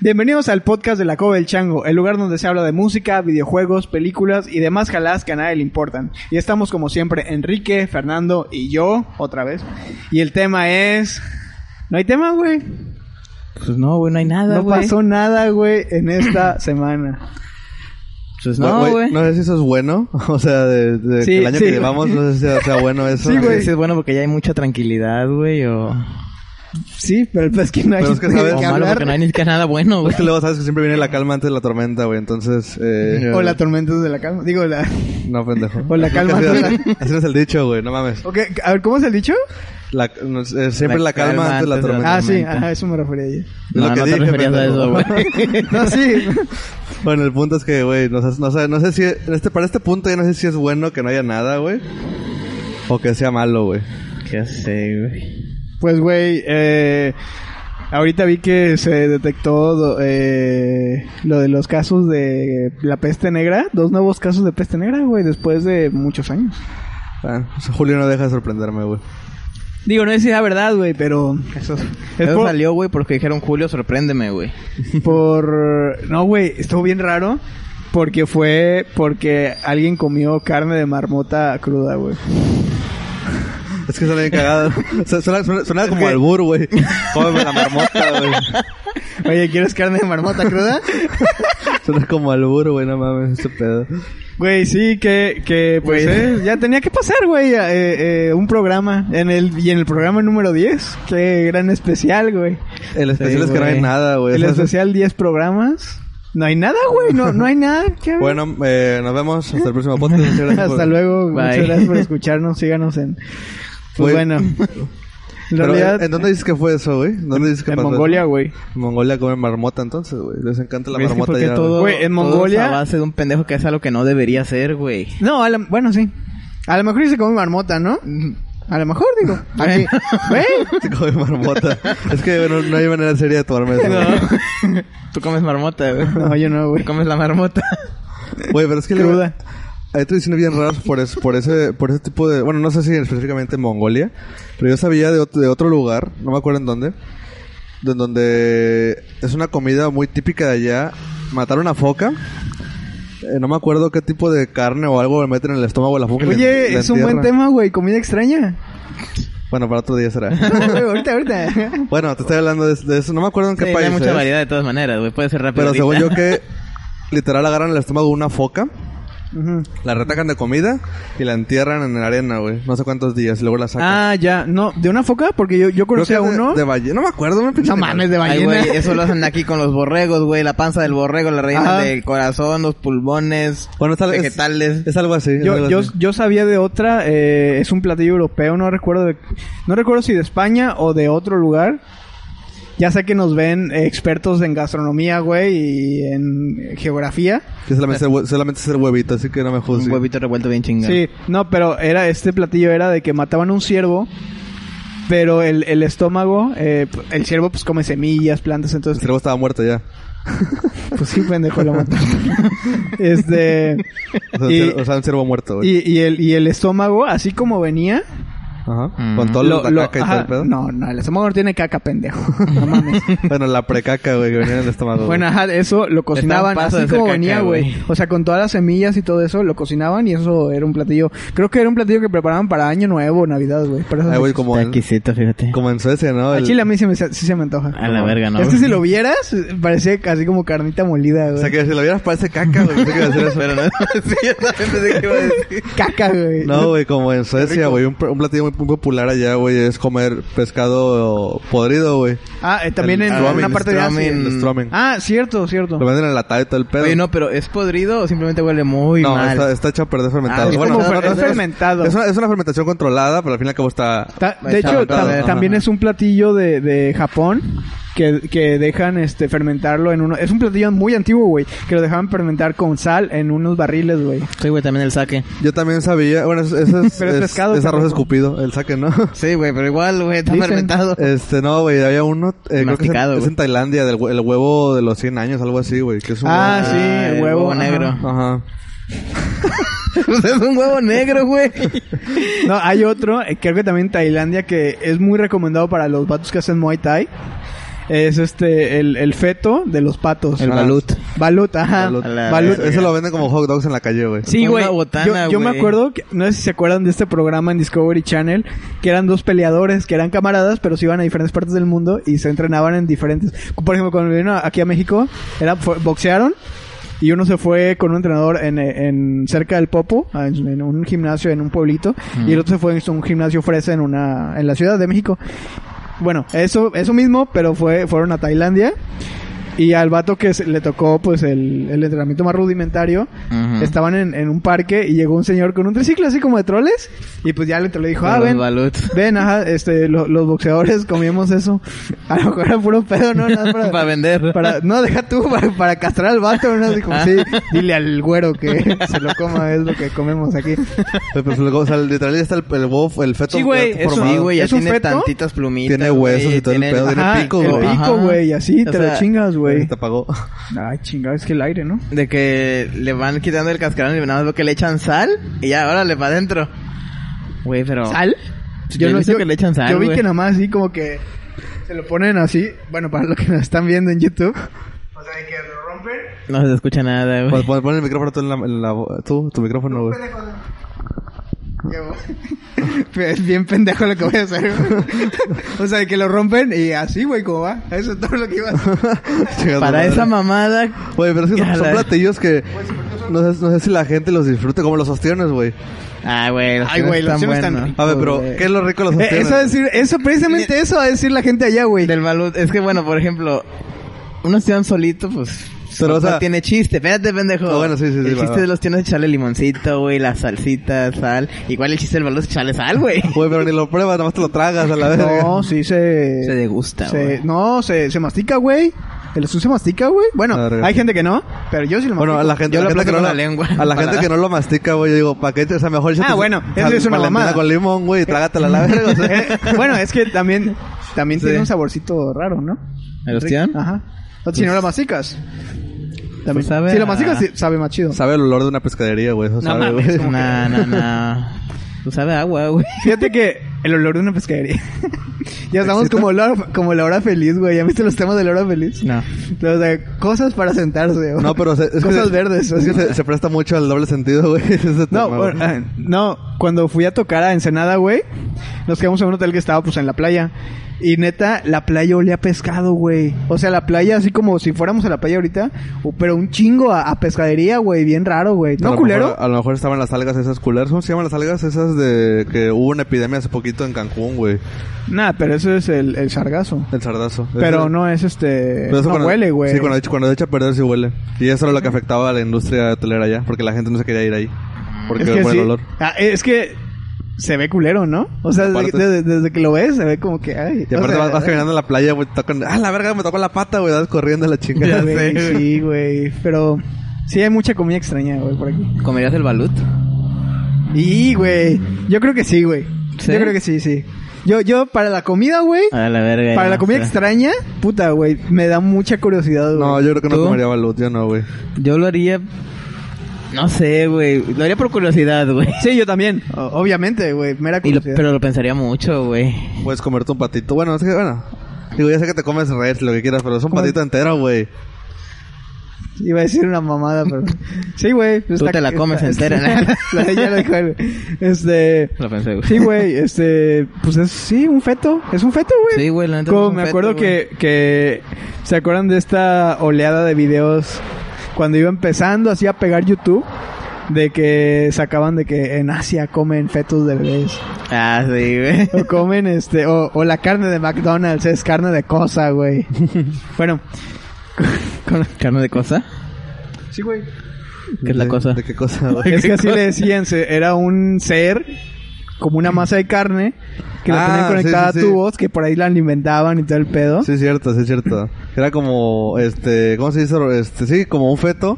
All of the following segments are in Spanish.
Bienvenidos al podcast de La Cova del Chango, el lugar donde se habla de música, videojuegos, películas y demás jalás que a nadie le importan. Y estamos como siempre Enrique, Fernando y yo, otra vez. Y el tema es... ¿No hay tema, güey? Pues no, güey, no hay nada, No güey. pasó nada, güey, en esta semana. Pues no, Güey, güey. No sé si eso es bueno. O sea, de, de Sí, que el año sí, que güey. llevamos, no sé si sea, sea bueno eso. Sí, No sé güey. si es bueno porque ya hay mucha tranquilidad, güey, o... Sí, pero pues que no hay Pero es que, de ¿sabes? o qué que malo porque no hay hablar. ni siquiera nada bueno, güey. Es que luego sabes que siempre viene la calma antes de la tormenta, güey. Entonces, eh, O la tormenta de la calma. Digo, la... no, pendejo. o la Nunca calma ha sido- antes Así no es el dicho, güey. No mames. Ok, a ver, ¿cómo es el dicho? La- no, eh, siempre La la, calma, antes de la tormenta. Ah, sí, tormenta. ajá, eso me refería yo. Es lo No, que no te dije, referías a pendejo. eso, güey. No, sí. Bueno, el punto es que, güey, no, sé- no, sé- no sé si... en este, para este punto ya no sé si es bueno que no haya nada, güey. O que sea malo, güey. ¿Qué sé, güey? Pues, güey, eh, ahorita vi que se detectó do- eh, lo de los casos de la peste negra. Dos nuevos casos de peste negra, güey, después de muchos años. Ah, Julio no deja de sorprenderme, güey. Digo, no es la verdad, güey, pero... Eso, es Eso por, salió, güey, porque dijeron, Julio, sorpréndeme, güey. por- No, güey, estuvo bien raro. Porque fue porque alguien comió carne de marmota cruda, güey. Es que suena bien cagado. Su- Suena, suena- suena como que- albur, güey. Cómeme la marmota, güey. Oye, ¿quieres carne de marmota cruda? Suena como albur, güey. No mames, este pedo. Güey, sí, que, que pues Güey. eh, ya tenía que pasar, güey, eh, eh, un programa. En el, y en el programa número 10, qué gran especial, güey. El especial Sí, es que no güey. hay nada, güey. el O sea, especial 10 programas. No hay nada, güey, no, no hay nada. que ver. Bueno, eh, nos vemos hasta el próximo podcast. Muchas gracias por- Hasta luego, Bye. muchas gracias por escucharnos, síganos en... Pues Güey. bueno, en Pero, realidad, ¿En dónde dices que fue eso, güey? ¿Dónde dices que en pasó Mongolia, güey. eso? En Mongolia comen marmota, entonces, güey. Les encanta la ¿Ves que marmota. porque ya, todo, Güey, en todo Mongolia- es a base de un pendejo que hace algo que no debería hacer, güey. No, a la- bueno, sí. A lo mejor sí se come marmota, ¿no? A lo mejor, digo. Aquí. Güey, güey. Comen marmota. es que bueno, no hay manera seria de tomarme eso. güey. Tú comes marmota, güey. No, yo no, güey. Tú comes la marmota. Güey, pero es que... le- Cruda. Hay tradiciones bien raras por, es- por, ese, por ese tipo de... Bueno, no sé si específicamente en Mongolia, pero yo sabía de, otro- de otro lugar, no me acuerdo en dónde, de donde es una comida muy típica de allá. Matar una foca. eh, no me acuerdo qué tipo de carne o algo le meten en el estómago de la foca. y le- Oye, la es un buen entierran. tema, güey, comida extraña. Bueno, para otro día será. Güey, ahorita, ahorita. bueno, te estoy hablando de, de eso. No me acuerdo en qué Sí, país hay mucha es, variedad de todas maneras, güey. Puede ser rápido. Pero según yo ahorita. que literal agarran el estómago de una foca. Ujú. La retacan de comida y la entierran en la arena, güey. No sé cuántos días. y Luego la sacan. Ah, ya. No, ¿de una foca? Porque yo, yo Creo conocí que a es de- uno. De, ballena. No me acuerdo, me pinche No animal. mames, de Ay, ballena. güey, eso lo hacen aquí con los borregos, güey. La panza del borrego la rellenan Ajá. del corazón, los pulmones, Bueno, es, algo- es- vegetales. Es, algo así. es Yo, algo yo, así. yo sabía de otra, eh, es un platillo europeo, no recuerdo de, no recuerdo si de España o de otro lugar. Ya sé que nos ven eh, expertos en gastronomía, güey, y en eh, geografía. Que solamente, es el hue- solamente es el huevito, así que no me un juzgues. huevito revuelto bien chingón. Sí, no, pero era este platillo era de que mataban un ciervo, pero el, el estómago, eh, el ciervo pues come semillas, plantas, El entonces ciervo estaba muerto ya. Pues sí, pendejo, lo mató. este. O sea, un y, ciervo- o sea, un ciervo muerto, güey. y- y el, y el estómago, así como venía. Ajá. Mm. Con todo lo- la lo- caca y todo ajá, el pedo. No, no, el estómago no tiene caca, pendejo. No mames. Bueno, la precaca, güey, que venía en el estómago. bueno, ajá, eso lo cocinaban Está un paso así de ser como caca, venía, güey. güey. O sea, con todas las semillas y todo eso, lo cocinaban y eso era un platillo. Creo que era un platillo que preparaban para Año Nuevo, Navidad, güey. Para esas güey. Ay, güey, fechas. como, Está en, exquisito, fíjate. como en Suecia, ¿no? A El- Chile a mí sí, me, sí se me antoja. A la verga, ¿no? Es que si lo vieras, parecía casi como carnita molida, O güey. sea, que si lo vieras parece caca, güey. pensé que iba a decir eso. Pero no sí, yo también pensé que iba a decir. Caca, güey. No, güey, como en Suecia, güey. Un, pr- un platillo muy, muy popular allá, güey, es comer pescado podrido, güey. Ah, eh, también El en ramen, una el parte de Asia. ramen. El Stromen. Ah, cierto, cierto. Lo venden en la y todo el pedo. Oye, no, pero ¿es podrido o simplemente huele muy no, mal? está, está hecho a perder fermentado. Ah, es como no, fer- no, no, pues, es no, fermentado. Es una, es una fermentación controlada, pero al fin y al cabo está... Ta- Me de echaba hecho, todo, ta- ¿no? también Ajá. es un platillo de, de Japón que, que dejan este fermentarlo en uno. Es un platillo muy antiguo, güey, que lo dejaban fermentar con sal en unos barriles, güey. Sí, güey, también el saque. Yo también sabía... Bueno, eso eso es... Pero es pescado, Es arroz pendejo. escupido, el saque, ¿no? Sí, güey, pero igual, güey, está Dicen- fermentado. Este, no, güey, había uno... eh, creo que es en- Masticado, es en, güey. Tailandia, del, hue- el huevo de los 100 años, algo así, güey. Que es un Ah, sí, Ah, el el huevo, huevo ajá. negro. huevo- Ajá. Pues es un huevo negro, güey. No, hay otro, eh, creo que también en Tailandia, que es muy recomendado para los vatos que hacen Muay Thai. es este el, el feto de los patos. El Ah. balut. Balut, ajá. Balut. A la Balut. verga. Eso lo venden como hot dogs en la calle, güey. Sí, Una güey. botana, yo, yo me güey. acuerdo, que, no sé si se acuerdan de este programa en Discovery Channel, que eran dos peleadores, que eran camaradas, pero se iban a diferentes partes del mundo y se entrenaban en diferentes. Por ejemplo, cuando vino aquí a México, era, fue- boxearon y uno se fue con un entrenador en, eh, en cerca del Popo, a- en, en un gimnasio en un pueblito, y el otro se fue en un gimnasio fresa en una en la Ciudad de México. Bueno, eso eso mismo, pero fue fueron a Tailandia. Y al vato que se- le tocó pues el, el entrenamiento más rudimentario, Ujú. estaban en, en un parque y llegó un señor con un triciclo así como de troles y pues ya le, le dijo, ah, Con los ven, balut. ven, ajá, este, lo- los boxeadores comíamos eso. A lo mejor era puro pedo, ¿no? Nada más para, Para vender. para- no, deja tú, para, para castrar al vato, ¿no? Así Ah. como, sí, dile al güero que se lo coma, es lo que comemos aquí. Pero, pues, luego, o sea, literal ya está el, el huevo, el feto. Sí, güey, ya eso- formado. Sí, güey, ya ¿Es un tiene feto? tantitas plumitas. Tiene huesos güey, y todo el pedo, tiene Ajá, pico, el güey. Ah, pico, Ajá. güey, así O te lo sea, chingas, güey. Te apagó. Ay, chingado, es que el aire, ¿no? De que le van quitando el cascarón y nada más veo que le echan sal y ya, ahora le va adentro. Güey, pero... ¿Sal? Yo, no sé que le echan sal, Yo vi güey. que nada más así como que se lo ponen así, bueno, para los que nos están viendo en YouTube. O sea, de que lo rompen. No se escucha nada, Pon, güey. pon- pon el micrófono tú en la, en la bo- Tú, tu micrófono, güey. pendejo. Es bien pendejo lo que voy a hacer. güey. o sea, de que lo rompen y así, güey, como va. Eso es todo lo que iba a hacer. Chinga tu Para pues, madre. esa mamada... Güey, pero es que son, Ya son la- platillos que no sé, no sé si la gente los disfrute como los ostiones, güey. Ay, güey, los Ay, güey, los están chinos están buenos. ricos. A ver, pero Güey. ¿qué es lo rico de los Eh, ostiones? eso a decir, eso, precisamente eso va a decir la gente allá, güey. Del balut. Es que, bueno, por ejemplo, un ostión solito, pues... Pero, no o sea- tiene chiste. Espérate, pendejo. Ah, bueno, sí, sí, sí, El va, chiste va. de los tienes es echarle limoncito, güey, la salsita, sal. Igual el chiste del balut es echarle sal, güey. Güey, pero ni lo pruebas, nada más te lo tragas a la vez. No, sí se... Se degusta, se- güey. No, se, se mastica, güey. El azul se mastica, güey. Bueno, Madre. hay gente que no, pero yo sí lo mastico. Bueno, a la gente, Yo a la lo gente que aplico no con lo, la lengua, a la para- gente que no lo mastica, güey, yo digo, ¿para qué? te- O sea, mejor ya Ah, te- bueno, eso sal- es una valentina mamada. con limón, güey, trágatela a la verga. o sea. Eh, bueno, es que también, también Sí. tiene un saborcito raro, ¿no? ¿El ostión? Ajá. Entonces, si no lo masticas. ah, También. Pues sabe si lo a- masticas, sí, sabe más chido. Sabe el olor de una pescadería, güey, eso Pues sabe, mames, güey. ¿cómo No, no, no. Tú sabes Pues agua, güey. Fíjate que el olor de una pescadería. ya estamos ¿Excita? como la, como la hora feliz, güey. ¿Ya viste los temas de la hora feliz? No. Entonces, eh, cosas para sentarse. güey. No, pero se- es cosas que, verdes. Es que se, se presta mucho al doble sentido, güey. ese tema, No, güey. bueno, ah, no, cuando fui a tocar a Ensenada, güey, nos quedamos en un hotel que estaba pues en la playa. Y neta, la playa olía a pescado, güey. O sea, la playa así como si fuéramos a la playa ahorita, o- pero un chingo a, a pescadería, güey, bien raro, güey. A No lo culero. mejor- a lo mejor estaban las algas esas culeras. ¿Cómo se llaman las algas esas de que hubo una epidemia hace poquito en Cancún, güey? Nada, pero eso es el, el sargazo. ah, El sardazo. Pero Ese- no es este, Pero eso no cuando- huele, güey. Sí, cuando, cuando se echa a perder sí huele. Y eso era lo que afectaba a la industria hotelera allá, porque la gente no se quería ir ahí. Porque es que por sí. el olor. Ah, es que se ve culero, ¿no? O sea, desde, Aparte- desde- desde que lo ves, se ve como que ay. Y o aparte sea, vas, vas caminando en la playa, güey, te tocan... ¡Ah, la verga! Me tocó la pata, güey. Vas corriendo a la Ya chingada. güey, sé, güey. sí, güey. Pero sí hay mucha comida extraña, güey, por aquí. ¿Comerías el balut? Y, güey. Yo creo que sí, güey. ¿Sí? Ah, Yo creo que sí, sí. Yo, yo, para la comida, güey. A la verga. Para la comida extra extraña, puta, güey. Me da mucha curiosidad, güey. No, yo creo que no ¿Tú? comería balut. Yo no, güey. Yo lo haría... No sé, güey. Lo haría por curiosidad, güey. Sí, yo también. O- obviamente, güey. Mera Y lo- curiosidad. pero lo pensaría mucho, güey. Puedes comerte un patito. Bueno, es que, bueno... Digo, ya sé que te comes red, lo que quieras, pero es un ¿Cómo? patito entero, güey. Iba a decir una mamada, pero... Sí, güey. pues Tú te la comes entera. ya lo dijo él. Este... Lo pensé, güey. Sí, güey. Este... Pues es... Sí, un feto. Es un feto, güey. Sí, güey, la neta Como es un me feto, acuerdo güey. que, que... ¿Se acuerdan de esta oleada de videos? Cuando iba empezando así a pegar YouTube. De que sacaban de que en Asia comen fetos de bebés. Ah, sí, güey. O comen este... O, o la carne de McDonald's es carne de cosa, güey. bueno. con- ¿Carne de cosa? sí, güey. ¿Qué es la ¿De- cosa? ¿De qué cosa, güey? Es que ¿Qué así cosa? le decían, se- era un ser como una masa de carne que la Ah, tenían conectada sí, sí, a sí. tubos, que por ahí la alimentaban y todo el pedo. Sí, es cierto, sí, es cierto. Era como, este, ¿cómo se dice? Este, sí, como un feto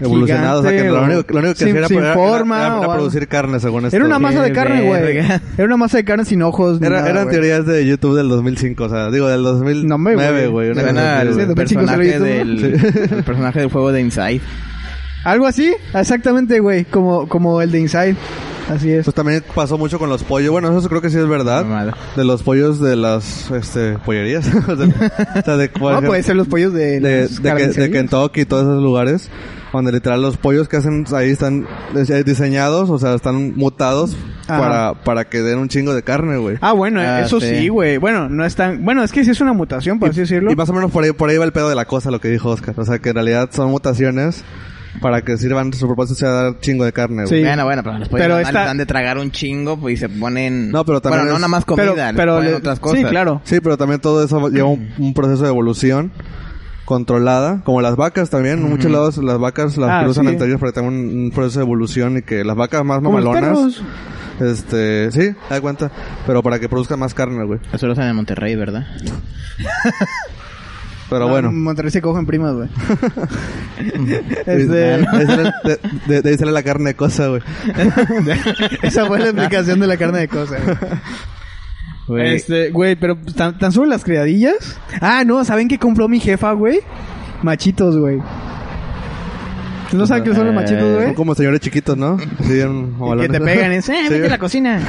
evolucionado. o sea, que Gigante, lo o- único, lo único que sin- hacía era, sin era- forma era- era o algo. producir carne, según esto. Era una Sí. masa de carne, güey. verga. Era una masa de carne sin ojos. ni Era- nada, eran güey. teorías de YouTube del 2005, o sea, digo, del 2009, No, güey. güey. una Suena cosa así, al Sí, güey. 2005 se lo personaje hizo, ¿no? del, el personaje del juego de Inside. Algo así, exactamente, güey. Como, como el de Inside. Así es. Pues también pasó mucho con los pollos. Bueno, eso creo que sí es verdad. Mamada. De los pollos de las este, pollerías. o sea, o sea, de cual- No, Ah, pues, puede ser los pollos de, de, las de que- de carnicerías. Kentucky y todos esos lugares. Donde literal los pollos que hacen ahí están eh, diseñados, o sea, están mutados Ajá. para, para que den un chingo de carne, güey. Ah, bueno, Ah, eso sí. sí, güey. Bueno, no es tan... Bueno, es que sí es una mutación, por así decirlo. Y más o menos por ahí, por ahí va el pedo de la cosa, lo que dijo Oscar. O sea, que en realidad son mutaciones para que sirvan, su propósito sea dar chingo de carne, güey. Sí. Bueno, bueno, pero los pollos Pero no esta- dan de tragar un chingo pues, y se ponen... No, pero también Bueno, no es- nada más comida, pero, pero, pero le- otras cosas. Sí, claro. Sí, pero también todo eso lleva un, un proceso de evolución controlada, como las vacas también. En muchos lados las vacas las Ah, cruzan sí. entre ellas para tener un, un proceso de evolución y que las vacas más Como los mamalonas... perros. Este, sí, da cuenta. Pero para que produzcan más carne, güey. Eso lo hacen en Monterrey, ¿verdad? Pero No, bueno. En Ah, Monterrey se cogen primas, güey. De, Este, ahí sale- de- de- de ahí sale la carne de cosa, güey. esa fue la explicación de la carne de cosas. Güey. Este, güey, pero tan, tan solo las criadillas. Ah, no, ¿saben qué compró mi jefa, güey? Machitos, güey. ¿No saben qué Eh, son los machitos, güey? Son como señores chiquitos, ¿no? Sí, Y en que ovalones. te pegan, es, eh, Sí, vete a güey. la cocina.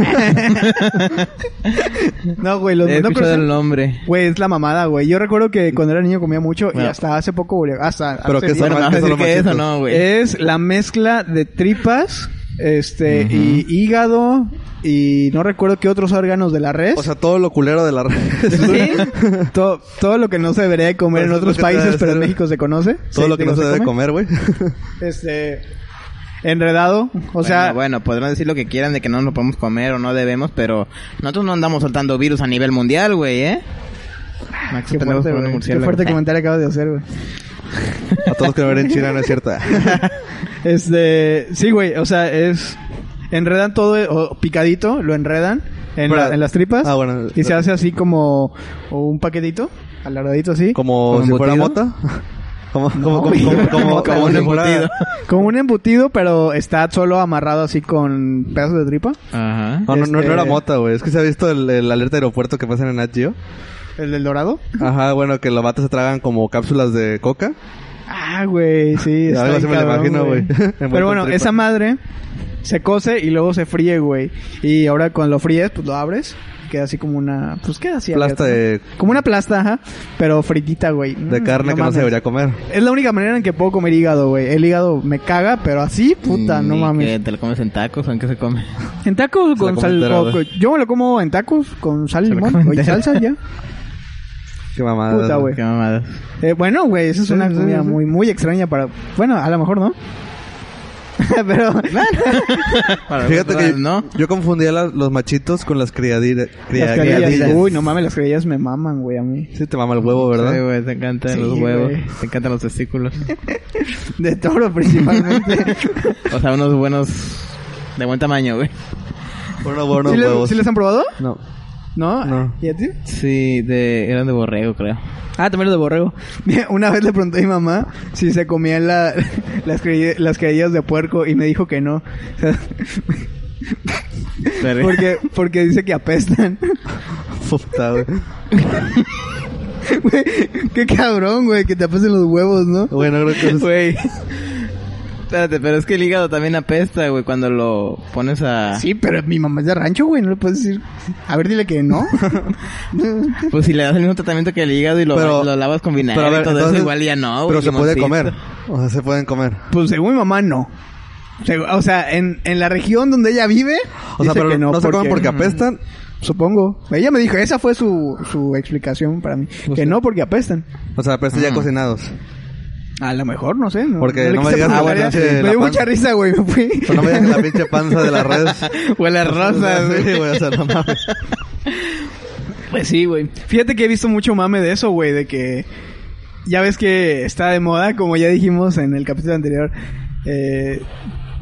no, güey, los He no, pero escuchado son- el nombre. Güey, es la mamada, güey. Yo recuerdo que cuando era niño comía mucho y Bueno. hasta hace poco, güey, hasta Pero hace que días. Bueno, son ¿me vas a decir machitos, son que es o machitos. no, güey? Es la mezcla de tripas, este, y hígado, y no recuerdo qué otros órganos de la res. O sea, todo lo culero de la red. Sí. todo, todo lo que no se debería de comer en Pues, otros lo que te países, debe pero en ser- México se conoce. Todo Sí, lo que digo, no se debe come. comer, güey. Este, enredado, o Bueno, sea, bueno, podrán decir lo que quieran de que no nos podemos comer o no debemos, pero nosotros no andamos soltando virus a nivel mundial, güey, ¿eh? Max, Ah, qué tenemos fuerte, con un güey. Qué murciélago. fuerte comentario acabas de hacer, güey. A todos los que no ven en China, no es cierto. Este, sí, güey, o sea, es enredan todo eh, o picadito, lo enredan en, Pero- la- en las tripas Ah, bueno. y se hace así como un paquetito, alargadito así, como, Como ¿Como si fuera embutido? mota. Como, como, güey. como, como, como, Como un si fuera- embutido. un embutido, pero está solo amarrado así con pedazos de tripa, Ajá. No, no, no, no era Este- mota, güey. Es que se ha visto el, el alerta de aeropuerto que pasan en Nat Geo. el del dorado. Ajá, bueno, que los vatos se tragan como cápsulas de coca. Ah, güey, sí, está Algo bien así me lo cabrón, imagino, güey. güey. Envuelto Pero en bueno, tripa. esa madre se cose y luego se fríe, güey. Y ahora cuando lo fríes, pues lo abres, queda así como una, pues queda así Plasta abierto, de- ¿no? como una plasta, ajá, pero fritita, güey. De Mm, carne no que no mames. se debería comer. Es la única manera en que puedo comer hígado, güey. El hígado me caga, pero así, puta, no Ni mames. que ¿Te lo comes en tacos o en qué se come? En tacos Se la con come sal entera, o- güey. yo me lo como en tacos con sal y Se la limón, come o en entera. salsa ya. Qué mamada. Puta, güey. Qué mamadas. Eh, bueno, güey, eso es Sí, una sí, comida sí. muy muy extraña para, bueno, a lo mejor no. pero Para Fíjate que nosotros, ¿No? yo confundía las- los machitos con las criadillas. Las criadillas. Uy, no mames, las criadillas me maman, güey, a mí. Sí te mama el huevo, Sí, ¿verdad? güey, te encantan Sí, los huevos, güey. te encantan los testículos. De toro principalmente. O sea, unos buenos de buen tamaño, güey. Unos buenos ¿Sí, les, huevos. sí les han probado? No. ¿No? No. ¿Y a ti? Sí, de eran de borrego, creo. Ah, también los de borrego. Mira, Una vez le pregunté a mi mamá si se comían la- las, cre- las criadillas de puerco y me dijo que no. O sea, Pero- porque, porque dice que apestan. Puta, güey. Güey, qué cabrón, güey, que te apesten los huevos, ¿no? Bueno, creo que eso es- Güey. Espérate, pero es que el hígado también apesta, güey, cuando lo pones a... Ah. Sí, pero mi mamá es de rancho, güey, no le puedes decir. A ver, dile que no. Pues si le das el mismo tratamiento que el hígado y lo, Pero- lo lavas con vinagre Pero a ver, y todo entonces- eso, igual ya no, güey, Pero se puede limoncito. comer. O sea, se pueden comer. Pues según mi mamá, no. Segu- O sea, en, en la región donde ella vive, O dice sea, pero que no, no, se comen porque apestan. Supongo. Ella me dijo, esa fue su, su explicación para mí. Pues que no porque apestan. O sea, apestan ya Mm. cocinados. A lo mejor, no sé. No, Porque le no me quise digas preguntar, que la ya. pinche- Me la dio pan- mucha risa, güey. Me fui. Pero no me digas que la pinche panza de la red. Huele a rosas, Sí, güey. güey, o sea, no mames. Pues sí, güey. Fíjate que he visto mucho mame de eso, güey. De que... Ya ves que está de moda, como ya dijimos en el capítulo anterior. eh,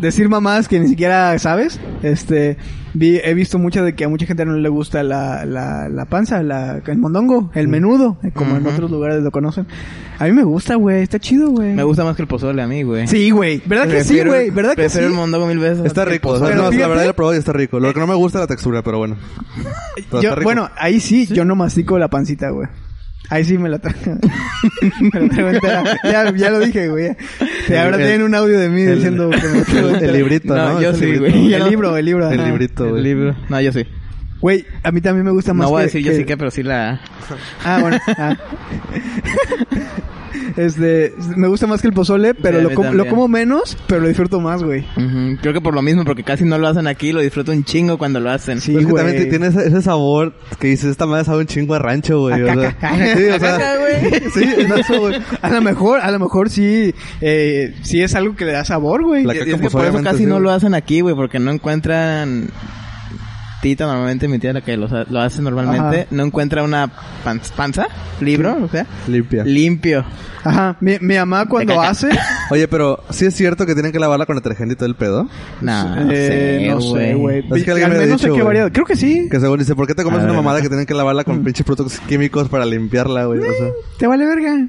decir mamás que ni siquiera sabes. Este... vi- he visto mucho de que a mucha gente no le gusta la, la, la panza, la, el mondongo, el menudo. eh, Como en Mm. Ujú. otros lugares lo conocen. A mí me gusta, güey. Está chido, güey. Me gusta más que el pozole a mí, güey. Sí, güey. ¿Verdad que sí, Prefiero- güey? ¿Verdad que sí? Prefiero el mondongo mil veces. Está rico. o sea, Pero no, la fíjate- verdad, yo lo probé y está rico. Lo que no me gusta es la textura, pero bueno. Pero Yo- está rico. bueno, ahí sí, yo no mastico la pancita, güey. Ahí sí me la traigo. me la traigo entera. Ya, ya lo dije, güey. Sí, ahora El- tienen un audio de mí el- diciendo que me la traigo el- el entera. librito, No, ¿no? yo Es sí, librito. güey. El libro, el libro. El ajá. librito, El güey. libro. No, yo sí. Güey, a mí también me gusta más No voy a que- decir yo sí que, pero sí la... Ah, bueno. ah. este, me gusta más que el pozole, pero Sí, a lo, mí com- lo también. como menos, pero lo disfruto más, güey. Ujú, Creo que por lo mismo, porque casi no lo hacen aquí, lo disfruto un chingo cuando lo hacen. Sí, Pero es que güey. también ti- tiene ese, ese sabor que dices, esta madre sabe un chingo a rancho, güey. A o sea. caca. sí, o Caca, sea, güey. sí, es eso, güey. A lo mejor, a lo mejor sí, eh, sí es algo que le da sabor, güey. La Y- y caca, es que pues, por eso obviamente, casi sí, no güey. lo hacen aquí, güey, porque no encuentran... Tita normalmente, mi tía la que los ha- lo hace normalmente, Ajá. no encuentra una pan- panza, libro, o sea, Limpia. limpio. Ajá. Mi, mi mamá cuando caca. hace, Oye, pero sí es cierto que tienen que lavarla con detergente y todo el pedo. Nah, no eh, no sé, güey. Es que alguien Al me había menos sé dicho, qué güey. variedad. Creo que sí. Que según dice, ¿por qué te comes A una ver, mamada ajá. que tienen que lavarla Mm. con pinches productos químicos para limpiarla, güey? O sea, Te vale verga.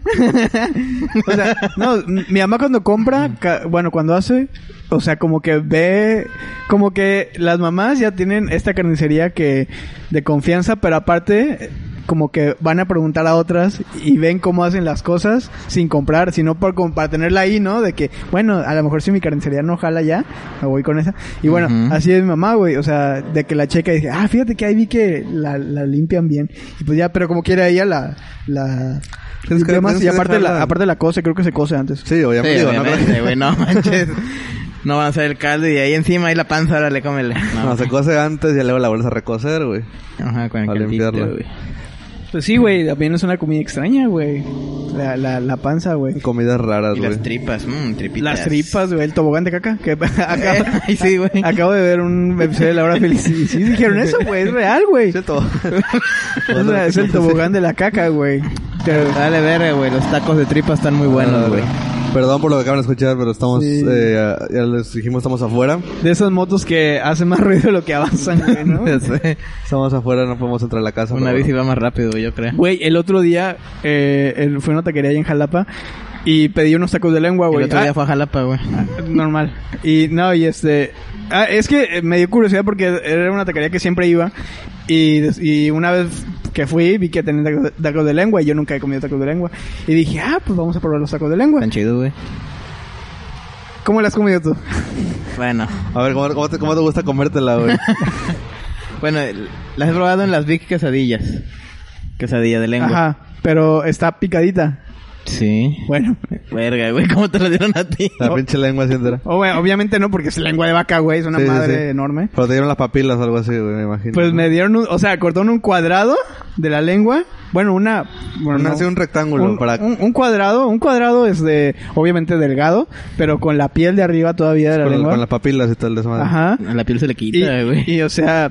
o sea, no, m- mi mamá cuando compra, ca- bueno, cuando hace, o sea, como que ve, como que las mamás ya tienen esta carnicería que de confianza, pero aparte eh, como que van a preguntar a otras y ven cómo hacen las cosas sin comprar, sino por, como para tenerla ahí, ¿no? De que, bueno, a lo mejor si mi carnicería no jala ya, me voy con esa. Y bueno, Ujú. así es mi mamá, güey. O sea, de que la checa y dice, ah, fíjate que ahí vi que la, la limpian bien. Y pues ya, pero como quiera ella la... la Tienes que- limpia más. tienes y que aparte la, dejarla. aparte la cose, creo que se cose antes. sí, obviamente. Sí, digo, no, obviamente, güey, no manches. No van a hacer el caldo y ahí encima ahí la panza, ahora le cómele. No, No, se cose antes y ya luego la vuelves a recocer, güey. Ajá, con el A caldito, limpiarla. güey. Pues sí, güey, también es una comida extraña, güey. La, la, la panza, güey. Comidas raras, Y las güey. tripas, mmm, tripitas. Las tripas, güey, el tobogán de caca. Que Eh, acabo, Ay, sí, güey. acabo de ver un episodio de La Hora Feliz. Sí, sí, dijeron eso, güey, es real, güey. Sí, todo. Es, la- es el tobogán de la caca, güey. Pero- Dale verga, güey. Los tacos de tripa están muy buenos, güey. Ah, Perdón por lo que acaban de escuchar, pero estamos, Sí. eh, ya les dijimos, estamos afuera. De esas motos que hacen más ruido de lo que avanzan, güey, ¿no? Ya sé. Estamos afuera, no podemos entrar a la casa. Una pero bici va más rápido, güey, yo creo. Güey, el otro día eh, el- fue una taquería ahí en Jalapa y pedí unos tacos de lengua, El güey. otro Ah, día fue a Jalapa, güey. Normal. Y no, y este. ah, es que eh, me dio curiosidad porque era una taquería que siempre iba. Y, des- y una vez que fui, vi que tenían tacos de, tacos de lengua. Y yo nunca he comido tacos de lengua. Y dije, ah, pues vamos a probar los tacos de lengua. Tan chido, güey. ¿Cómo las has comido tú? Bueno. A ver, ¿cómo, cómo te, cómo te gusta comértela, güey? Bueno, el- las he probado en las Big Quesadillas. Quesadilla de lengua. Ajá. Pero está picadita. Sí. Bueno. Verga, güey. ¿Cómo te lo dieron a ti? La pinche lengua así entera. O, bueno, obviamente no, porque es lengua de vaca, güey. Es una Sí, sí, madre sí. enorme. Pero te dieron las papilas o algo así, güey, me imagino. Pues ¿no? me dieron, un- o sea, cortaron un cuadrado de la lengua. Bueno, una. Bueno, Una- no. así un rectángulo un, para... un- un cuadrado, un cuadrado es de, obviamente delgado, pero con la piel de arriba todavía de la con, lengua. con las papilas y tal desmadre. Ajá. A Ah, la piel se le Y, quita, güey. y, o sea,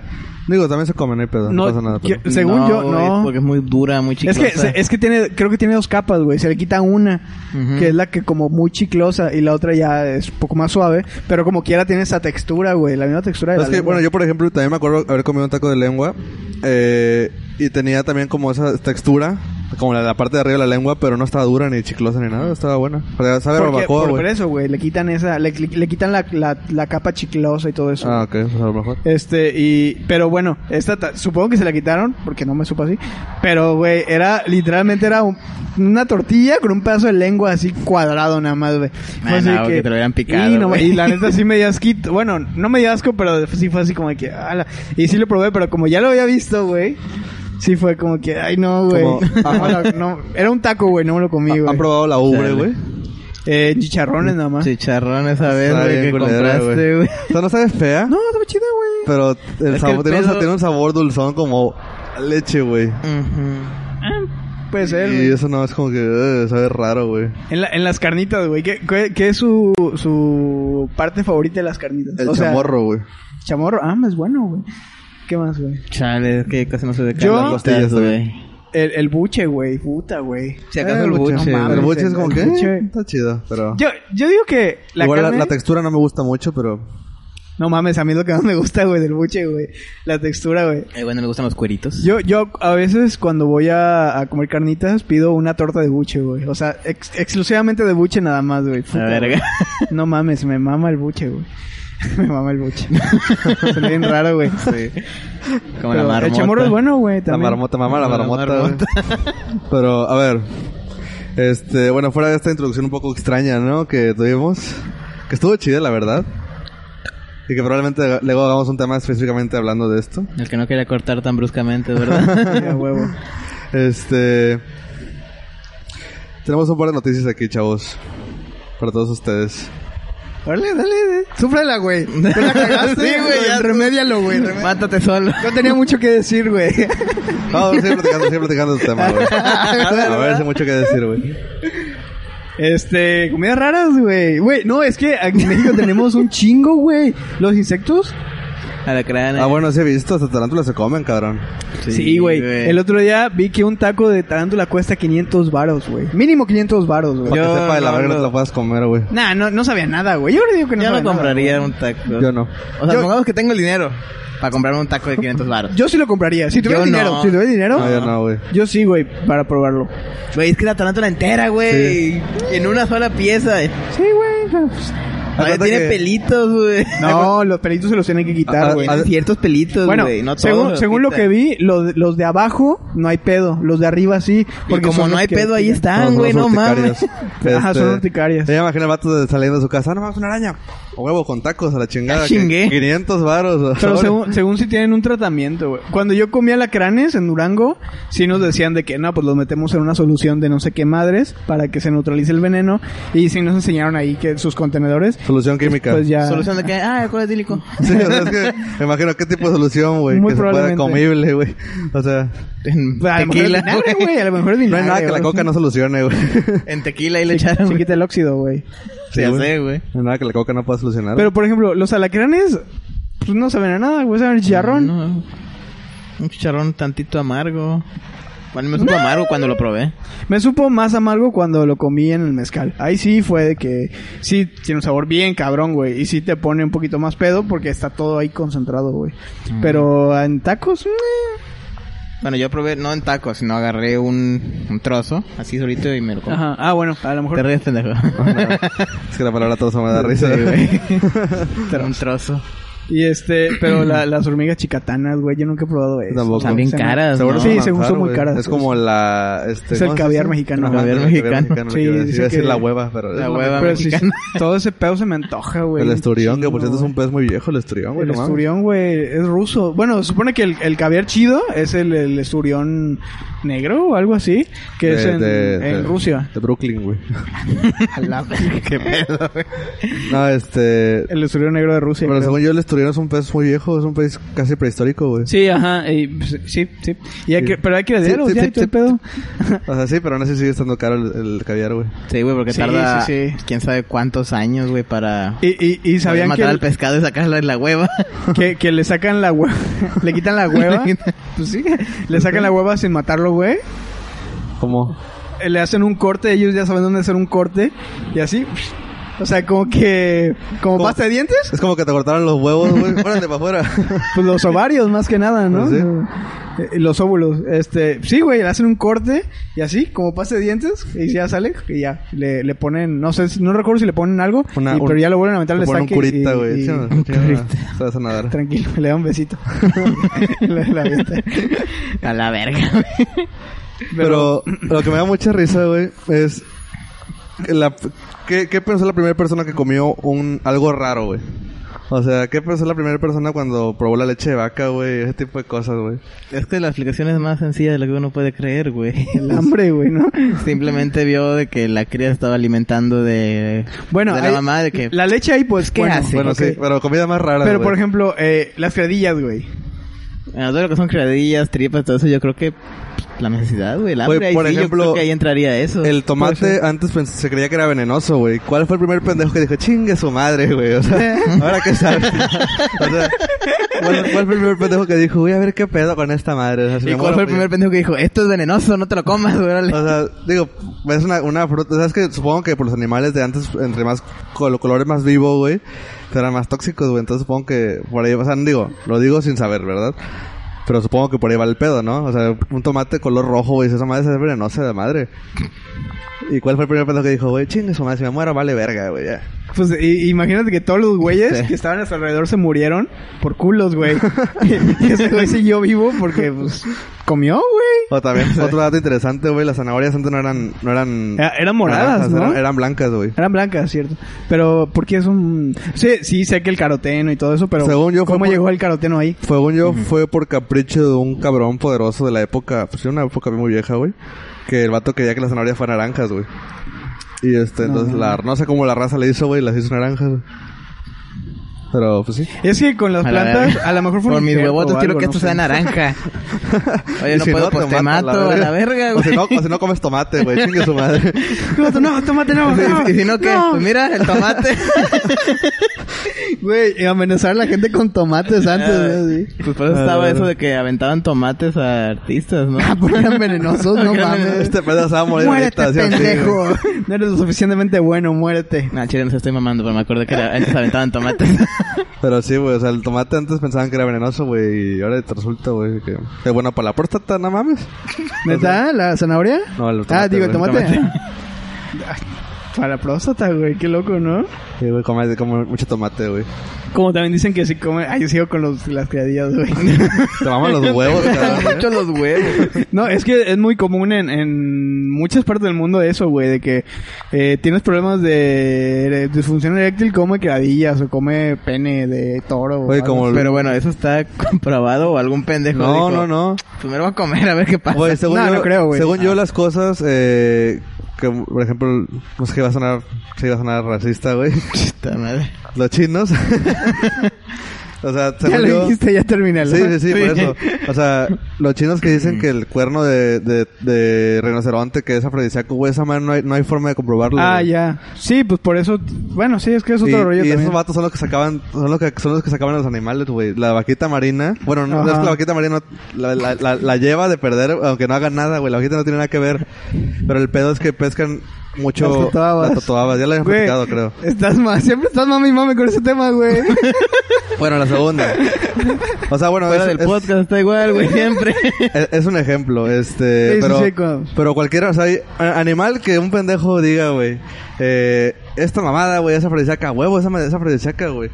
Digo, también se comen, no hay pedo. No, No, pasa nada. yo- pero- según yo, güey, no. Porque es muy dura, muy es chiclosa. que se- es que tiene, creo que tiene dos capas, güey. Se le quita una, Ujú. que es la que como muy chiclosa y la otra ya es un poco más suave, pero como quiera tiene esa textura, güey, la misma textura. De Es la que, lengua. bueno, yo por ejemplo también me acuerdo haber comido un taco de lengua eh, y tenía también como esa textura, como la, la parte de arriba de la lengua, pero no estaba dura ni chiclosa ni nada, estaba buena. O sea, sabe a Porque- barbacoa, por, por güey. eso, güey, le quitan esa, le, le quitan la, la, la capa chiclosa y todo eso. Ah, ok, pues a lo mejor. Este, y, pero bueno, esta ta- supongo que se la quitaron, porque no me supo así. Pero, güey, era, literalmente era un- una tortilla con un pedazo de lengua así cuadrado nada más, güey. Fue Ah, así no, que te lo hubieran picado, Y, no- güey. y la neta sí me dio asquito. Bueno, no me dio asco, pero sí fue así como que, ala. Y sí lo probé, pero como ya lo había visto, güey, sí fue como que, ay no, güey. Como- No, no, no, era un taco, güey, no me lo comí, ¿Ha- güey. ¿Han probado la ubre, Chale. güey? Eh, chicharrones nada más. Chicharrón esa vez, Está güey, bien que culera, compraste, güey. O sea, no sabe fea, No, estaba chida, güey. pero el el sabor, tiene, un, pedo- tiene un sabor dulzón como a leche, güey. Ujú. Puede ser, Y güey. eso no es como que eh, sabe raro, güey. En, la- en las carnitas, güey. ¿Qué, qué, qué es su, su parte favorita de las carnitas? El O sea, chamorro, güey. chamorro. Ah, es bueno, güey. ¿Qué más, güey? Chale, es que casi no se de Yo- las Costillas, costillas, güey. El, el buche, güey. Puta, güey. Si acaso Ah, el buche, no güey. mames, el boche es como el que eh, buche. está chido, pero... Yo, yo digo que la Igual la- carne... la textura no me gusta mucho, pero... No mames, a mí es lo que más me gusta, güey, del buche, güey. La textura, güey. Eh, bueno, le gustan los cueritos. Yo, yo a veces cuando voy a, a comer carnitas pido una torta de buche, güey. O sea, ex- exclusivamente de buche nada más, güey. La Puta, verga. No mames, me mama el buche, güey. Me mama el buche. Se ve bien raro, güey. Sí. Como la marmota. El chamorro es bueno, güey. La también. marmota, mamá, la La marmota. marmota. güey. Pero, a ver. Este, bueno, fuera de esta introducción un poco extraña, ¿no? Que tuvimos. Que estuvo chida, la verdad. Y que probablemente luego hagamos un tema específicamente hablando de esto. El que no quería cortar tan bruscamente, ¿verdad? Ya, huevo. Este. Tenemos un par de noticias aquí, chavos. Para todos ustedes. Órale, dale, dale. Súfrala, güey. Tú la cagaste, Sí, güey, ya. Remédialo, güey. remé- Mátate solo. Yo tenía mucho que decir, güey. Vamos a seguir platicando, seguir platicando del tema, güey. A ver si hay mucho que decir, güey. Este, comidas raras, güey. Güey, no, es que aquí en México tenemos un chingo, güey. Los insectos. A la crana. Ah, bueno, sí he visto, hasta tarántulas se comen, cabrón. Sí, güey. El otro día vi que un taco de tarántula cuesta 500 varos, güey. Mínimo 500 varos, güey. Para Yo que sepa de la no verga no lo- te la puedas comer, güey. Nah, no, no sabía nada, güey. Yo creo que no Yo sabía no nada, compraría güey. un taco. Yo no. O sea, Yo- pongamos que tengo el dinero para comprarme un taco de 500 baros. Yo sí lo compraría. Si tuviera Yo dinero. no. Si tuviera dinero. No, yo no, güey. Yo sí, güey, para probarlo. Güey, es que la tarántula entera, güey. En una sola pieza. Sí, güey. pero, pues, Todavía cuenta tiene que- pelitos, güey. No, los pelitos se los tienen que Ah, quitar, ah, güey. ah, Tiene ciertos pelitos, Bueno, güey. no según, todos, según lo quita. que vi, los, los de abajo no hay pedo, los de arriba sí. Y Porque como son no los hay que pedo, ahí tiran. están, güey. No mames. Ajá, son urticarias. Ya Este, me imagino el vato de- saliendo de su casa. Ah, no mames, una araña. O huevo con tacos a la chingada. Ya que chingué. 500 varos. Pero Ahora, según, según si tienen un tratamiento, güey. Cuando yo comía lacranes en Durango, sí nos decían de que no, pues los metemos en una solución de no sé qué madres para que se neutralice el veneno. Y sí nos enseñaron ahí que sus contenedores, Solución química. pues ya. Solución de que, ah, alcohol etílico. Sí, o sea, es que me imagino qué tipo de solución, güey. Muy Que se pueda probablemente. comible, güey. O sea, En Pues, a lo mejor es tequila, vinagre, güey. güey. A lo mejor es no hay vinagre, nada que la güey. coca no solucione, güey. En tequila ahí le Se- echaron. Se güey. quita el óxido, güey. Sí, ya sé, güey. No hay nada que la coca no pueda solucionar. Pero por ejemplo, los alacranes, pues no saben a nada, güey. Saben a chicharrón. No, un chicharrón tantito amargo. Bueno, me supo amargo cuando lo probé. Me supo más amargo cuando lo comí en el mezcal. Ahí sí fue de que sí tiene un sabor bien cabrón, güey. Y sí te pone un poquito más pedo porque está todo ahí concentrado, güey. Pero en tacos, meh. Bueno, yo probé, no en tacos, sino agarré un, un trozo, así solito, y me lo comí. Ajá. Ah, bueno, a lo Te mejor. ríes, pendejo. Es que la palabra trozo me da risa, Sí, güey. güey. un trozo. Y este, pero la- las hormigas chicatanas, güey, yo nunca he probado eso. Tampoco. Están bien Se me- caras, Seguro ¿no? es Sí, un según manjar, son muy güey. caras. pues. Es como la... Este, Es el ¿cómo se caviar dice? mexicano. Ajá, Caviar Sí, mexicano. Sí, iba a decir, dice iba a decir que- la hueva, pero... La es- hueva. Pero sí, mexicana. todo ese pedo se me antoja, güey. El Un esturión, que por chingo, cierto es un pez muy viejo, el esturión, güey. El no mames. esturión, güey, es ruso. Bueno, se supone que el, el caviar chido es el, el esturión negro o algo así, que De- es en, de- en de- Rusia. De Brooklyn, güey. Qué pedo, güey. No, este... El esturión negro de Rusia. Pero creo. según yo, el esturión es un pez muy viejo, es un pez casi prehistórico, güey. Sí, ajá, y, pues, sí, sí. Y hay Sí. que- pero hay criaderos, Sí, sí, ya, sí, y todo el sí. pedo. O sea, sí, pero aún así sigue estando caro el, el caviar, güey. Sí, güey, porque Sí, tarda sí, sí. quién sabe cuántos años, güey, para Y, y, y poder sabían que, matar al pescado y sacarle la hueva. que, que le sacan la hueva, le quitan la hueva. Le quitan- pues sí, le sacan la hueva sin matarlo, güey. ¿Cómo? Eh, Le hacen un corte, ellos ya saben dónde hacer un corte, y así. O sea, como que... Como Como- pasta de dientes. Es como que te cortaron los huevos, güey. Órale, para afuera. Pues los ovarios más que nada, ¿no? Pues sí. Eh, Los óvulos. Este, sí, güey, le hacen un corte y así, como pase de dientes, y ya sale, y ya. Le, le ponen, no sé, si- no recuerdo si le ponen algo, Una- y- pero un- ya lo vuelven a meter al Te ponen un estanque. curita, y- güey. y- Sí, no, un sí, no, curita. Se vas a nadar. Tranquilo, le da un besito. Le- le avienta. A la verga, güey. Pero lo que me da mucha risa, güey, es... La, ¿qué, ¿Qué pensó la primera persona que comió un algo raro, güey? O sea, ¿qué pensó la primera persona cuando probó la leche de vaca, güey? Ese tipo de cosas, güey. Es que la explicación es más sencilla de lo que uno puede creer, güey. El hambre, güey, ¿no? Simplemente vio de que la cría estaba alimentando de, Bueno, de la hay- mamá de que la leche ahí, pues, ¿Qué bueno, hace? Sí, bueno, ok. sí, pero comida más rara, Pero, güey. por ejemplo, eh, las criadillas, güey. bueno, todo lo que son criadillas, tripas, todo eso, yo creo que pues, la necesidad, güey, el hambre, Oye, ahí por sí, yo ejemplo, creo que ahí entraría eso. El tomate antes pens- se creía que era venenoso, güey. ¿Cuál fue el primer pendejo que dijo, chingue su madre, güey? O sea, ahora qué sabes. O sea, ¿cuál, cuál fue el primer pendejo que dijo, voy a ver qué pedo con esta madre? O sea, si ¿Y me cuál muero, fue el pues, primer pendejo que dijo, esto es venenoso, no te lo comas, güey, órale"? O sea, digo, es una, una fruta. ¿Sabes que Supongo que por los animales de antes, entre más col- colores más vivos, güey, eran más tóxicos, güey. Entonces supongo que por ahí, o sea, digo, lo digo sin saber, ¿verdad? Pero supongo que por ahí va el pedo, ¿no? O sea, un tomate color rojo, güey, esa madre es venenosa de madre. ¿Y cuál fue el primer pedo que dijo, güey, chingue su madre, si me muero, vale verga, güey, ya. Pues i- imagínate que todos los güeyes Sí. que estaban a su alrededor se murieron por culos, güey. y ese güey siguió vivo porque, pues, comió, güey. O también, otro dato interesante, güey, las zanahorias antes no eran... No eran Era- eran moradas, naranjas, ¿no? Eran, eran blancas, güey. Eran blancas, cierto. Pero, ¿por qué es un...? Sí, sí, sé que el caroteno y todo eso, pero... Según yo fue ¿Cómo por- llegó el caroteno ahí? Según yo, fue por capricho de un cabrón poderoso de la época. Pues era una época muy vieja, güey. Que el vato quería que las zanahorias fueran naranjas, güey. Y este, entonces, la, no sé cómo la raza le hizo, güey, las hizo naranjas, güey. Pero, pues sí. Es que con las A la plantas, verga. a lo mejor fue Por un mis injerto huevotes o quiero algo, que esto no sé. sea naranja. Oye, Y no si puedo, pues te mato a la verga, O si, no, güey. o si no comes tomate, güey. Chingue su madre. Piloto, No, tomate no, no. Y si no, ¿qué? Pues mira, el tomate. Güey, amenazar a la gente con tomates antes, ¿no? Sí. Pues por eso estaba eso de que aventaban tomates a artistas, ¿no? Ah, porque eran venenosos, no Porque eran mames. Este pedo se va a morir Muérete, ahorita, así, así, güey. pendejo. No eres lo suficientemente bueno, muérete. Nah, chile, no se estoy mamando, pero me acuerdo que la- antes aventaban tomates. Pero sí, güey. O sea, el tomate antes pensaban que era venenoso, güey. Y ahora te resulta, güey, que es bueno para la próstata, no mames. ¿Neta? ¿La zanahoria? No, el Ah, tomate, digo, el güey, tomate. Para la próstata, güey, qué loco, ¿no? Sí, güey, come, come mucho tomate, güey. Como también dicen que si come... Ay, yo sigo con los, las criadillas, güey. Te maman los huevos, cabrón. ¿eh? Mucho los huevos. No, es que es muy común en, en muchas partes del mundo eso, güey, de que eh, tienes problemas de, de disfunción eréctil, come criadillas o come pene de toro. o Oye, algo como- Pero bueno, ¿eso está comprobado o algún pendejo No, dijo, no, no. Primero va a comer, a ver qué pasa. Güey, según No, yo, no creo, güey. Ah. Según yo, las cosas eh, que, por ejemplo, no sé qué va a sonar, si va a sonar racista, güey. Puta madre. Los chinos. así. o sea, Ya según lo yo... dijiste, ya terminé. ¿no? Sí, sí, sí, por Sí. eso. O sea, los chinos que dicen que el cuerno de, de, de rinoceronte que es afrodisíaco, güey, esa madre no hay, no hay forma de comprobarlo. Ah, güey. ya. Sí, pues por eso... Bueno, sí, es que es Y, otro rollo y esos también. vatos son los que sacaban, son los que, son los que sacaban a los animales, güey. La vaquita marina, bueno, no, no es Ajá. que la vaquita marina no- la, la- la- la lleva de perder, aunque no haga nada, güey. La vaquita no tiene nada que ver. Pero el pedo es que pescan mucho Las totoabas. las totoabas. Ya lo habíamos Güey, platicado, creo. Estás ma- siempre estás mami mami con ese tema, güey. Bueno, la segunda. O sea, bueno, Fuera es, del es- podcast está igual, güey, siempre. es- es un ejemplo, este, Sí, sí, pero, sí, con- pero cualquiera, o sea, hay- a- animal que un pendejo diga, güey, eh, esta mamada, güey, esa afrodisíaca, huevo, esa, ma- esa afrodisíaca, güey.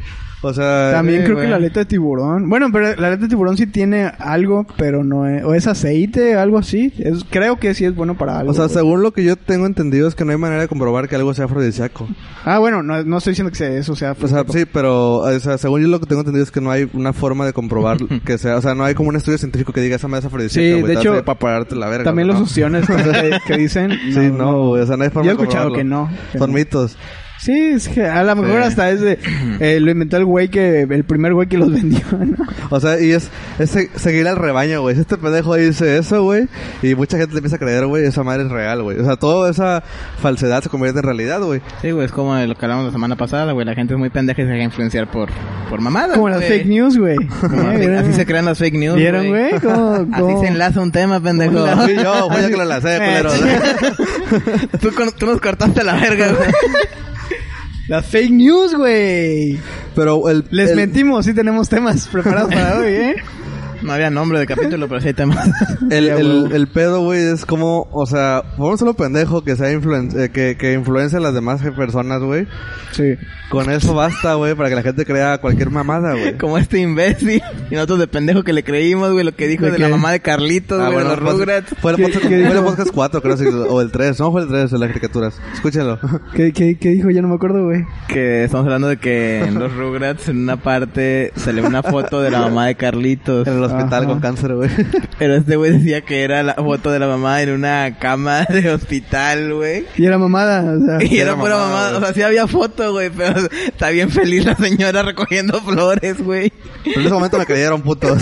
O sea, eh, También sí, creo güey. que la aleta de tiburón. Bueno, pero la aleta de tiburón sí tiene algo, pero no es... O es aceite, algo así. Es- creo que sí es bueno para algo. O sea, güey. según lo que yo tengo entendido es que no hay manera de comprobar que algo sea afrodisíaco. Ah, bueno, no, no estoy diciendo que sea eso sea... pues, O sea, sí, pero o sea, según yo lo que tengo entendido es que no hay una forma de comprobar que sea... O sea, no hay como un estudio científico que diga esa madre es afrodisíaca, Sí, güey, de te hace hecho, Para pararte la verga. También ¿no? los opciones que dicen... Sí, no, güey. O sea, no hay forma Yo he de escuchado comprobarlo. que no. que Son no. mitos. Sí, es que a lo mejor Sí. hasta es de... eh, lo inventó el güey que... El primer güey que los vendió, ¿no? O sea, y es, es se- seguir al rebaño, güey. Si este pendejo dice eso, güey, y mucha gente le empieza a creer, güey, esa madre es real, güey. O sea, toda esa falsedad se convierte en realidad, güey. Sí, güey, es como lo que hablamos la semana pasada, güey. La gente es muy pendeja y se deja influenciar por, por mamadas. Como las güey. fake news, güey. Como Eh, las fake- ¿vieron? Así se crean las fake news. ¿Vieron, güey? ¿Cómo- Así cómo? se enlaza un tema, pendejo. La fui yo, güey, ya que lo Eh, lancé, culero. tú, con- tú nos cortaste la verga, güey. Las fake news, güey. Pero el... Les el- mentimos, sí tenemos temas preparados para hoy, ¿eh? No había nombre de capítulo, pero sí hay temas. El, Ya, el, huevo. el pedo, güey, es como, o sea, por un solo pendejo que sea influen- eh, que, que influencia a las demás personas, güey. Sí. Con eso basta, güey, para que la gente crea cualquier mamada, güey. Como este imbécil. Y nosotros de pendejo que le creímos, güey, lo que dijo ¿De de, Ah, la qué? mamá de Carlitos, güey, de los pues, Rugrats. Fue el ¿Qué- podcast, qué fue el dijo? podcast 4, creo, sí, o el 3. No, fue el 3 de las caricaturas. Escúchalo. ¿Qué, qué, qué dijo? Ya no me acuerdo, güey. Que estamos hablando de que en los Rugrats, en una parte, salió una foto de la mamá de Carlitos. En el hospital Ajá. con cáncer, güey. Pero este güey decía que era la foto de la mamá en una cama de hospital, güey. Y era mamada, o sea. Y Era era pura mamada, mamá, o sea, güey. sí había foto, güey, pero está bien feliz la señora recogiendo flores, güey. Pero en ese momento me creyeron putos.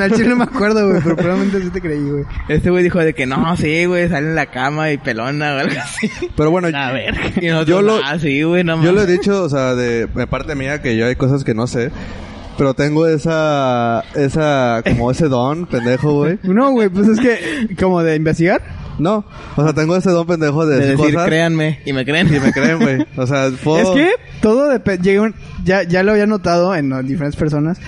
Al chile no me acuerdo, güey, pero probablemente sí te creí, güey. Este güey dijo de que no, sí, güey, sale en la cama y pelona o algo así. Pero bueno, A ver, y nosotros, Yo lo- ah, sí, güey, no Yo lo he mames. dicho, o sea, de, de parte mía que yo hay cosas que no sé. Pero tengo esa, esa, como ese don, pendejo, güey. No, güey, pues es que, como de investigar. No, o sea, tengo ese don pendejo de, De decir decir, cosas créanme, y me creen. y me creen, güey. O sea, puedo... Es que todo depende. Ya, ya lo había notado en las diferentes personas.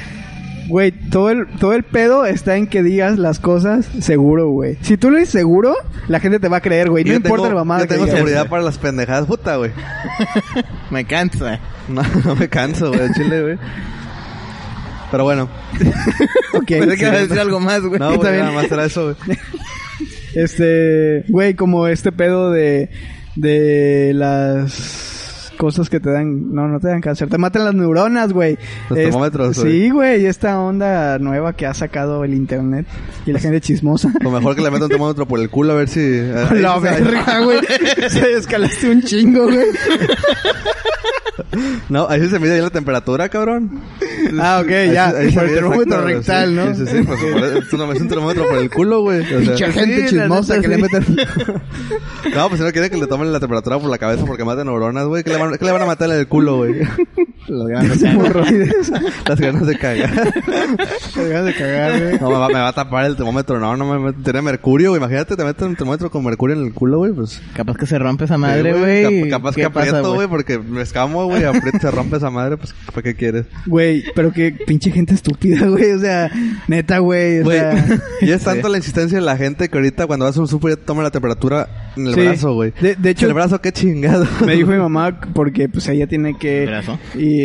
Güey, todo el, todo el pedo está en que digas las cosas seguro, güey. Si tú lo dices seguro, la gente te va a creer, güey. No Yo importa tengo- la mamada Yo que tengo digas, seguridad güey. para las pendejadas, puta, güey. Me cansa. No, no me canso, güey, al chile, güey. Pero bueno. Ok, Pensé que iba a sí. decir algo más, güey. No, güey, bien. nada más era eso, güey. Este, güey, como este pedo de, de las cosas que te dan, no, no te dan cáncer, te matan las neuronas, güey. Los Es- termómetros, Sí, güey, y esta onda nueva que ha sacado el internet y la gente chismosa. Lo mejor que le metan un termómetro por el culo a ver si... eh, La ahí se- verga, güey. Se escalaste un chingo, güey. No, ahí sí se mide bien la temperatura, cabrón. Ah, ok, Ahí ya. sí- ahí se por el mide termómetro exacto, rectal, sí, ¿no? Sí, sí, sí, pues, por eso, tú no ves un termómetro por el culo, güey. O sea, Pinche gente sí, la chismosa neta, que le sí. meten. no, pues si no quiere que le tomen la temperatura por la cabeza porque mata neuronas, güey. ¿Qué, le van- qué le van a matar en el culo, güey? Las ganas, hemorroides. las ganas de cagar. Te dejas de cagar, güey. No, me va, me va a tapar el termómetro. No, no me tiene mercurio, güey. Imagínate, te meten un termómetro con mercurio en el culo, güey. Pues Capaz que se rompe esa madre, Sí, güey. Cap- capaz ¿Qué que pasa, aprieto, güey, porque me escamo, güey. Aprieto, se rompe esa madre, pues, ¿para qué quieres? Güey, pero qué pinche gente estúpida, güey. O sea, neta, güey. este, O Güey, sea, y es tanto la insistencia de la gente que ahorita cuando vas a un súper ya te toma la temperatura en el Sí. brazo, güey. De- de hecho- el brazo, qué chingado. me dijo mi mamá porque pues ella tiene que Brazo. y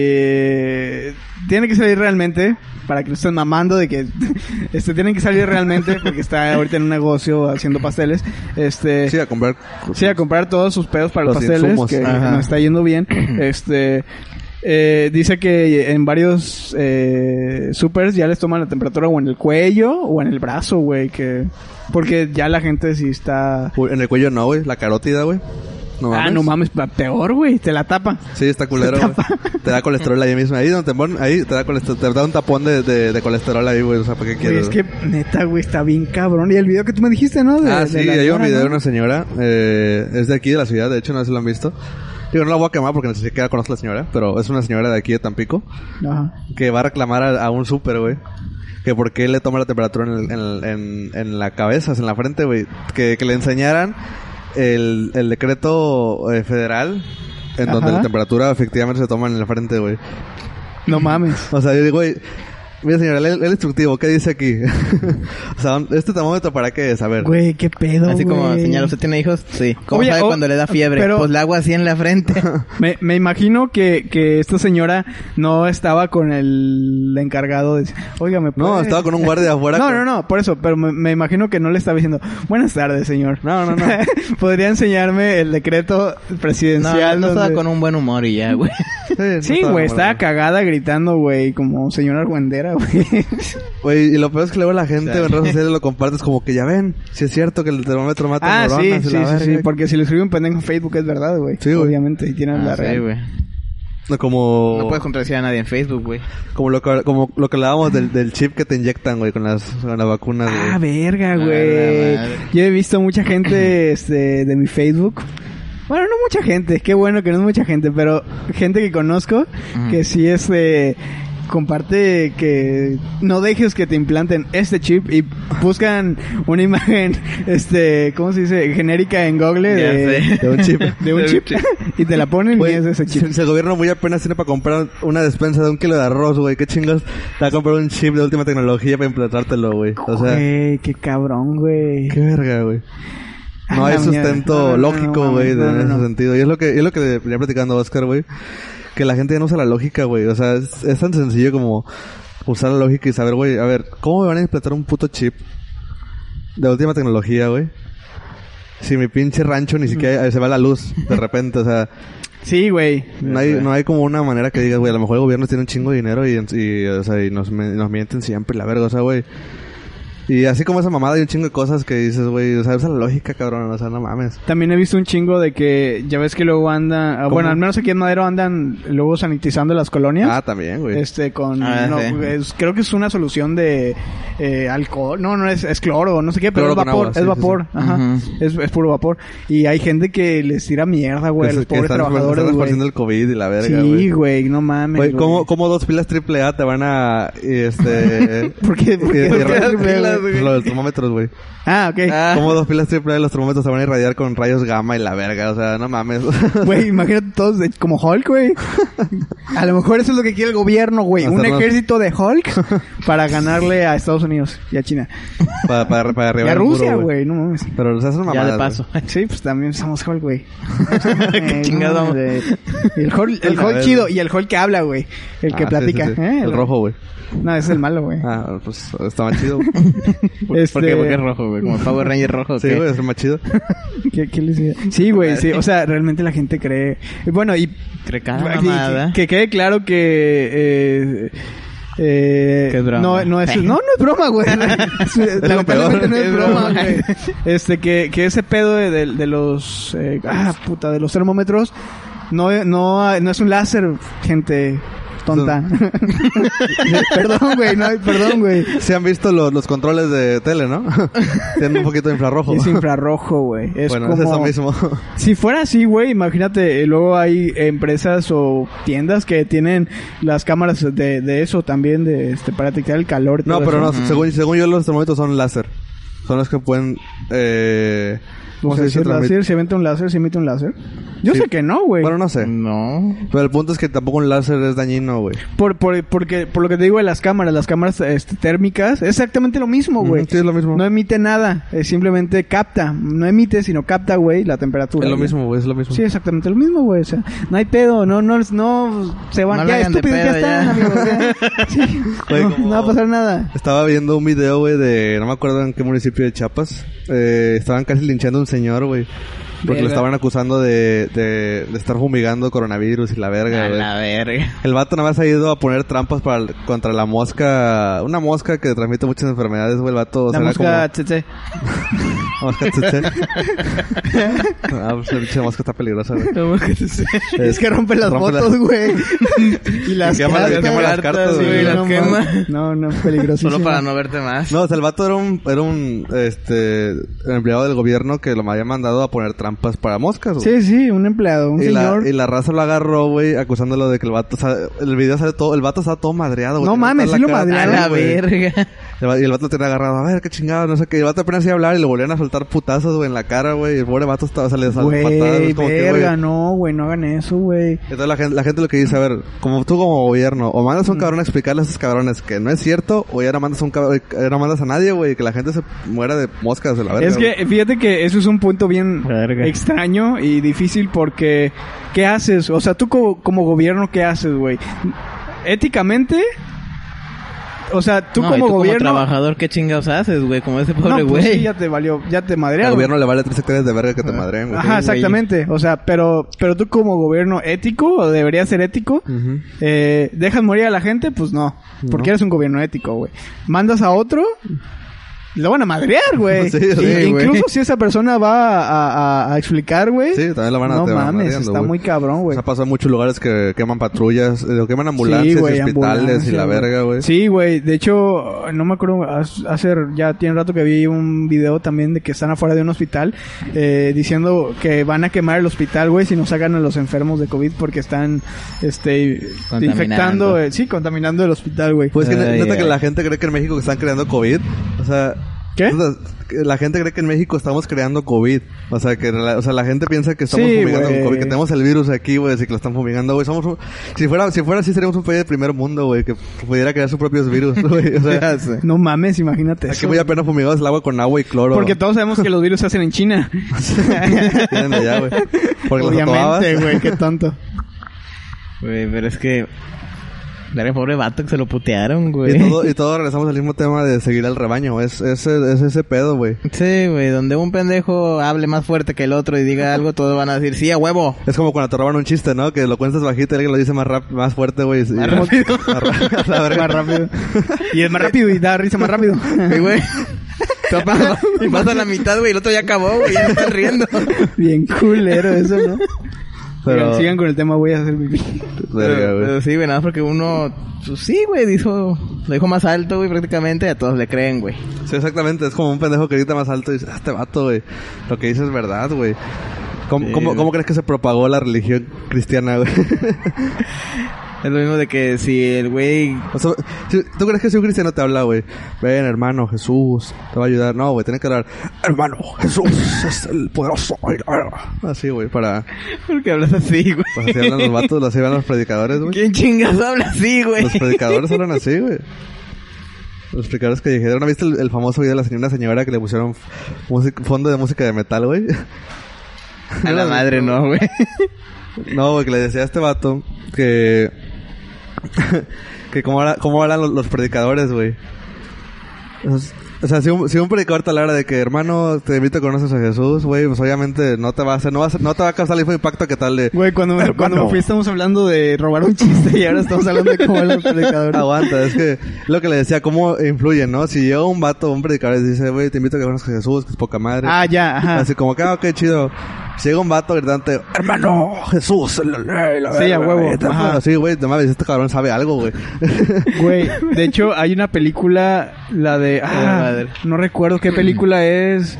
eh, tiene que salir realmente para que no estén mamando de que este tienen que salir realmente porque está ahorita en un negocio haciendo pasteles. Este Sí, a comprar. Sí, a comprar todos sus pedos para los, Los pasteles, insumos. que Ajá. nos está yendo bien. Este eh, dice que en varios eh, supers ya les toman la temperatura o en el cuello o en el brazo, güey, que porque ya la gente sí está Uy, En el cuello no, güey. La carótida, güey. No Ah, no mames, pa- peor, güey, te la tapa. Sí, está culero, güey. Te da colesterol ahí mismo. Ahí donde te ponen, ahí te da colesterol, te da un tapón de, de, de colesterol ahí, güey. O sea, ¿para qué Güey, quieres? es que neta, güey, está bien cabrón. Y el video que tú me dijiste, ¿no? De- Ah, de sí, la hay un señora, video de ¿no? una señora, eh, es de aquí, de la ciudad, de hecho, no sé si lo han visto. Digo, no la voy a quemar porque no sé si queda conozco a la señora, pero es una señora de aquí de Tampico Ajá. que va a reclamar a, a un súper, güey. Que por qué le toma la temperatura en, el- en el- en- en la cabeza, en la frente, güey. Que, que le enseñaran el, el decreto eh, federal en donde Ajá. la temperatura efectivamente se toma en la frente, güey. No mames. O sea, yo digo, güey, mira señora, el, instructivo, ¿qué dice aquí? o sea, ¿este termómetro para qué es? A ver. Güey, qué pedo, Así como güey. señala, ¿usted tiene hijos? Sí. ¿Cómo Oye, sabe o- cuando le da fiebre? pero- Pues la hago así en la frente. Me, me imagino que, que esta señora no estaba con el encargado de... Oiga, ¿me No, puede- estaba con un guardia afuera. No, con- no, no, por eso, pero me, me imagino que no le estaba diciendo, buenas tardes, señor. No, no, no. ¿Podría enseñarme el decreto No, presidencial? no estaba donde- con un buen humor y ya, güey. no Sí, estaba güey, con estaba guardia. cagada gritando, güey, como señora argüendera, güey. Güey, y lo peor es que luego la gente O sea. en redes sociales lo compartes como que ya ven, si es cierto que el termómetro mata Ah, sí, neuronas sí, y la sí, sí, verga. porque si lo escribe un pendejo en Facebook es verdad, güey. Sí, güey. Obviamente, y tienen la Ah, sí, real. güey. No, como No puedes contradecir a nadie en Facebook, güey. como lo que como lo que hablábamos del, del chip que te inyectan, güey, con las con las vacunas, güey. Ah, verga, la güey. madre. Yo he visto mucha gente este, de mi Facebook. Bueno, no mucha gente, qué bueno que no es mucha gente, pero gente que conozco Ujú. que sí este comparte que no dejes que te implanten este chip y buscan una imagen este, ¿cómo se dice? genérica en Google Ya de, sé. de un chip. de un chip y te la ponen y Güey, es ese chip. si el gobierno muy apenas tiene para comprar una despensa de un kilo de arroz, güey. ¿Qué chingos te va a comprar un chip de última tecnología para implantártelo, güey? O sea, Güey, qué cabrón, güey. qué verga, güey. No Ah, hay la mierda. No, sustento no, no, lógico, no, güey, no, en no, ese no. sentido. Y es lo que, es lo que le venía platicando a Oscar, güey. Que la gente ya no usa la lógica, güey. O sea, es, es tan sencillo como usar la lógica y saber, güey, a ver, ¿cómo me van a implantar un puto chip de última tecnología, güey? Si mi pinche rancho ni siquiera eh, se va la luz de repente, o sea, Sí, güey. no hay, no hay como una manera que digas, güey, a lo mejor el gobierno tiene un chingo de dinero y, y, o sea, y nos, me- nos mienten siempre, la verga, o sea, güey. Y así como esa mamada hay un chingo de cosas que dices, güey, o sea, esa lógica, cabrón, o sea, no mames. También he visto un chingo de que ya ves que luego andan, ah, ¿Cómo? bueno, al menos aquí en Madero andan luego sanitizando las colonias. Ah, también, güey. este con Ah, no, sí. es- creo que es una solución de eh, alcohol no no es, es cloro no sé qué pero Cloro es con vapor agua, sí, es sí, vapor sí. ajá Ujú. es, es puro vapor y hay gente que les tira mierda güey a Que los se- que pobres están- trabajadores Están güey. esparciendo el COVID y la verga, sí güey. güey no mames Güey, güey. ¿cómo, ¿cómo dos pilas AAA te van a, este... ¿Por qué? ¿Por qué? y- y- ¿Por qué y- dos pilas, pilas, güey. Lo de los termómetros, güey. Ah, ok. Ah. Como dos pilas triple de los termómetros se van a irradiar con rayos gamma y la verga, o sea, no mames. Güey, imagínate todos de- como Hulk, güey. A lo mejor eso es lo que quiere el gobierno, güey. Un Hacernos- ejército de Hulk para ganarle a Estados Unidos y a China. para, para, para Y arribar a el muro, Rusia, güey. No mames. Pero se hacen mamadas. ya de paso. Sí, pues también somos Hulk, güey. Qué Eh, chingados no, vamos. de- El Hulk, el A Hulk ver. chido y el Hulk que habla, güey. El que Ah, sí, platica. sí, sí. ¿eh? El rojo, güey. No, ese es el malo, güey. Ah, pues está más chido. güey. Este- ¿Por qué? Porque es rojo, güey. Como el Power Ranger rojo. Sí, ¿qué? güey, está más chido. ¿Qué, qué les digo? Sí, güey, sí. O sea, realmente la gente cree. Bueno, y Cree cada Aquí, mamada. Que, que quede claro que. eh, eh, Que es broma. No, no, es, no, no es broma, güey. Lamentablemente peor. no es Es broma, broma. güey. Este, que, que ese pedo de, de- de los. eh, ah, puta, de los termómetros. No, no, no es un láser, gente tonta. perdón, güey, no, perdón, güey. Se han visto los, los controles de tele, ¿no? Tienen un poquito de Oh. infrarrojo. Es infrarrojo, güey. Es bueno, como... es eso mismo. Si fuera así, güey, imagínate, eh, luego hay empresas o tiendas que tienen las cámaras de, de eso también, de este, para detectar el calor. y No, todo pero no, eso. según, según yo los termómetros son láser. Son los que pueden... Eh, O ¿cómo sea, se si dice? es Transmit- láser, se emite un láser, se emite un láser. Yo Sí. sé que no, güey. Mm. Bueno, no sé. No. Pero el punto es que tampoco un láser es dañino, güey. Por, por, porque, por lo que te digo de las cámaras, las cámaras este, térmicas, es exactamente lo mismo, güey. Ujú, Sí, es lo mismo. No emite nada, eh, simplemente capta. No emite, sino capta, güey, la temperatura. es lo güey. mismo, güey, es lo mismo. Sí, exactamente lo mismo, güey. O sea, no hay pedo, no, no, no se van. No la ya, hagan de estúpidos, ya pedo, están, ya. amigos. ya. Sí. Güey, no, como- no va a pasar nada. Estaba viendo un video, güey, de... No me acuerdo en qué municipio de Chiapas. Eh, estaban casi linchando a un señor, güey. Porque lo Verga. estaban acusando de, de, de estar fumigando coronavirus y la verga, A güey. la verga. El vato nada más ha ido a poner trampas para, contra la mosca... Una mosca que transmite muchas enfermedades, güey. El vato... La será mosca como- tsetse. la mosca tse, tse. ah, pues la pinche mosca está peligrosa, güey. Es que rompe las Rompe fotos, güey. y las Y quema las- quema las cartas, güey, güey, las no, quema. mames. No, no, peligrosísimo. Solo para no verte más. No, o sea, el vato era un, era un este, empleado del gobierno que lo había mandado a poner trampas para moscas, Sí, güey. sí, un empleado, un y la, señor. y la raza lo agarró, güey, acusándolo de que el vato... o sea, el video sale todo... El vato está todo madreado, güey. No Tiene mames, toda sí la lo cara a madrearon, atrás, la güey. verga. El va- Y el vato lo tenía agarrado. A ver, qué chingado, no sé qué. Y El vato apenas iba a hablar y le volvían a soltar putazos, güey, en la cara, güey. Y el pobre vato estaba... O sea, le sal- patadas, Güey, güey, como que, güey, verga, no, güey, no hagan eso, güey. Entonces la gente, la gente lo que dice, a ver, como tú como gobierno, o mandas a Mm. un cabrón a explicarle a esos cabrones que no es cierto, o ya no mandas a un cabrón, ya no mandas a nadie, güey, que la gente se muera de moscas de la verga. Es que güey. eh, fíjate que eso es un punto bien Verga. extraño y difícil porque ¿qué haces? O sea, tú co- como gobierno, ¿qué haces, güey? Éticamente, o sea, tú No, y como gobierno... trabajador, ¿qué chingados haces, güey? Como ese no, pobre pues güey. sí, ya te valió, ya te al madrearon. gobierno le vale tres hectáreas de verga que te madreen, güey. Ah. Ajá, exactamente. O sea, pero, pero tú como gobierno ético, o debería ser ético, Ujú. eh, ¿dejas morir a la gente? Pues no, porque No. eres un gobierno ético, güey. ¿Mandas a otro? Lo van a madrear, güey. Sí, Y- sí, güey. incluso si esa persona va a, a- a explicar, güey. Sí, también la van a No te van mames, madreando, está güey. muy cabrón, O güey. sea, pasa en muchos lugares que queman patrullas, eh, o queman ambulancias Sí, güey, y hospitales y ambulancia, la güey. verga, güey. Sí, güey. De hecho, no me acuerdo, haz- hace ya tiene rato que vi un video también de que están afuera de un hospital eh, diciendo que van a quemar el hospital, güey, si no sacan a los enfermos de COVID porque están, este, Contaminando. infectando, eh, sí, contaminando el hospital, güey. Pues que Ay, neta que ay. la gente cree que en México están creando COVID. O sea... ¿Qué? o sea, que La gente cree que en México estamos creando COVID. O sea, que la, o sea, la gente piensa que estamos Sí, fumigando güey. con COVID, que tenemos el virus aquí, güey, así que lo están fumigando, güey. Somos un- si fuera, si fuera así seríamos un país de primer mundo, güey, que pudiera crear sus propios virus, güey. O sea, no mames, imagínate. aquí Eso. muy apenas fumigados el agua con agua y cloro. Porque todos sabemos que los virus se hacen en China. Tienen allá, güey. Porque los atobabas. Obviamente, güey, qué tonto. Güey, pero es que... Era pobre vato que se lo putearon, güey. Y todo, y todo regresamos al mismo tema de seguir al rebaño. Es, es, es ese pedo, güey. Sí, güey. Donde un pendejo hable más fuerte que el otro y diga algo, todos van a decir, sí, a huevo. Es como cuando te roban un chiste, ¿no? Que lo cuentas bajito y alguien lo dice más rap- más fuerte, güey. y- Más rápido. Más ra- la verga. Más rápido. Y es más rápido y da risa más rápido. Y, güey. topa- Y pasa la mitad, güey. El otro ya acabó, güey. Ya están riendo. Bien culero eso, ¿no? Pero- Oigan, sigan con el tema, voy a hacer pipí. Verga, Pero, güey. pero sí, güey, nada más porque uno... pues sí, güey, dijo... Lo dijo más alto, güey, prácticamente. A todos le creen, güey. Sí, exactamente. Es como un pendejo que grita más alto y dice, "Ah, este vato, güey. Lo que dice es verdad, güey. ¿Cómo, Sí, cómo, güey. cómo crees que se propagó la religión cristiana, güey? Es lo mismo de que si el güey. O sea, si- ¿Tú crees que si un cristiano te habla, güey? Ven, hermano, Jesús, te va a ayudar. No, güey, tienes que hablar, hermano, Jesús es el poderoso. ay, la verga". Así, güey, para... ¿Por qué hablas así, güey? Pues así hablan los vatos, así hablan los predicadores, güey. ¿Quién chingas habla así, güey? Los predicadores hablan así, güey. Los predicadores que dijeron, ¿no viste el, el famoso video de la señora, una señora que le pusieron f- música- fondo de música de metal, güey? A la madre, no, güey. No, güey, que le decía a este vato que. que cómo, habla- cómo hablan los, los predicadores, güey. Es- O sea, si un, si un predicador te hablara de que, hermano, te invito a conocer a Jesús, güey, pues obviamente no te va a hacer, no, va a, hacer- no te va a causar el mismo impacto que tal de. Güey, cuando me, cuando me fui estamos hablando de robar un chiste y ahora estamos hablando de cómo hablan los predicadores. Aguanta, es que lo que le decía, cómo influye, ¿no? Si llega un vato, un predicador y dice, güey, te invito a que conozcas a Jesús, que es poca madre. Ah, ya, ajá. Así como que, ah, qué chido. Llega un vato gritante, hermano, Jesús. la- la- la- Sí, a huevo, Este- ajá. Sí, güey, no mames, este cabrón sabe algo, güey. Güey, de hecho hay una película, la de... ah, madre. no recuerdo qué película es,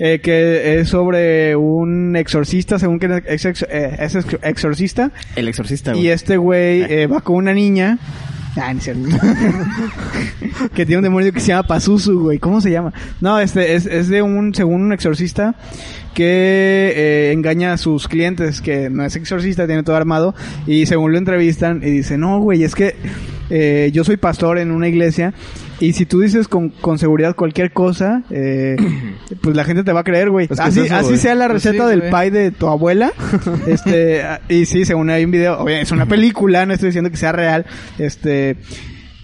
eh, que es sobre un exorcista, según que es, ex- eh, es ex- exorcista, El exorcista, güey. y este güey eh, va con una niña... Ah, no es cierto. que tiene un demonio que se llama Pazuzu, güey. ¿Cómo se llama? No, este es, es de un, según un exorcista, que eh, engaña a sus clientes, que no es exorcista, tiene todo armado, y según lo entrevistan, y dice, no, güey, es que eh, yo soy pastor en una iglesia, y si tú dices con, con seguridad cualquier cosa, eh, pues la gente te va a creer, güey. Es que así es eso, así güey. sea la Pues sí, receta del güey. pie de tu abuela, este, a- y sí, según hay un video, oye, es una película, no estoy diciendo que sea real, este...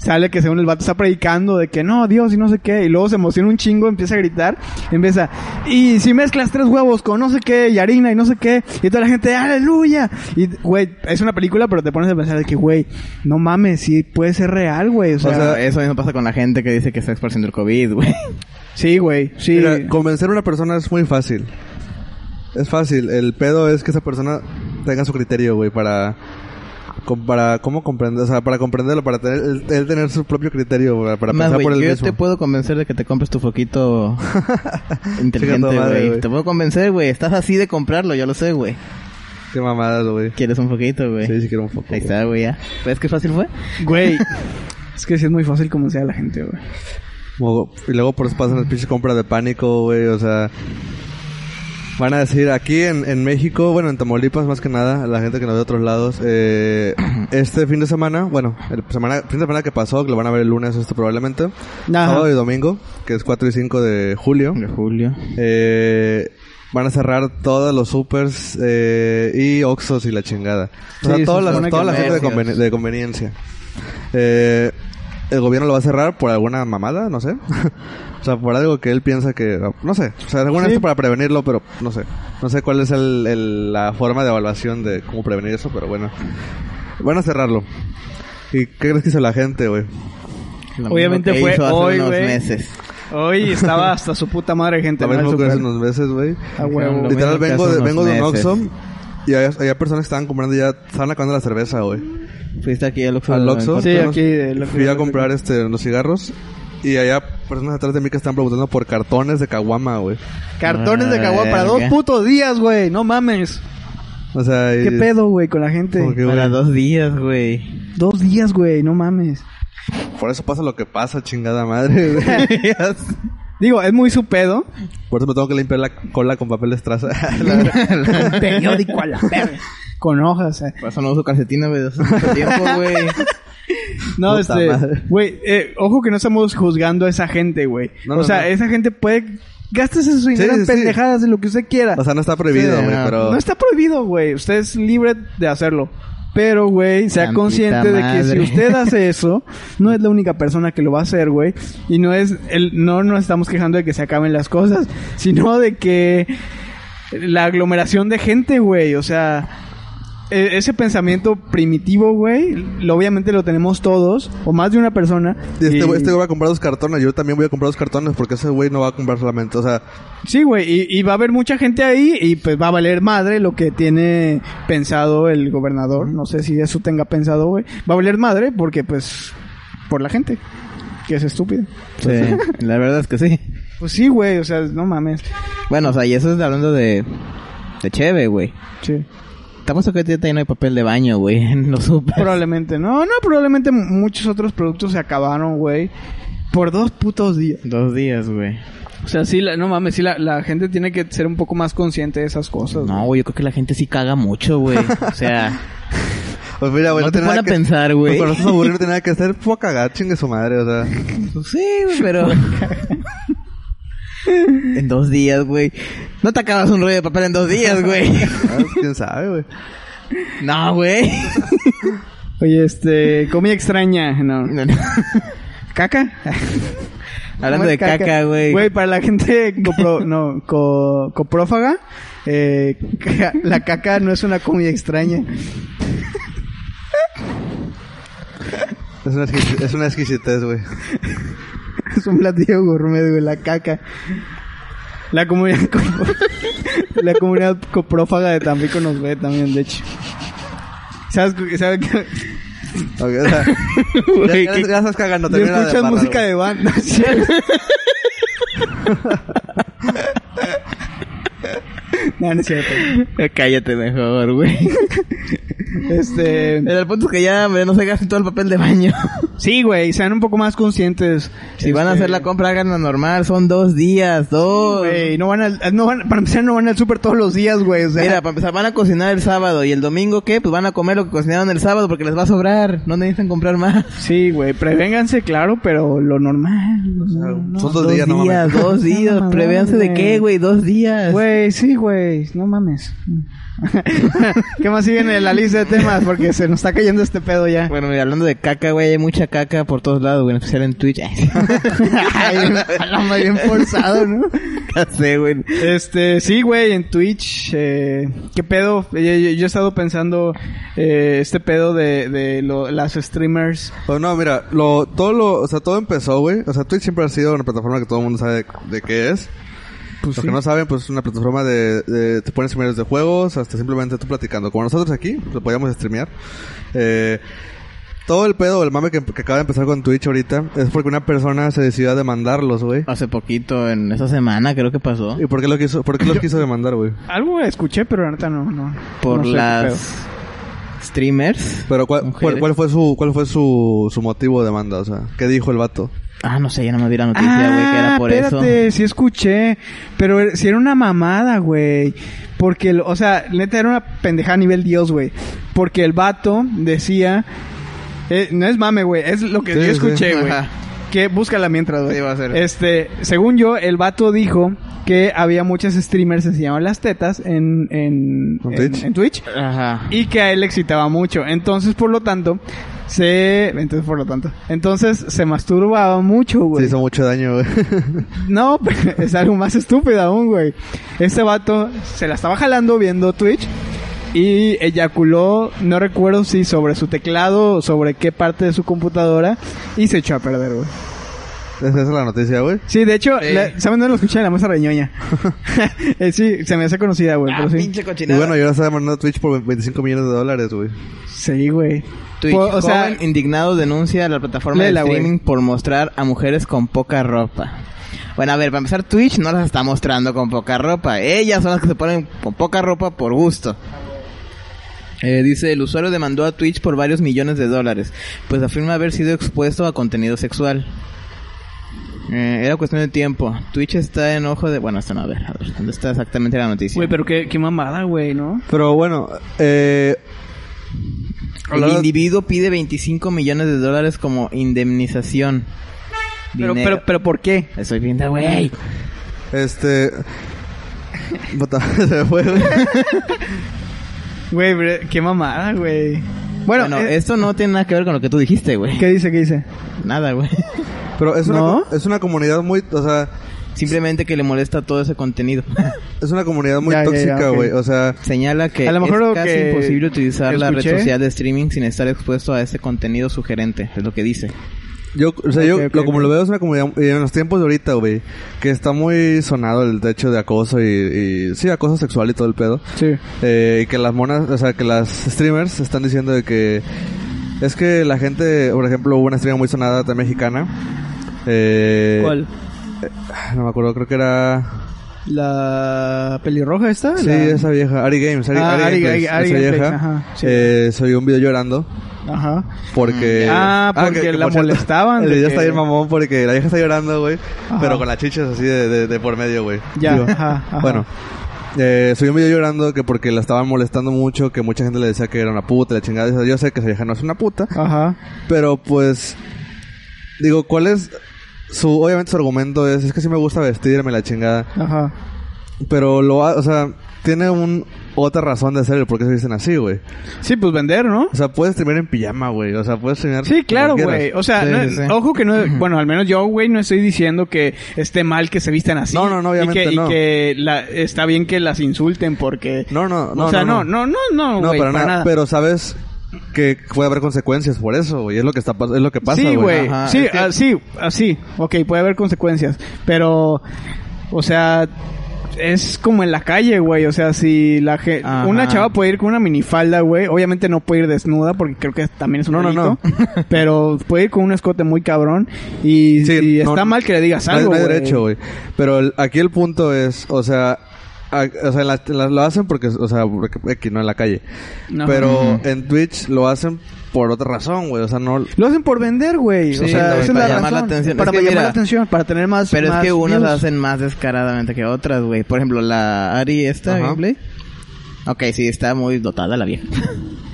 Sale que según el vato está predicando de que no, Dios y no sé qué. Y luego se emociona un chingo, empieza a gritar. y Empieza, y si mezclas tres huevos con no sé qué, y harina y no sé qué. Y toda la gente, aleluya. Y, güey, es una película, pero te pones a pensar de que, güey, no mames, sí puede ser real, güey. O O sea, sea, eso mismo pasa con la gente que dice que está esparciendo el COVID, güey. sí, güey, sí. Mira, convencer a una persona es muy fácil. Es fácil. El pedo es que esa persona tenga su criterio, güey, para... com- Para cómo comprender, o sea, para comprenderlo, para tener, él, él tener su propio criterio, güey, para Más, pensar güey, por él yo mismo. te puedo convencer de que te compres tu foquito inteligente, Chica tu madre, güey. güey. Te puedo convencer, güey. Estás así de comprarlo, yo lo sé, güey. Qué mamadas, güey. ¿Quieres un foquito, güey? Sí, sí quiero un foco. Ahí güey. está, güey, ya. ¿Ves qué fácil fue? Güey, es que sí es muy fácil convencer a la gente, güey. Luego- Y luego por eso pasan las pinches compras de pánico, güey. O sea, van a decir aquí en, en México, bueno, en Tamaulipas más que nada, la gente que nos ve de otros lados, eh, este fin de semana, bueno, el semana, fin de semana que pasó, que lo van a ver el lunes, este probablemente, sábado y domingo, que es 4 y 5 de julio, De julio. eh, van a cerrar todos los supers eh, y oxos y la chingada. O sea, Sí, se todas las- supone que toda la gente de, comercios. conveni- de conveniencia. Eh, el gobierno lo va a cerrar por alguna mamada, no sé. o sea, por algo que él piensa que... ah, No sé. O sea, alguna Sí. vez para prevenirlo, pero no sé. No sé cuál es el- el- la forma de evaluación de cómo prevenir eso, pero bueno. Van a cerrarlo. ¿Y qué crees que hizo la gente, güey? Lo Obviamente mismo que fue hizo hace hoy, unos güey. meses. Hoy estaba hasta su puta madre gente. Lo ¿no? mismo El que hace super- unos meses, güey. Ah, güey, Lo mismo Literal, que vengo hace de, unos vengo de un meses. Oxxo y había, había personas que estaban comprando ya... Estaban acabando la cerveza, güey. Fuiste aquí al Oxxo. Al Oxxo. Sí, aquí, de lo que- Fui a comprar este, los cigarros y allá personas atrás de mí que están preguntando por cartones de caguama, güey. Cartones de Ah, caguán para dos verga. putos días, güey. No mames. O sea... y- ¿Qué pedo, güey, con la gente? Como que, Para güey, dos días, güey. Dos días, güey, no mames. Por eso pasa lo que pasa, chingada madre. güey. Digo, es muy su pedo. Por eso me tengo que limpiar la cola con papel de estraza. Un periódico a la perra. Con hojas. eh. Por eso no uso calcetina, güey. Hace mucho tiempo, güey. No, Puta este. madre. Güey, eh, ojo que no estamos juzgando a esa gente, güey. No, o no, sea, no. esa gente puede. Gástese su dinero Sí, en sí, sí. pendejadas de lo que usted quiera. o sea, no está prohibido, Sí, güey, no. pero... No está prohibido, güey. Usted es libre de hacerlo. Pero, güey, sea Santita consciente de madre. que si usted hace eso, no es la única persona que lo va a hacer, güey. Y no es, el, no nos estamos quejando de que se acaben las cosas, sino de que la aglomeración de gente, güey. O sea, e- ese pensamiento primitivo, güey, lo- obviamente lo tenemos todos, o más de una persona. Y Este y- güey este güey va a comprar dos cartones, yo también voy a comprar dos cartones porque ese güey no va a comprar solamente, o sea, Sí, güey, y, y va a haber mucha gente ahí y pues va a valer madre lo que tiene pensado el gobernador. No sé si eso tenga pensado, güey. Va a valer madre porque pues por la gente, que es estúpida. Sí, la verdad es que sí. Pues sí, güey, o sea, no mames. Bueno, o sea, y eso es hablando de... De cheve, güey. Sí. Estamos acá y no hay papel de baño, güey. En los super. Probablemente, no, no, probablemente muchos otros productos se acabaron, güey. Por dos putos días. Dos días, güey. O sea, sí, la- no mames, sí, la, la gente tiene que ser un poco más consciente de esas cosas. No, güey. güey, yo creo que la gente sí caga mucho, güey. O sea, Pues mira, güey, No te tiene nada pone a pensar, güey. Pues cuando estás aburrido no tiene nada que hacer, fue a cagar, chingue su madre, o sea. pues sí, güey, pero. en dos días, güey. No te acabas un rollo de papel en dos días, güey. ah, ¿Quién sabe, güey? no, güey. Oye, este, comida extraña, no. No, no. ¿Caca? Hablando Comer de caca, güey. Güey, para la gente copro- no, co- coprófaga, eh, ca- la caca no es una comida extraña. Es una, exquis- es una exquisitez, güey. Es un platillo gourmet, güey, la caca. La comunidad, copro- la comunidad coprófaga de Tampico nos ve también, de hecho. ¿Sabes? cu- sabes qué? Ok, o sea, ya, Güey, ya- qué- ya estás cagando. Y termina de escuchas embarrar, música güey. de banda. no, no es cierto. Eh, Cállate mejor, güey. Este... El punto es que ya güey, no se gasten todo el papel de baño. Sí, güey, sean un poco más conscientes. Si van a hacer la compra, háganla normal. Son dos días, dos. Este. Güey, no van al, no van, para empezar no van al súper todos los días, güey. O sea, Mira, para empezar, van a cocinar el sábado. ¿Y el domingo qué? Pues van a comer lo que cocinaron el sábado porque les va a sobrar. No necesitan comprar más. sí, güey, prevénganse, claro, pero lo normal. no, no. Son dos, días, no días, mames. dos días. mames, Prevéanse de güey. qué, güey. Dos días. Güey, sí, güey, no mames. ¿Qué más sigue en la lista de temas? Porque se nos está cayendo este pedo ya. Bueno, mira, hablando de caca, güey, hay mucha caca por todos lados, güey, en especial en Twitch. Ay, hablamos bien forzado, ¿no? Ya sé, güey. Este, sí, güey, en Twitch. Eh, ¿Qué pedo? Yo, yo- yo he estado pensando eh, este pedo de, de lo- las streamers. Pues no, mira, lo, todo lo, o sea, todo empezó, güey. O sea, Twitch siempre ha sido una plataforma que todo el mundo sabe de, de qué es. Pues Los sí. que no saben, pues es una plataforma de, de- te pones streamers de juegos, hasta simplemente tú platicando. Como nosotros aquí, pues, lo podíamos streamear. Eh, todo el pedo, el mame que, que acaba de empezar con Twitch ahorita, es porque una persona se decidió a demandarlos, güey. Hace poquito, en esa semana, creo que pasó. ¿Y por qué lo quiso, por qué los quiso demandar, güey? Algo escuché, pero la neta no, no. Por no sé qué pedo. las streamers. Pero ¿cuál, cuál, Mujeres. cuál fue su, cuál fue su, su motivo de demanda? O sea, ¿qué dijo el vato? Ah, no sé, ya no me di la noticia, güey, que Ah, era por espérate, eso. sí escuché. Pero er- sí era una mamada, güey. Porque, el- o sea, neta era una pendejada a nivel Dios, güey. Porque el vato decía... eh, no es mame, güey. Es lo que Sí, yo sí. escuché, güey. Ajá. Que búscala mientras, güey. Sí, va a ser. Este, según yo, el vato dijo que había muchas streamers que se llamaban las tetas en, en, ¿En en- Twitch? en Twitch. Ajá. y que a él le excitaba mucho. Entonces, por lo tanto, se entonces por lo tanto, entonces se masturbaba mucho, Se güey. hizo mucho daño, güey. No, pero es algo más estúpido aún, güey. Este vato se la estaba jalando viendo Twitch y eyaculó, no recuerdo si sobre su teclado o sobre qué parte de su computadora y se echó a perder, güey. Esa es la noticia, güey. Sí, de hecho, Sí. la- ¿saben dónde lo escuché? En la mesa reñoña. Eh, sí, se me hace conocida, güey, Ah, pero sí. pinche Y cochinada. bueno, yo ahora está demandando Twitch por 25 millones de dólares, güey. Sí, güey. Twitch, Po- o sea, joven indignado denuncia a la plataforma Léela, de güey. streaming por mostrar a mujeres con poca ropa. Bueno, a ver, para empezar, Twitch no las está mostrando con poca ropa. Ellas son las que se ponen con poca ropa por gusto. Eh, dice, el usuario demandó a Twitch por varios millones de dólares, pues afirma haber sido expuesto a contenido sexual. Eh, era cuestión de tiempo. Twitch está en ojo de... Bueno, hasta no, a ver, a ver, ¿dónde está exactamente la noticia? güey, pero qué, qué mamada, güey, ¿no? Pero bueno, eh... El individuo pide 25 millones de dólares como indemnización. Pero, Dinero. pero, pero, ¿por qué? Estoy viendo, güey. Este... Puta, se me fue, güey. Güey, pero qué mamada, güey. Bueno, Bueno, eh, esto no tiene nada que ver con lo que tú dijiste, güey. ¿qué dice, qué dice? Nada, güey. Pero es una, ¿No? co- es una comunidad muy... O sea, Simplemente que le molesta todo ese contenido. es una comunidad muy Ya, ya, ya, tóxica, ok. güey. O sea... Señala que A lo mejor lo es casi que imposible utilizar la red escuché. social de streaming sin estar expuesto a ese contenido sugerente. Es lo que dice. Yo, o sea, yo Ok, ok, lo, como ok. lo veo es una comunidad y en los tiempos de ahorita, güey, que está muy sonado el hecho de acoso y, y- sí, acoso sexual y todo el pedo. Sí. Eh, y que las monas, o sea, que las streamers están diciendo de que es que la gente, por ejemplo, hubo una streamer muy sonada también mexicana. Eh, ¿Cuál? No me acuerdo, creo que era La pelirroja esta. Sí, la- esa vieja. Ari Games. Ari, Ah, Ari Ari- Gameplays, Ari- Ari esa Gameplays, vieja. ajá, sí. Eh, subió un video llorando. Ajá. Porque. Ah, porque que- que la por cierto, molestaban El de video que- está bien mamón porque la vieja está llorando, güey. Ajá. Pero con las chichas así de, de- de por medio, güey. Ya, Digo, ajá, ajá. Bueno. Eh, subió un video llorando que porque la estaban molestando mucho, que mucha gente le decía que era una puta, la chingada. y eso. Yo sé que esa vieja no es una puta. Ajá. Pero pues. Digo, ¿cuál es.? Su, obviamente su argumento es: es que sí me gusta vestirme la chingada. Ajá. Pero lo ha- o sea, tiene un otra razón de hacer el por qué se dicen así, güey. Sí, pues vender, ¿no? O sea, puedes terminar en pijama, güey. O sea, puedes terminar Sí, claro, como güey. quieras. O sea, Sí, no- sí, sí. ojo que no. Bueno, al menos yo, güey, no estoy diciendo que esté mal que se vistan así. No, no, no, obviamente y que, no. Y que la- está bien que las insulten porque. No, no, no, O sea, no, no, no, no, no, no, güey, para para, nada. nada. Pero sabes que puede haber consecuencias por eso, güey. Es lo que está pas- es lo que pasa, sí, güey. Ajá, Sí, es que- así, así. Ok, puede haber consecuencias. Pero, o sea, es como en la calle, güey. O sea, si la ge- Ajá. Una chava puede ir con una minifalda, güey. Obviamente no puede ir desnuda porque creo que también es un No, no, delito. Pero puede ir con un escote muy cabrón. Y, Sí, y no, está mal que le digas No hay- algo, no hay güey. derecho, güey. Pero el- aquí el punto es, o sea, a- o sea, la- la- lo hacen porque, o sea, porque- aquí no en la calle. Ajá. Pero en Twitch lo hacen por otra razón, güey. O sea, no. Lo hacen por vender, güey. Sí, o sea, güey, esa es la para llamar la razón. atención. Para Es que llamar mira, la atención, para tener más. Pero es más que unas views. las hacen más descaradamente que otras, güey. Por ejemplo, la Ari esta, Ajá. gameplay. Ok, sí, está muy dotada la vieja.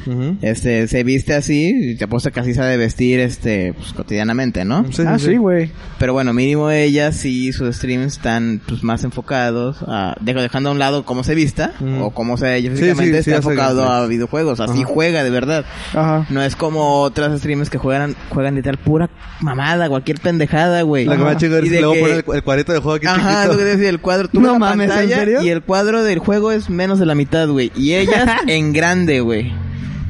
Ujú. Este, se viste así, y te apuesto que así se ha de vestir, este, pues, cotidianamente, ¿no? Sí, ah, sí, güey. Pero bueno, mínimo ella sí, sus streams están, pues, más enfocados a... dejo- Dejando a un lado cómo se vista, Mm. o cómo se ella Sí, físicamente, sí, sí, está hace enfocado gameplays. a videojuegos. Así Ajá. juega, de verdad. Ajá. No es como otras streamers que juegan, juegan literal pura mamada, cualquier pendejada, güey. La que me da chingo es Y que de le voy a que- poner el, el cuadrito de juego aquí Ajá, es chiquito. lo que decía, el cuadro, tú No ves la mames, ¿en pantalla serio? y el cuadro del juego es menos de la mitad, güey. Y ellas en grande, güey.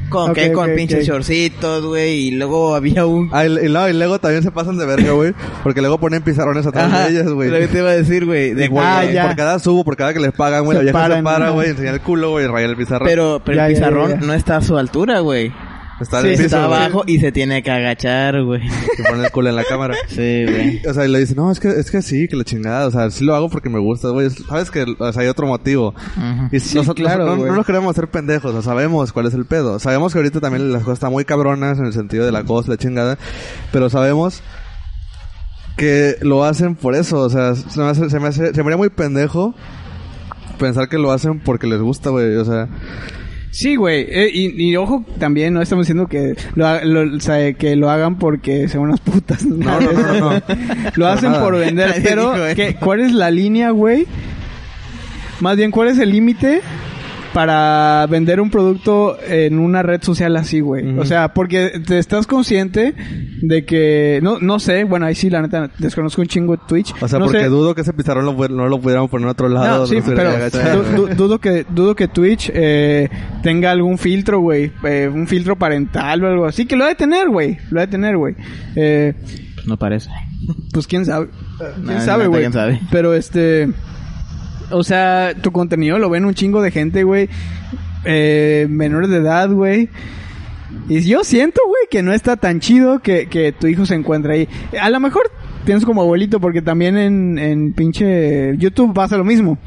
Con Ok, que con ok, pinches ok. shortcitos, güey, y luego había un Ah, y, y no, y luego también se pasan de verga, güey. Porque luego ponen pizarrones atrás Ajá, de ellas, güey. Lo que te iba a decir, güey, de Y por- Ah, ya. eh, Por cada subo, por cada que les pagan, Se güey, la vieja paran, se para, ajá. güey, enseñar el culo, güey, rayar el pizarrón. pero pero Ya, el ya, ya, pizarrón ya. no está a su altura, güey. está sí, en el se piso, Está güey. abajo y se tiene que agachar, güey. güey, y ponen el culo en la cámara. Sí, güey. O sea, y le dicen, no, es que, es que sí, que la chingada, o sea, sí lo hago porque me gusta, güey. Es- Sabes que, o sea, hay otro motivo. Ajá. Y nosotros claro, no, güey. no nos queremos hacer pendejos, o sabemos cuál es el pedo. Sabemos que ahorita también las cosas están muy cabronas en el sentido de la cosa, la chingada, pero sabemos que lo hacen por eso, o sea, se me, hace, se me, hace- se me haría muy pendejo pensar que lo hacen porque les gusta, güey, o sea, Sí, güey. Eh, y, y ojo, también no estamos diciendo que lo, ha- lo- o sea, que lo hagan porque sean unas putas. no, no, no, no. lo hacen nada. por vender. Nadie pero, dijo eso. ¿qué- ¿cuál es la línea, güey? Más bien, ¿cuál es el límite para vender un producto en una red social así, güey? Ujú. O sea, porque te estás consciente de que... No, no sé. Bueno, ahí sí, la neta, desconozco un chingo Twitch. O sea, No porque sé. dudo que ese pizarrón lo, pu- no lo pudiéramos poner en otro lado. No, sí, no se pero hubiera agachado, du- güey. du- dudo que dudo que Twitch eh, tenga algún filtro, güey, eh, un filtro parental o algo así que lo ha de tener, güey, lo ha de tener, güey. Eh, No parece. pues quién sabe, quién no, sabe, neta, güey. quién sabe. Pero este, o sea, tu contenido lo ven un chingo de gente, güey, eh, menores de edad, güey. Y yo siento, güey, que no está tan chido que, que tu hijo se encuentre ahí. A lo mejor pienso como abuelito, porque también en, en pinche YouTube pasa lo mismo.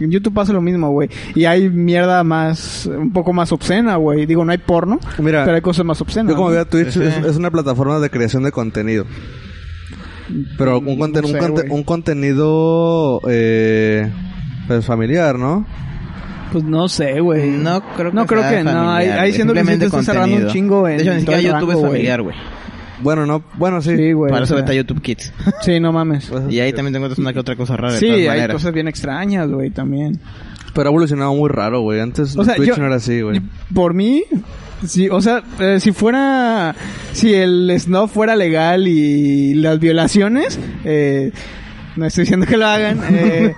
En YouTube pasa lo mismo, güey. Y hay mierda más, un poco más obscena, güey. Digo, no hay porno, Mira, pero hay cosas más obscenas. Yo como ¿no? veo Twitch Sí, sí. Es, es una plataforma de creación de contenido. Pero un, conten- No sé, un, conte- güey. un contenido eh, pues familiar, ¿no? Pues no sé, güey. No creo que No creo sea que no. familiar, Ahí, ahí güey. siento que sí te Simplemente estás cerrando un contenido. chingo en De hecho, ni todo siquiera el YouTube es rango, güey. familiar, güey. Bueno, no, bueno, sí. Sí, güey. Para o eso sea, está YouTube Kids. Sí, no mames. Pues, Y ahí también te encuentras una que otra cosa rara. de Sí, todas hay maneras. cosas bien extrañas, güey, también. Pero ha evolucionado muy raro, güey. Antes O sea, Twitch yo- no era así, güey. Por mí, sí, o sea, eh, si fuera, si el snuff fuera legal y las violaciones, eh, no estoy diciendo que lo hagan, eh,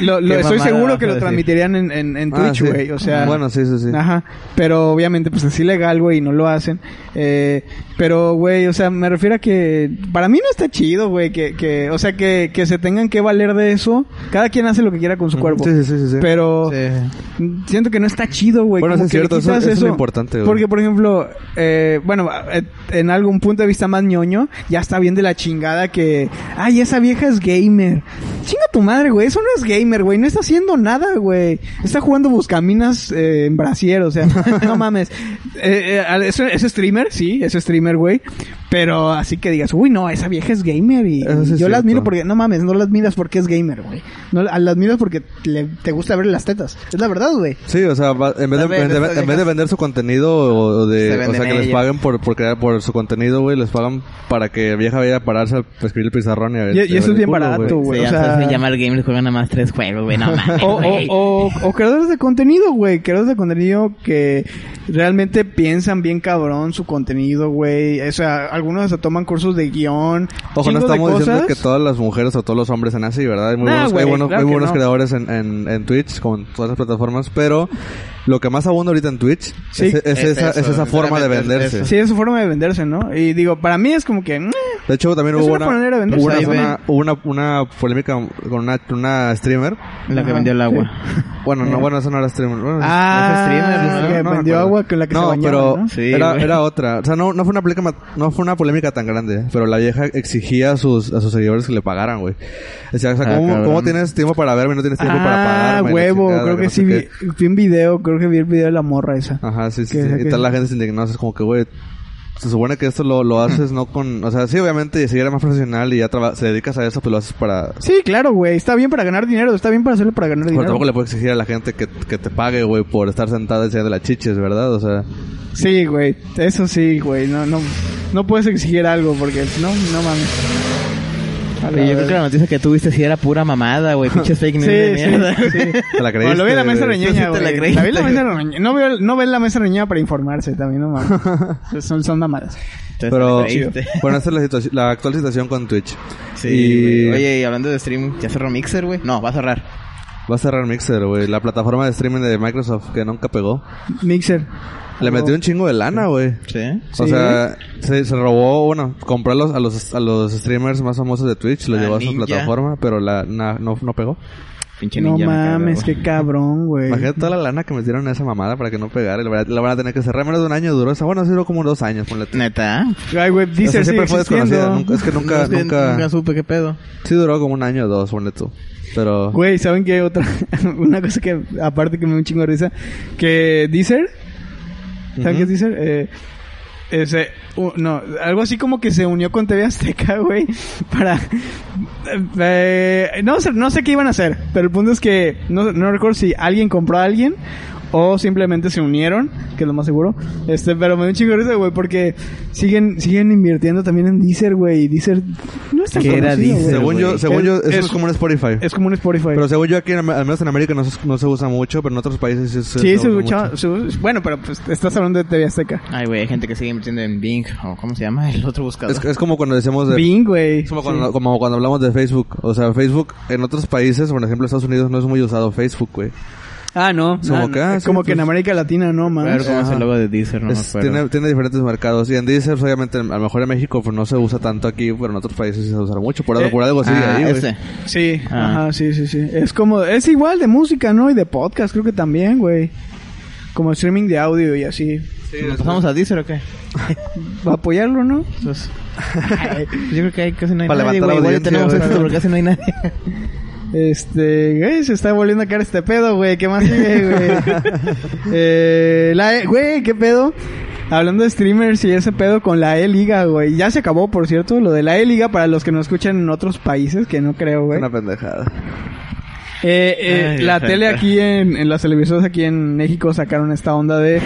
lo, lo- Qué estoy mamada pues, seguro vas que a lo decir. transmitirían en, en, en Ah, Twitch, sí. güey, o sea. Bueno, sí, sí, sí. Ajá, pero obviamente pues es ilegal, güey, y no lo hacen. Eh, pero, güey, o sea, me refiero a que para mí no está chido, güey, que, que, o sea, que, que se tengan que valer de eso. Cada quien hace lo que quiera con su cuerpo. Sí, sí, sí, sí, sí. Pero Sí. siento que no está chido, güey. Bueno, como sí es que le cierto, eso- quitas eso es lo importante, güey. Porque, por ejemplo, eh, bueno, eh, en algún punto de vista más ñoño, ya está bien de la chingada que, ay, esa vieja es gamer. Chinga tu madre, güey. Eso no es gamer, güey. No está haciendo nada, güey. Está jugando buscaminas eh, en brasier, o sea, no mames. Eh, eh, ¿es, es streamer, sí, es streamer, güey. Pero así que digas, uy, no, esa vieja es gamer y, Eso sí yo es la admiro cierto. porque, no mames, no la admiras porque es gamer, güey. No, la la admiras porque le- te gusta ver las tetas. Es la verdad, güey. Sí, o sea, va- en vez, de, Tal vez en de- estas en vez de viejas- vender su contenido o o de... Se o venden sea, que les ellas. paguen por, por crear por su contenido, güey. Les pagan para que vieja vaya a pararse a escribir el pizarrón y a ver... Y- y a ver eso es el bien culo, barato, güey. Sí, o ya sea- se- se llama el gamer y juega nada más tres juegos, güey. No mames, O, güey. o- o- o creadores de contenido, güey. Creadores de contenido que realmente piensan bien cabrón su contenido, güey. O sea, algunos hasta toman cursos de guión. Ojo, no chingo de estamos diciendo cosas. que todas las mujeres o todos los hombres en así, ¿verdad? Hay muy Nah, buenos, hay güey, buenos- claro muy que buenos no. creadores en, en, en Twitch, como en todas las plataformas, pero lo que más abunda ahorita en Twitch Sí. es, es Es esa, eso, es esa forma de sinceramente es venderse. Sí, es su forma de venderse, ¿no? Y digo, para mí es como que... mm, De hecho, también Es hubo una una, manera de venderse. hubo una, Ahí ven. una- hubo una, una polémica con una, una streamer. La que Ajá, vendió el agua. Bueno, no, bueno, esa no era streamer. Bueno, Eh. Ah, es streamer, la ¿no? que no me vendió acuerdo. agua con la que se No, bañaba, pero ¿no? Sí, era, güey. era otra. O sea, no, no, fue una polémica, no fue una polémica tan grande, pero la vieja exigía a sus, a sus seguidores que le pagaran, güey. Decía, o sea, Ah, ¿cómo, cabrón. cómo tienes tiempo para verme? No tienes tiempo para Ah, pagarme. la huevo. chingada, Creo que no sí sé vi, qué. Ah. vi un video. Creo que vi el video de la morra esa. Ajá, sí, sí. Que- sí. que- Y toda la gente se indignó. Es como que, güey, se supone que esto lo, lo haces no con... O sea, sí, obviamente, si eres más profesional y ya traba- se dedicas a eso, pues lo haces para... Sí, claro, güey. Está bien para ganar dinero. Está bien para hacerlo para ganar Pero dinero. tampoco le puedes exigir a la gente que, que te pague, güey, por estar sentada enseñando las chiches, ¿verdad? O sea... Sí, güey. Eso sí, güey. No, no, no puedes exigir algo porque no, no mames. A Pero yo creo ver. que la noticia que tuviste sí era pura mamada, güey. Pinches fake news de Sí, mierda. sí, sí. ¿Te la creíste? Bueno, lo vi en la mesa güey? Sí, reñeña, te la güey. La vi creíste, en la mesa güey. reñeña. No veo, no ven la mesa reñeña para informarse también, no mames. son, son mamadas. Entonces, Pero, te creíste. bueno, esta es la, situación- la actual situación con Twitch. Sí, Y güey. Oye, y hablando de stream, ¿ya cerró Mixer, güey? No, va a cerrar. Va a cerrar Mixer, güey. La plataforma de streaming de Microsoft que nunca pegó. Mixer. Le metió un chingo de lana, güey. Sí. O Sí. sea, se, se robó, bueno, compró a los, a los, a los streamers más famosos de Twitch, lo A llevó a su Ninja. plataforma, pero la, na- no, no pegó. Pinche No ninja me caga, mames, güey. qué cabrón, güey. Imagínate toda la lana que metieron a esa mamada para que no pegara. y La, verdad- la van a tener que cerrar. Menos de un año duró esa. Bueno, sí duró como dos años, ponle tú. Neta. Ay, güey, O sea, Deezer sigue siempre fue desconocida. existiendo. Nunca- es que No, nunca, es que nunca, Nunca supe qué pedo. Sí duró como un año o dos, ponle tú. Pero... Güey, ¿saben qué? Otra, una cosa que, aparte que me da un chingo de risa, que Deezer, ¿saben Ujú. qué es Deezer? Eh, ese, u- no, algo así como que se unió con TV Azteca, güey, para... eh, no, sé, no sé qué iban a hacer, pero el punto es que no, no recuerdo si alguien compró a alguien o simplemente se unieron, que es lo más seguro. Este, pero me da un chingo de risa, güey, porque siguen, siguen invirtiendo también en Deezer, güey, y Deezer no es tan ¿Qué era conocido, güey. Deezer, Según yo, güey. según yo, eso Es- es, como un Spotify. Es como un Spotify. pero según yo aquí, en Am- al menos en América no se, no se usa mucho, pero en otros países sí se, Sí, se se usa escuchaba. Pues mucho. se- bueno, pero pues estás hablando de TV Azteca. Ay, güey, hay gente que sigue invirtiendo en Bing o ¿cómo se llama? El otro buscador. Es, es como cuando decimos Pues de... Bing, güey. Es como cuando, como cuando hablamos de Facebook. O sea, Facebook en otros países, por ejemplo, Estados Unidos no es muy usado Facebook, güey. Ah, no. Como ah, no. acá, Es sí, como pues. que en América Latina no, más. Claro, cómo es Ajá. el logo de Deezer, no me Es- acuerdo. tiene, tiene diferentes mercados. Y en Deezer, pues, obviamente, a lo mejor en México pues, no se usa tanto aquí, pero en otros países sí se usa mucho. Por, algo- Eh, por algo sigue Ah, ahí, güey. ese. Sí, Ah. ajá, sí, sí, sí. Es como, es igual de música, ¿no? Y de podcast, creo que también, güey. Como streaming de audio y así. ¿Nos pasamos a Deezer o qué? Va a apoyarlo, ¿no? Entonces, ay, yo creo que hay casi no hay Para nadie, levantar güey. Igual ya audiencia, tenemos güey. esto porque casi no hay nadie. Este, güey, se está volviendo a caer este pedo, güey. ¿Qué más sigue, güey? eh, la, E- güey, ¿qué pedo? Hablando de streamers y ese pedo con la E-Liga, güey. Ya se acabó, por cierto, lo de la E-Liga para los que nos escuchan en otros países, que no creo, Es güey. una pendejada. Eh, eh, Ay, la la tele gente. aquí en, en las televisoras aquí en México sacaron esta onda de...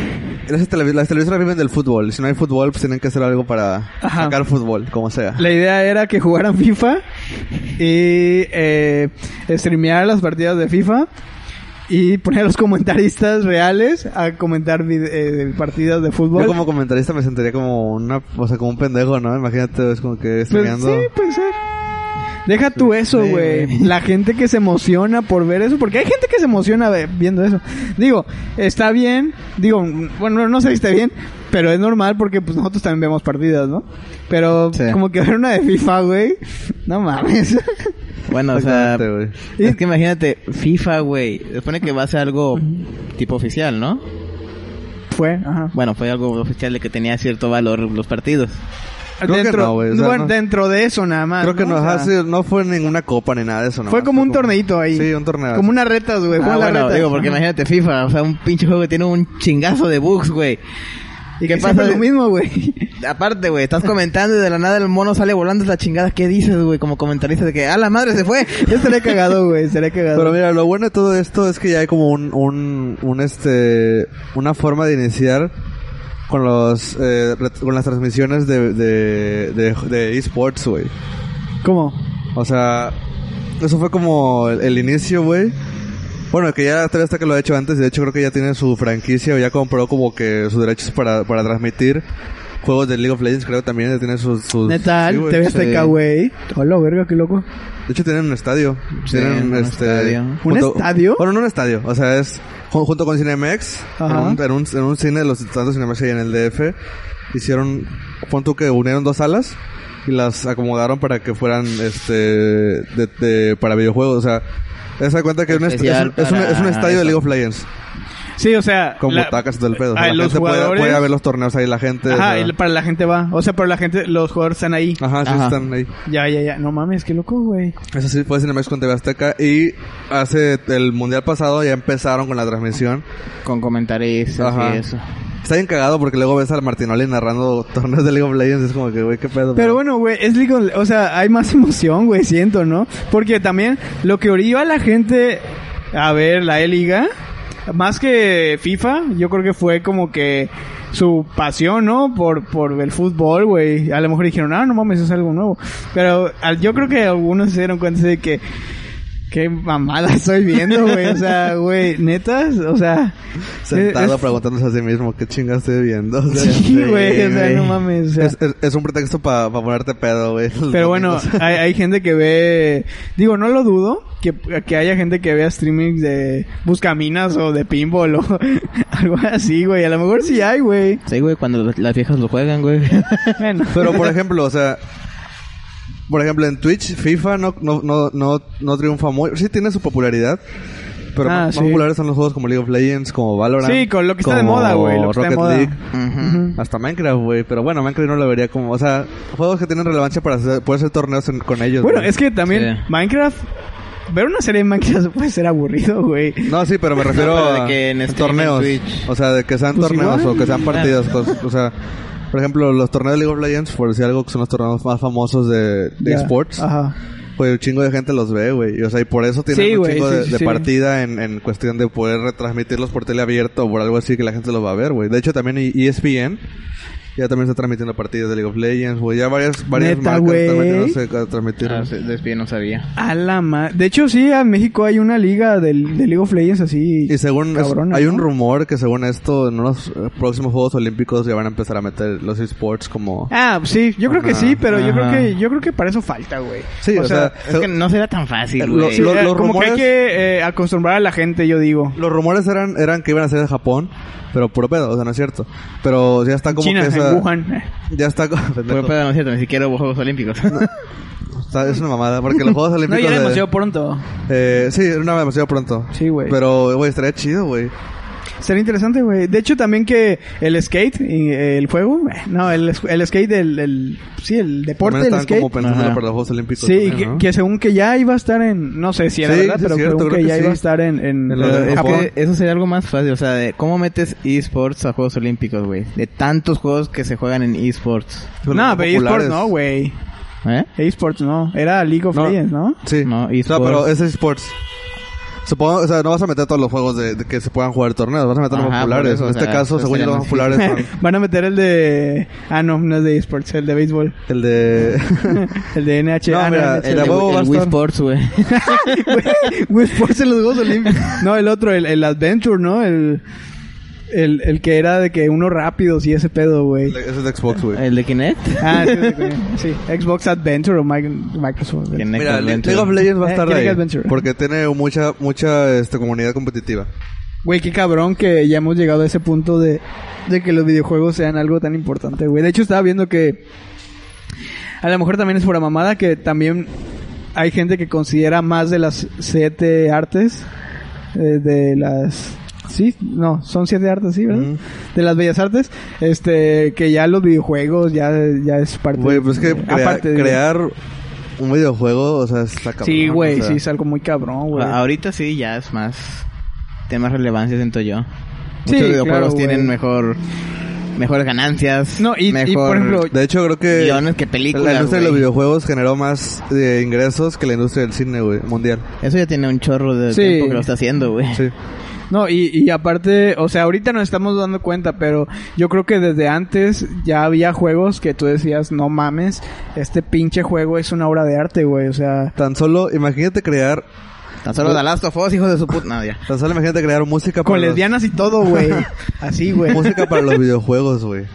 Las, televis- las televisoras viven del fútbol. y Si no hay fútbol, pues tienen que hacer algo para Ajá. sacar fútbol, como sea. La idea era que jugaran FIFA y eh, streamear las partidas de FIFA y poner a los comentaristas reales a comentar vid- eh, partidas de fútbol. Pues, Yo como comentarista me sentiría como una, o sea, como un pendejo, ¿no? Imagínate, es como que Pues, streameando. sí, puede ser. Deja tú eso, Sí, güey. güey. La gente que se emociona por ver eso, porque hay gente que se emociona ve- viendo eso. Digo, está bien, digo, mm, bueno, no sé si está bien, pero es normal porque pues nosotros también vemos partidas, ¿no? Pero Sí. como que ver una de FIFA, güey, no mames. Bueno, o sea, Exactamente, güey. es que imagínate, FIFA, güey. Se supone que va a ser algo tipo oficial, ¿no? Fue, ajá. Bueno, fue algo oficial de que tenía cierto valor los partidos. Creo que dentro, no, güey, o sea, bueno, no. dentro de eso nada más. Creo que no, O sea, ajá, sí, no fue ninguna copa ni nada de eso. Fue nomás, como un torneito ahí. Sí, un torneo. Como unas retas, güey. fue Ah, las bueno, retas. digo, porque Ajá. imagínate FIFA, o sea, un pinche juego que tiene un chingazo de bugs, güey. Y ¿Qué que pasa pasa de- lo mismo, güey. Aparte, güey, estás comentando y de la nada el mono sale volando esa chingada. ¿Qué dices, güey? Como comentarista de que, ah, la madre se fue. Yo estaré cagado, güey. Estaré cagado. Pero mira, lo bueno de todo esto es que ya hay como un, un, un, este, una forma de iniciar con los, eh, ret- con las transmisiones de, de, de, de esports, güey. ¿Cómo? O sea, eso fue como el, el inicio, güey. Bueno, que ya tal vez hasta que lo ha hecho antes, y de hecho creo que ya tiene su franquicia o ya compró como que sus derechos para, para transmitir juegos de League of Legends, creo también, ya tiene sus... sus Neta, Pues, sí, güey. te ves Sí. acá, güey. Hola, verga, qué loco. De hecho, tienen un estadio. Sí, tienen un este, estadio. ¿Un estadio? Bueno, no un estadio. O sea, es ju- junto con Cinemex. En Ajá. un, en, un, en un cine de los tantos Cinemex ahí en el DF. Hicieron. Pon tú que unieron dos salas. Y las acomodaron para que fueran. Este. De, de- para videojuegos. O sea. Te das cuenta que es un est- es, Especial un, es un- para es un estadio eso. de League of Legends. Sí, o sea. Con la- butacas y todo el pedo. O sea, Ah, la los gente puede- jugadores. Puede, ver los torneos ahí, la gente. Ajá, o sea. y para la gente va. O sea, pero la gente, los jugadores están ahí. Ajá, sí Ajá. están ahí. Ya, ya, ya. No mames, qué loco, güey. Eso sí, fue Cinemex con TV Azteca. Y hace el mundial pasado ya empezaron con la transmisión. Con comentaristas Ajá. y eso. Está bien cagado porque luego ves al Martinoli narrando torneos de League of Legends. Es como que, güey, qué pedo. Pero bueno, güey, es League of- O sea, hay más emoción, güey, siento, ¿no? Porque también lo que orilló a la gente a ver la E-Liga, más que FIFA, yo creo que fue como que su pasión, ¿no? Por, por el fútbol, güey. A lo mejor dijeron, ah, no mames, es algo nuevo. Pero al- yo creo que algunos se dieron cuenta de que... Qué mamada estoy viendo, güey. O sea, güey, netas, o sea... Sentado es- preguntándose a sí mismo, ¿qué chingas estoy viendo? O sea, Sí, güey, o sea, güey. no mames. O sea, es, es- es un pretexto para ponerte pedo, güey. Pero bueno, hay, hay gente que ve, digo, no lo dudo, que, que haya gente que vea streamings de Buscaminas o de Pinball o algo así, güey. A lo mejor sí hay, güey. Sí, güey, cuando las- las viejas lo juegan, güey. Bueno, Pero por ejemplo, o sea. Por ejemplo, en Twitch, FIFA no, no, no, no, no triunfa muy. Sí tiene su popularidad. Pero Ah, más, más sí. populares son los juegos como League of Legends, como Valorant. Sí, con lo que está de como moda, güey, lo que está de Rocket moda. League. Ujú. Hasta Minecraft, güey. Pero bueno, Minecraft no lo vería como... O sea, juegos que tienen relevancia para hacer, poder hacer torneos en- con ellos. bueno, güey. es que también Sí. Minecraft, ver una serie de Minecraft puede ser aburrido, güey. No, sí, pero me refiero pero de a que en a streaming, torneos. Twitch. O sea, de que sean Pues torneos igual. Ah. o que sean partidas. cos- o sea, por ejemplo, los torneos de League of Legends, por decir algo, que son los torneos más famosos de, de Ya. Ah, esports. Ajá. Pues un chingo de gente los ve, güey. Y, O sea, y por eso tienen Sí, un güey, chingo sí, de, sí, de sí. partida en, en cuestión de poder retransmitirlos por tele abierta o por algo así que la gente los va a ver, güey. De hecho, también E- ESPN ya también está transmitiendo partidas de League of Legends, güey. Ya varias, varias Neta, marcas están güey. metiéndose a transmitir. Ah, sí, despide, no sabía. A la ma... De hecho, sí, en México hay una liga del de League of Legends así. Y según es- cabrona, hay ¿no? un rumor que según esto en unos eh, próximos Juegos Olímpicos ya van a empezar a meter los esports como Ah, sí, yo creo que Ajá, sí, pero yo creo ajá. que yo creo que para eso falta, güey. Sí, o sea, Es que no será tan fácil, Lo- güey. Sí, lo- eh, los como rumores- que hay que eh, acostumbrar a la gente, yo digo. los rumores eran eran que iban a ser en Japón, pero puro pedo, o sea, no es cierto. Pero ya está como China, que esa- en Wuhan. ya está, co- Pero, pero no es cierto, ni siquiera hubo Juegos Olímpicos. O sea, es una mamada porque los Juegos No, Olímpicos ya era de- demasiado pronto. eh, sí, era una demasiado pronto. Sí, güey. Pero güey, estaría chido, güey. Sería interesante, güey. De hecho, también que el skate, y, eh, el juego, eh, no, el, el skate, el, el- sí, el deporte, También el están skate. como pensándolo Ajá. para los Juegos Olímpicos. Sí, y también, que, ¿no? que según que ya iba a estar en, no sé si era Sí, verdad, sí, es pero cierto, según creo que que ya sí. iba a estar en, en, En en lo de Es Japón. que eso sería algo más fácil, o sea, de cómo metes esports a Juegos Olímpicos, güey. De tantos juegos que se juegan en esports. Son No, los pero esports populares. no, güey. ¿Eh? Esports no. Era League of No. Legends, ¿no? Sí. No, o sea, esports. pero es esports. Supongo, o sea, no vas a meter todos los juegos de, de que se puedan jugar torneos, vas a meter Ajá, los más por populares. eso, en o este sea, pues caso, eso según yo, los más sería populares son Van a meter el de... Ah, no, no es de esports, el de béisbol. el de. El de NHL. No, ah, mira, NHL. el de huevo el va a Wii estar. Sports, güey. Güey, Güey, por ser los Juegos Olímpicos. No, el otro, el, el Adventure, ¿no? El, el, el que era de que uno rápido, sí, ese pedo, güey. Ese es de Xbox, güey. ¿El de Kinect? Ah, sí, sí, sí. Xbox Adventure o Mi- Microsoft. Kinect Mira, Le- Adventure. League of Legends va a Eh, estar Kinect ahí. Adventure. Porque tiene mucha, mucha este, comunidad competitiva. Güey, qué cabrón que ya hemos llegado a ese punto de, de que los videojuegos sean algo tan importante, güey. De hecho, estaba viendo que a lo mejor también es por la mamada que también hay gente que considera más de las siete artes eh, de las... Sí, no, son siete artes, sí, ¿verdad? Mm. de las bellas artes, este, que ya los videojuegos ya, ya es parte Güey, pues es que de- crea- eh, aparte de- crear un videojuego, o sea, está cabrón. Sí, güey, o sea. Ah, sí, es algo muy cabrón, güey. A- Ahorita sí, ya es más temas relevancia, siento yo. Sí, Muchos videojuegos claro, tienen güey. mejor mejores ganancias. No, y- y, por mejor ejemplo, De hecho, creo que guiones que películas. Eh, la industria de los güey. videojuegos generó más eh, ingresos que la industria del cine, güey, mundial. Eso ya tiene un chorro de Sí. tiempo que lo está haciendo, güey. Sí. No, y, y aparte, o sea, ahorita nos estamos dando cuenta, pero yo creo que desde antes ya había juegos que tú decías, no mames, este pinche juego es una obra de arte, güey, o sea... Tan solo, imagínate crear, Tan solo The Last of Us, hijo de su puta. No, ya. tan solo imagínate crear música para Con los- lesbianas y todo, güey. Así, güey. música para los videojuegos, güey.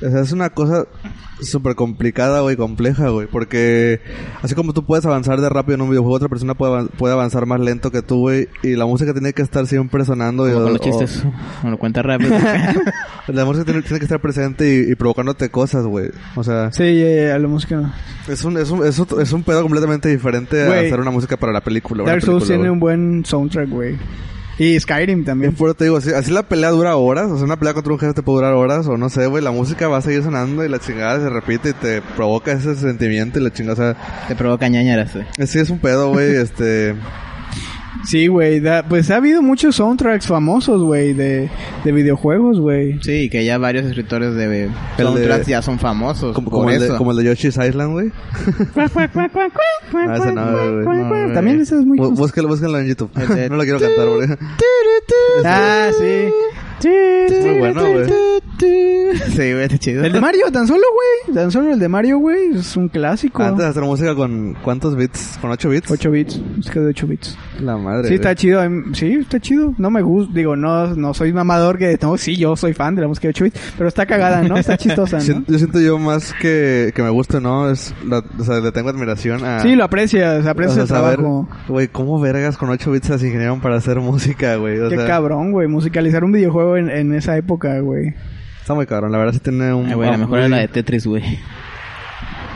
O sea, es una cosa súper complicada, güey, compleja, güey. Porque así como tú puedes avanzar de rápido en un videojuego, otra persona puede, avan- puede avanzar más lento que tú, güey. Y la música tiene que estar siempre sonando. Como y- con o- los chistes. oh. Me lo cuenta rápido. la música tiene, tiene que estar presente y, y provocándote cosas, güey. O sea, Sí, eh, a la música. es, un, es, un, es, otro- es un pedo completamente diferente a Güey. hacer una música para la película. una Dark Souls película, tiene güey. un buen soundtrack, güey. Y Skyrim Bien también. puro te digo, así, así la pelea dura horas, o sea, una pelea contra un jefe te puede durar horas, o no sé, güey, la música va a seguir sonando y la chingada se repite y te provoca ese sentimiento y la chingada, o sea, Te provoca ñañaras, güey. sí es un pedo, güey, este... Sí, güey. da- Pues ha habido muchos soundtracks famosos, güey, de, de videojuegos, güey. Sí, que ya varios escritores de de- soundtracks ya son famosos. Como, por como el Pues eso. de, como el de Yoshi's Island, güey. Ah, ese no, güey. No, güey. También ese es muy... Bú- Búscalo, búscalo en YouTube. El de- no lo quiero cantar, güey. Ah, sí. Muy bueno, güey. Sí, güey, está chido. El de Mario, tan solo, güey. Tan solo el de Mario, güey. Es un clásico. Antes de hacer música con... ¿Cuántos bits? ¿Con 8 bits? 8 bits. Es que de 8 bits. La madre, Sí, está güey. chido. a mí- Sí, está chido. No me gusta. Digo, no, no soy mamador que... No, sí, yo soy fan de la música de 8 bits. Pero está cagada, ¿no? Está chistosa, Sien- ¿no? Yo siento yo más que, que me gusta, ¿no? Es la- o sea, le tengo admiración a... Sí, lo aprecias. O Aprecias sea, el saber, trabajo. Güey, ¿cómo vergas con 8 bits las ingenieron para hacer música, güey? O Qué sea, cabrón, güey. Musicalizar un videojuego en, en esa época, güey. Está muy cabrón, la verdad sí tiene un... Ay, güey, la mejor muy- es la de Tetris, güey.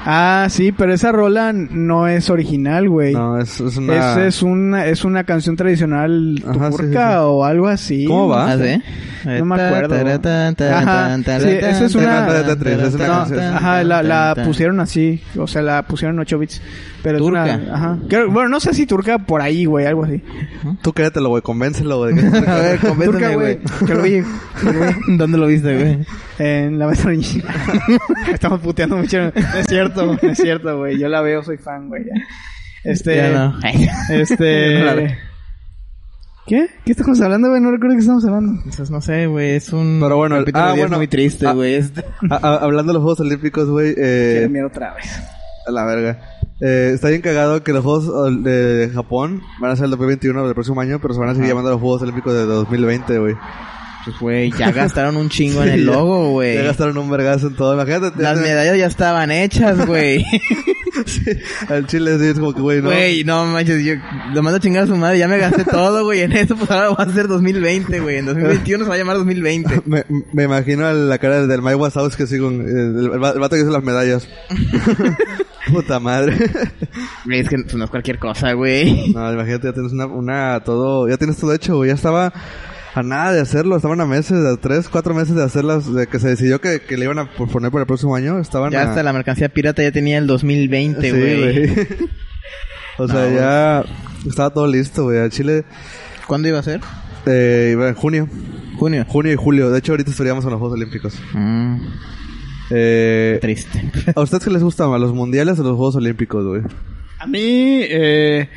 Ah, sí, pero esa rola n- no es original, güey. No, es, es una... Es, es una es una canción tradicional Ajá, sí, turca sí, sí. o algo así. ¿Cómo va? ¿Ah, sí? No me acuerdo. Ajá. Sí, esa es una- No, no, de Tetris, es una No, canción. ajá, la, la pusieron así, o sea, la pusieron 8 bits, pero es Turca. una- ajá. Creo- bueno, no sé si turca por ahí, güey, algo así. Tú créetelo, güey, convéncelo, güey. de que- A ver, Turca, convénceme, güey. güey. Que lo vi ¿Dónde lo viste, güey? en la maestra Niña. Estamos puteando mucho. No es cierto, güey, no es cierto, güey. Yo la veo, soy fan, güey. ya. Este Ya no. No la Este. ve. ¿Qué? ¿Qué estamos hablando, güey? No recuerdo qué estamos hablando. Entonces, no sé, güey, es un... Pero bueno, el- capítulo ah, de días bueno. muy triste, Ah. güey. este. A- a- hablando de los Juegos Olímpicos, güey, eh, Quiero mirar otra vez. a la verga. Eh, está bien cagado que los Juegos ol- de Japón van a ser el 2021 del próximo año, pero se van a seguir llamando los Juegos Olímpicos de 2020, güey. Pues, güey, ya gastaron un chingo en Sí, el ya- logo, güey. Ya gastaron un vergazo en todo. Imagínate. Las medallas ya estaban hechas, güey. Al chile, sí, es como que, güey, no. Güey, no manches, yo lo mando a chingar a su madre, ya me gasté todo, güey, en eso, pues ahora lo va a hacer 2020, güey. En 2021 se va a llamar 2020. Me, me imagino a la cara del Mike Wazowski que sigue con eh, el, el va- el vato que hizo las medallas. Puta madre. Güey, es que pues, no es cualquier cosa, güey. no, imagínate, ya tienes una, una todo, ya tienes todo hecho, güey. Ya estaba a nada de hacerlo, estaban a meses, a tres, cuatro meses de hacerlas, de que se decidió que, que le iban a poner para el próximo año, estaban Ya a- hasta la mercancía pirata ya tenía el 2020, Sí, güey. güey. o sea, No, ya estaba todo listo, güey. A Chile, ¿Cuándo iba a ser? eh, iba en junio, Junio. junio y julio. De hecho, ahorita estaríamos en los Juegos Olímpicos. Mm, Eh, triste. ¿A ustedes qué les gusta más, los mundiales o los Juegos Olímpicos, güey? A mí, eh,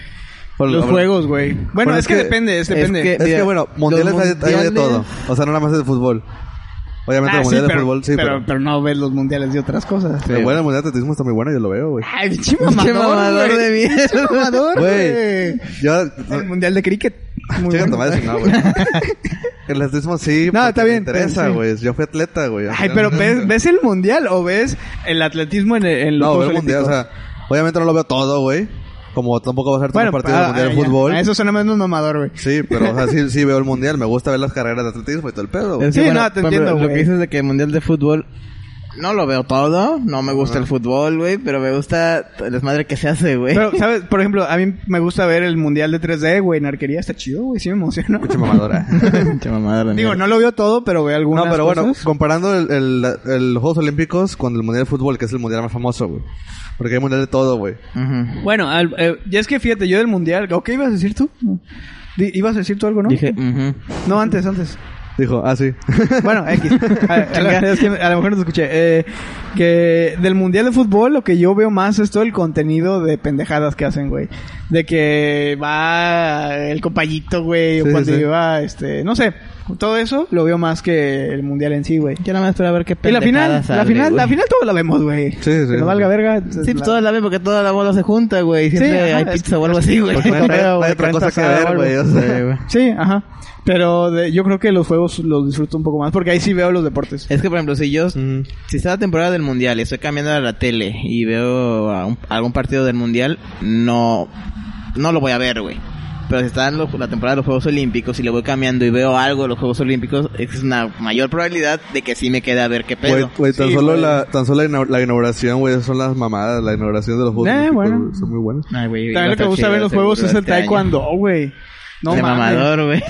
Bueno, los bueno, juegos, güey. Bueno, bueno, es, es que, que- depende, es depende. que- Es que Mira, bueno, mundiales, los hay- hay de mundiales- todo. O sea, no nada más de fútbol. Obviamente, Ah, los sí, mundiales pero, de fútbol, sí, pero. pero, pero no ves los mundiales de otras cosas. pero bueno, el mundial de atletismo está muy bueno, yo lo veo, güey. Ay, pinche Qué mamador güey. de mierda. Mamador, Güey, güey. yo. El mundial de cricket. Muy Chica, bueno. tu madre, no, güey. El atletismo sí. No, porque está me bien, interesa, pero sí. güey. Yo fui atleta, güey. Ay, pero ¿ves, ves el mundial o ves el atletismo en, el- en los No, veo Juegos el mundial, o Olímpicos? sea. Obviamente no lo veo todo, güey. Como tampoco va a ser todo bueno, el partido del ah, mundial ah, de ya. fútbol. Ah, Eso suena menos mamador, güey. Sí, pero, o sea, sí, sí veo el mundial. Me gusta ver las carreras de atletismo y todo el pedo, güey. Sí, no, te por ejemplo, entiendo, Lo que güey. dices de que el mundial de fútbol No lo veo todo, no me gusta el fútbol, güey, pero me gusta el desmadre que se hace, güey. Pero, ¿sabes? Por ejemplo, a mí me gusta ver el mundial de 3D, güey. En arquería está chido, güey. Sí me emociona. Pinche mamadora. Pinche mamada de la Digo, mierda. no lo veo todo, pero veo No, algunas pero bueno, cosas. comparando el, el- el Juegos Olímpicos con el Mundial de Fútbol, que es el mundial más famoso, güey. Porque hay mundial de todo, güey. Ujú. Bueno, al- eh, ya es que fíjate, yo del mundial... ¿O qué ibas a decir tú? Di- ¿Ibas a decir tú algo, no? Dije, ujú. No, antes, antes. Dijo, ah, sí. Bueno, X. A, a la- es que a lo mejor no te escuché. Eh, que del Mundial de Fútbol lo que yo veo más es todo el contenido de pendejadas que hacen, güey. De que va el compañito, güey, o Sí, cuando sí. iba, este, no sé. Todo eso lo veo más que el Mundial en sí, güey. Yo nada más espero a ver qué Y la final, pendejadas la sale, final, la güey. final todo la vemos, güey. Sí, sí, Que no sí. valga verga. Sí, pues la- toda la vez porque toda la bola se junta, güey. Siempre Sí, ajá, hay es- pizza o algo así, güey. Porque no hay, no hay Cotorreo, güey, otra carnita cosa que asada o ver, algo. güey. O sea, güey. Sí, ajá. Pero de- yo creo que los juegos los disfruto un poco más porque ahí sí veo los deportes. Es que, por ejemplo, si yo... Mm. Si está la temporada del Mundial y estoy cambiando a la tele y veo a un- algún partido del Mundial, no, no lo voy a ver, güey. Pero si está en lo- la temporada de los Juegos Olímpicos y le voy cambiando y veo algo de los Juegos Olímpicos, es una mayor probabilidad de que sí me quede a ver qué Güey, pedo. güey, tan, Sí, solo güey. la, tan solo la inau- la inauguración, güey, son las mamadas. La inauguración de los Juegos Eh, Olímpicos, bueno. güey, son muy buenas. Ay, güey, También lo que me gusta ver en los juegos es el taekwondo, oh, güey. No, No mames. este mamador, güey.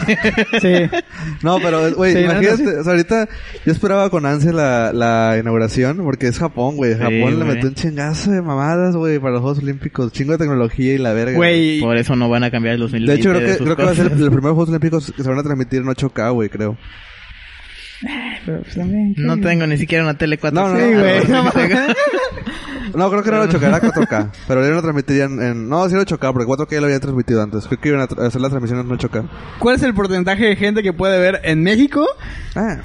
Sí. No, pero, güey, Sí, la neta, imagínate, sí. o sea, ahorita yo esperaba con ansia la, la inauguración, porque es Japón, güey. Japón le güey. metió un chingazo de mamadas, güey, para los Juegos Olímpicos. Chingo de tecnología y la verga. Güey, Por eso no van a cambiar los De hecho, creo que, creo que va a ser los primeros Juegos Olímpicos que se van a transmitir en 8K, güey, creo. Pero, pues, también, ¿qué? No tengo ni siquiera una tele Ah, 4 No, no, Sí, güey. No mames. No, creo que no era 8K, era 4K. Pero ya no transmitirían en... No, sí era 8K, porque 4K ya lo habían transmitido antes. Creo que iban a tra- hacer la transmisión en 8K. ¿Cuál es el porcentaje de gente que puede ver en México Ah,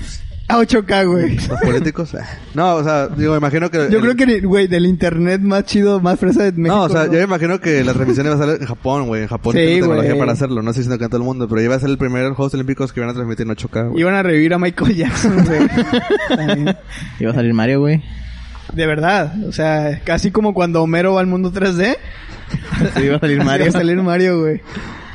a 8K, güey? los políticos. ah. No, o sea, digo, imagino que... Yo el- creo que, ni- güey, del internet más chido, más fresa de México. No, o sea, yo me imagino que la transmisión iba a ser en Japón, güey. En Japón Sí, tiene tecnología güey. para hacerlo. No sé si no que en todo el mundo, pero iba a ser el primer Juegos Olímpicos que iban a transmitir en 8K, güey. Iban a revivir a Michael Jackson, güey. También. Iba a salir Mario, güey. De verdad. O sea, casi como cuando Homero va al mundo 3D. Sí, iba a salir Mario. Mario. a salir Mario, güey.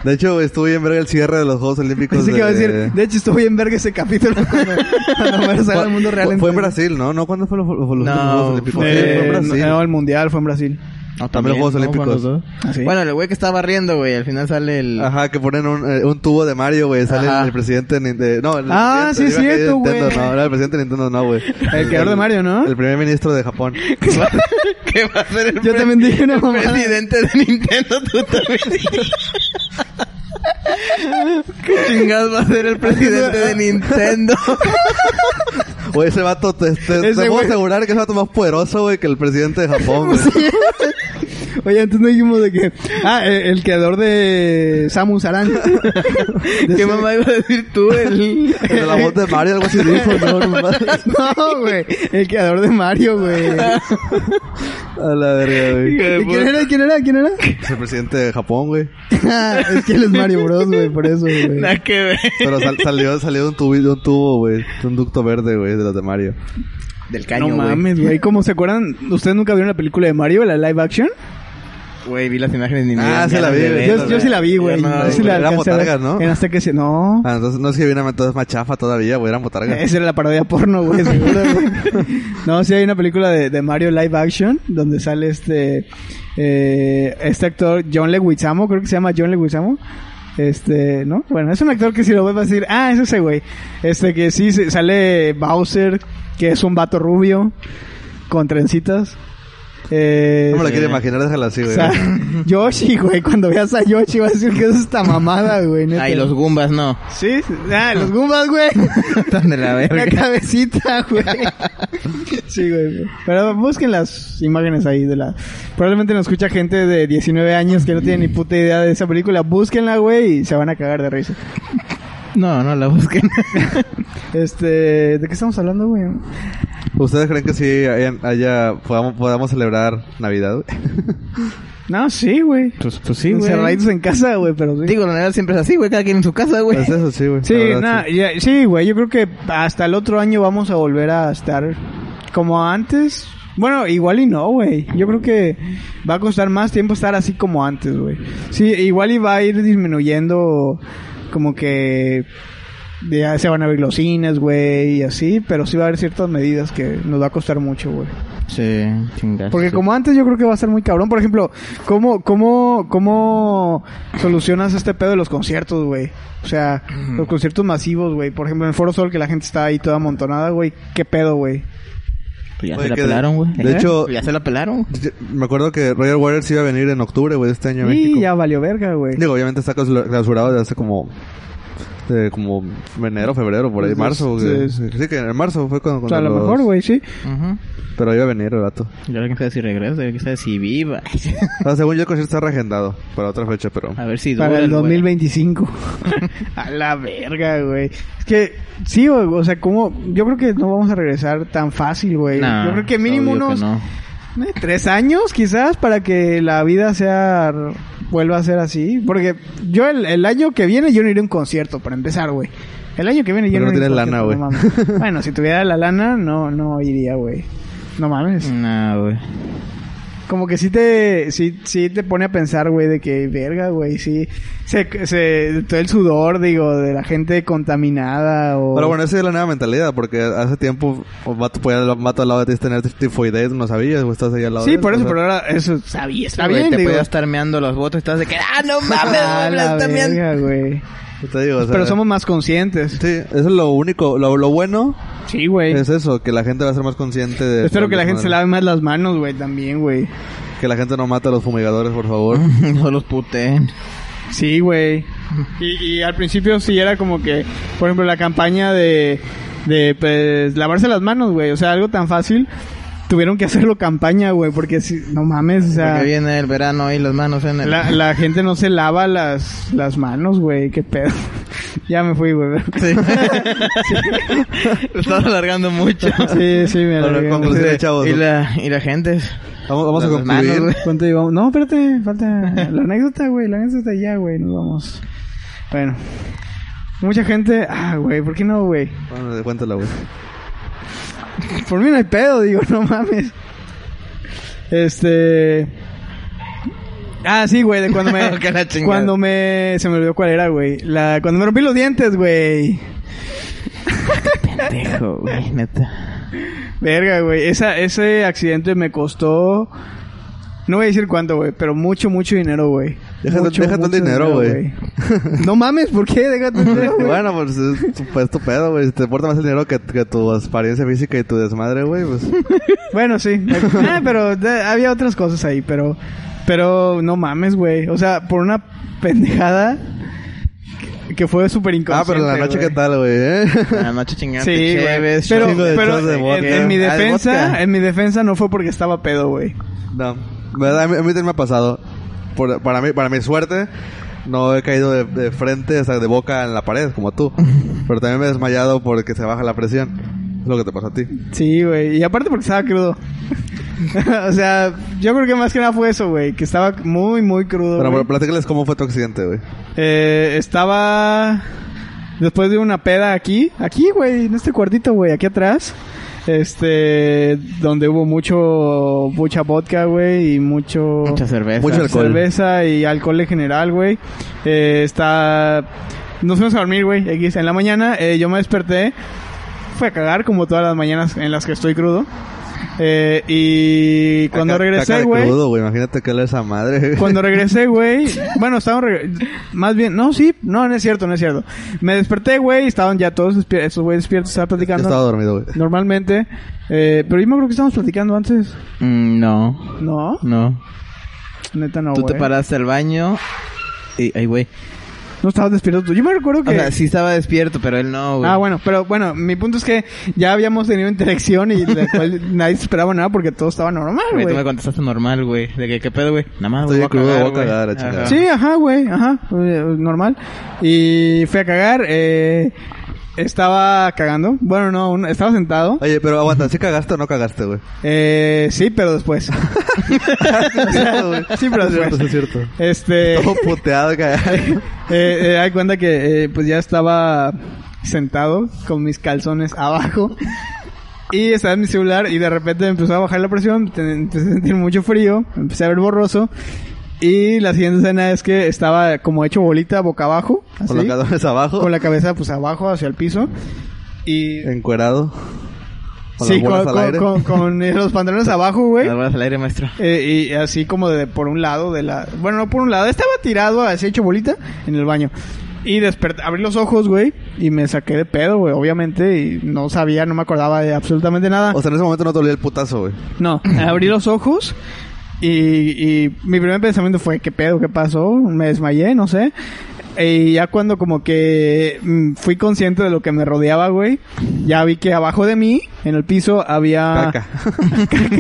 De hecho, güey, estuvo bien verga el cierre de los Juegos Olímpicos. Así que Pues de- va a decir, de hecho, estuvo bien verga ese capítulo cuando, cuando Homero sale al mundo real. Fue, fue en 3D. Brasil, ¿no? ¿No? ¿Cuándo fue los, los- los últimos No, Juegos Olímpicos? fue- Sí, fue en Eh, Brasil. no, el mundial fue en Brasil. No, También los Juegos ¿no? Fueron Olímpicos. los dos. Ah, sí. Bueno, el güey que está barriendo, güey. Al final sale el... Ajá, que ponen un, eh, un tubo de Mario, güey. Sale Ajá. el presidente de Nintendo. No, el Ah, sí presidente- es iba a decir cierto, Nintendo, güey. No, era el presidente de Nintendo, no, güey. El creador de Mario, ¿no? El primer ministro de Japón. ¿Qué va, qué va a ser el Yo pre- también dije una el mamada. presidente de Nintendo? ¿Tú también? ¿Qué chingados va a ser el presidente de Nintendo? Güey, ese vato, te, te, te Ese puedo güey. asegurar que es el vato más poderoso, güey, que el presidente de Japón, güey. Oye, antes no dijimos de que. Ah, eh, el, creador de Samus Aran. ¿Qué mamá iba a decir tú? El... De la voz de Mario, algo así dijo, no, no mames. No, güey. El creador de Mario, güey. A la verga, güey. Qué ¿Y quién era? ¿Quién era? ¿Quién era? Es el presidente de Japón, güey. Ah, es que él es Mario Bros, güey, por eso, güey. Nada que ver. Pero sal- salió, salió de un tubo, de un tubo, güey. De un ducto verde, güey, de los de Mario. Del No caño, güey. mames, güey. ¿Cómo se acuerdan? ¿Ustedes nunca vieron la película de Mario, la live action? Güey, vi las imágenes ni me Ah, dieron se la ganas vi, de güey. verlo, Yo, yo sí la vi, güey. Yo no, Yo sí la Eran alcancé a ver. botargas, ¿no? En hasta que se... No. Ah, entonces no es que viene entonces más chafa todavía, güey. Eran botargas. Esa era la parodia porno, güey. seguro, güey. no, sí hay una película de, de Mario live action donde sale este eh, este actor John Leguizamo, creo que se llama John Leguizamo. Este, ¿no? Bueno, es un actor que si lo ves vas a decir, ah, es ese güey. Este que sí se- sale Bowser, que es un vato rubio con trencitas. Eh, No me lo quiero Sí. imaginar, déjala así, o güey. sea, Yoshi, güey, cuando veas a Yoshi vas a decir que es esta mamada, güey. neta. Ay, los Goombas no. Sí, ah, los Goombas, güey. Están de la La verga. cabecita, güey. Sí, güey. Pero busquen las imágenes ahí de la... Probablemente nos escucha gente de 19 años que no tiene ni puta idea de esa película. Búsquenla, güey, y se van a cagar de risa. No, no la busquen. Este... ¿De qué estamos hablando, güey? ¿Ustedes creen que sí hayan- haya, podamos, podamos celebrar Navidad? güey? No, sí, güey. Pues, pues sí, Encerraditos en casa, güey, pero sí. Digo, la Navidad siempre es así, güey. Cada quien en su casa, güey. Pues eso sí, güey. Sí, la verdad, na- sí. ya- sí, güey. Yo creo que hasta el otro año vamos a volver a estar como antes. Bueno, igual y no, güey. Yo creo que va a costar más tiempo estar así como antes, güey. Sí, igual y va a ir disminuyendo como que Ya se van a abrir los cines, güey, y así, pero sí va a haber ciertas medidas que nos va a costar mucho, güey. Sí, chingas. Porque como antes yo creo que va a ser muy cabrón. Por ejemplo, ¿cómo, cómo, cómo solucionas este pedo de los conciertos, güey? O sea, los conciertos masivos, güey. Por ejemplo, en Foro Sol, que la gente está ahí toda amontonada, güey. ¿Qué pedo, güey? Pues ya Oye, se la que de- pelaron, güey. de ¿Eh? hecho- Ya se la pelaron. Me acuerdo que Roger Waters iba a venir en octubre, güey, de este año a México. Y ya valió verga, güey. Digo, obviamente está clausula- clausurado desde hace como... eh, como enero, febrero, por ahí, Pues, marzo. sí, güey. sí. Sí, que en marzo fue cuando... O sea, a lo cuando los- mejor, güey, sí. Ajá. Pero iba a venir el vato. Ya que sabe si regresa, ya que sabe si viva. O sea, según yo, el concierto está reagendado para otra fecha, pero... Ah, A ver si dura. Para el güey. 2025. a la verga, güey. Es que, sí, güey, o sea, como... Yo creo que no vamos a regresar tan fácil, güey. Nah, yo creo que mínimo obvio que unos... no. Eh, Tres años quizás para que la vida sea vuelva a ser así. Porque yo el, el año que viene yo no iré a un concierto para empezar, güey. El año que viene yo Pero no, no iré a un tienes lana, concierto, no güey. mames. bueno, si tuviera la lana no no iría, güey. No mames. Mm. Nah, güey. Como que sí te sí, sí te pone a pensar, güey, de que verga, güey, sí se, se todo el sudor, digo, de la gente contaminada o Pero bueno, esa es la nueva mentalidad, porque hace tiempo un vato, podía, un vato al lado de ti tener tifoides, no sabías, o estás ahí al lado de Sí, él, por o eso, sea, pero ahora eso sabía, está Güey, bien, Te digo. podías estar meando los votos y estás de que, ah, no mames, A güey, la está meando. verga, güey. te digo, o sea, Pero somos más conscientes. Sí, eso es lo único, lo, lo bueno Sí, güey. es eso, que la gente va a ser más consciente de... Espero que la gente se la... lave más las manos, güey, también, güey. Que la gente no mate a los fumigadores, por favor. Mm. No los puteen. Sí, güey. Y, y al principio sí era como que, por ejemplo, la campaña de, de pues, lavarse las manos, güey. O sea, algo tan fácil. Tuvieron que hacerlo campaña, güey, porque si, no mames, o sea, Porque viene el verano y las manos en el... la, la gente no se lava las, las manos, güey, qué pedo. ya me fui, güey. Sí. Lo estás alargando mucho. sí, sí, me Ahora, alargué, no conclusión. sé. Ustedes, chavos, y, ¿no? la, y la gente. Vamos, vamos a Las manos, concluir. güey. ¿Cuánto llevamos? No, espérate, falta la anécdota, güey. La anécdota ya, güey. Nos vamos. Bueno. Mucha gente... Ah, güey, ¿por qué no, güey? Bueno, cuéntala, güey. Por mí no hay pedo, digo, no mames. Este... Ah, sí, güey, de cuando me... Que la chingada. cuando me... Se me olvidó cuál era, güey. La... Cuando me rompí los dientes, güey. Pendejo, güey, neta. Verga, güey. Esa, ese accidente me costó... No voy a decir cuánto, güey, pero mucho, mucho dinero, güey. Deja- deja todo el dinero, güey. güey. no mames, ¿por qué? Deja todo el dinero, güey. bueno, pues es tu, pues, tu pedo, güey. Si te importa más el dinero que, que tu apariencia física y tu desmadre, güey, pues... Bueno, sí. Ah, pero de- había otras cosas ahí, pero... Pero no mames, güey. O sea, por una pendejada que- que fue súper Ah, inconsciente, pero en la noche, güey. ¿qué tal, güey? eh? La noche chingada. Sí, güey. chéves, Pero, chingo de pero shots de en, vodka. en mi Ah, de defensa, vodka. en mi defensa no fue porque estaba pedo, güey. No, ¿verdad? A mí, a mí también me ha pasado. Por- para, mí, para mi suerte, no he caído de, de frente, o sea, de boca en la pared, como tú. Pero también me he desmayado porque se baja la presión. Es lo que te pasó a ti. Sí, güey. Y aparte porque estaba crudo. o sea, yo creo que más que nada fue eso, güey. Que estaba muy, muy crudo. Pero, güey. bueno, platícales cómo fue tu accidente, güey. Eh, estaba después de una peda aquí, aquí, güey, en este cuartito, güey, aquí atrás. Este, donde hubo mucho, mucha vodka, güey, y mucho... Mucha cerveza. Mucho alcohol. Cerveza y alcohol en general, güey. Eh, está... Nos fuimos a dormir, güey. X. En la mañana eh, yo me desperté. Fue a cagar como todas las mañanas en las que estoy crudo. Eh, y cuando Caca- caca regresé, de güey... crudo, güey. Imagínate que era esa madre. güey. Cuando regresé, güey. Bueno, estaban. reg- Más bien, no, sí. No, no es cierto, no es cierto. Me desperté, güey. y Estaban ya todos despier- estos güeyes despiertos. Estaban Yo platicando. estaba dormido, güey. Normalmente. Eh, pero yo me acuerdo que estábamos platicando antes. Mm, no, No, no. neta no. Tú te Ah, güey. paraste al baño. Y, ay, güey. No estabas despierto tú. Yo me recuerdo que. O sea, sí estaba despierto, pero él no, güey. Ah, bueno, pero bueno, mi punto es que ya habíamos tenido interacción y la cual nadie esperaba nada porque todo estaba normal, Güey, tú me güey. contestaste normal, güey. De que, ¿qué pedo, güey? Nada más, Estoy güey. crudo, voy a güey. cagar, la chingada. Sí, ajá, güey, ajá, eh, normal. Y fui a cagar, eh, estaba cagando, bueno, no, un- estaba sentado. Oye, pero aguanta, ¿sí cagaste o no cagaste, güey? Eh, sí, pero después. Es cierto, güey. Sí, pero Es cierto, después. es cierto. Este, Todo puteado, cagado. eh, eh, hay cuenta que eh, pues ya estaba sentado con mis calzones abajo y estaba en mi celular y de repente me empezó a bajar la presión, te- empecé a sentir mucho frío, empecé a ver borroso Y la siguiente escena es que estaba como hecho bolita boca abajo. así, Con los cadones abajo, con la cabeza pues abajo hacia el piso. Y encuerado. Con sí, las bolas con, al con- aire. con- con, eh, los pantalones abajo, güey. Las bolas al aire, maestro. Eh, y así como de por un lado de la... Bueno, no por un lado. Estaba tirado, así hecho bolita, en el baño. Y desperté, abrí los ojos, güey. Y me saqué de pedo, güey, obviamente. Y no sabía, no me acordaba de absolutamente nada. O sea, en ese momento no te olía el putazo, güey. No, abrí los ojos y, y mi primer pensamiento fue, ¿qué pedo? ¿Qué pasó? Me desmayé, no sé. Y ya cuando como que mm, fui consciente de lo que me rodeaba, güey, ya vi que abajo de mí, en el piso, había Caca.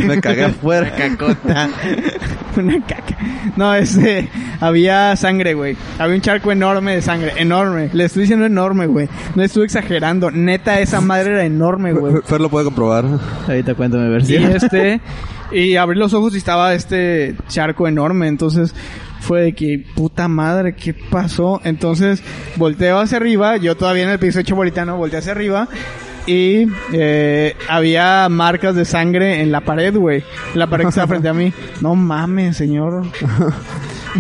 Me cagué afuera. Cacota. una caca. No, este, había sangre, güey. Había un charco enorme de sangre, enorme. Le estoy diciendo enorme, güey. No estuve exagerando. Neta, esa madre era enorme, eh, güey. Fer lo puede comprobar. Ahorita cuéntame, Y versión. este, y abrí los ojos y estaba este charco enorme. Entonces fue de que, puta madre, ¿qué pasó? Entonces volteo hacia arriba, yo todavía en el piso hecho bolita, ¿no? volteé hacia arriba. Y eh, había marcas de sangre en la pared, güey. En La pared que estaba frente a mí. No mames, señor.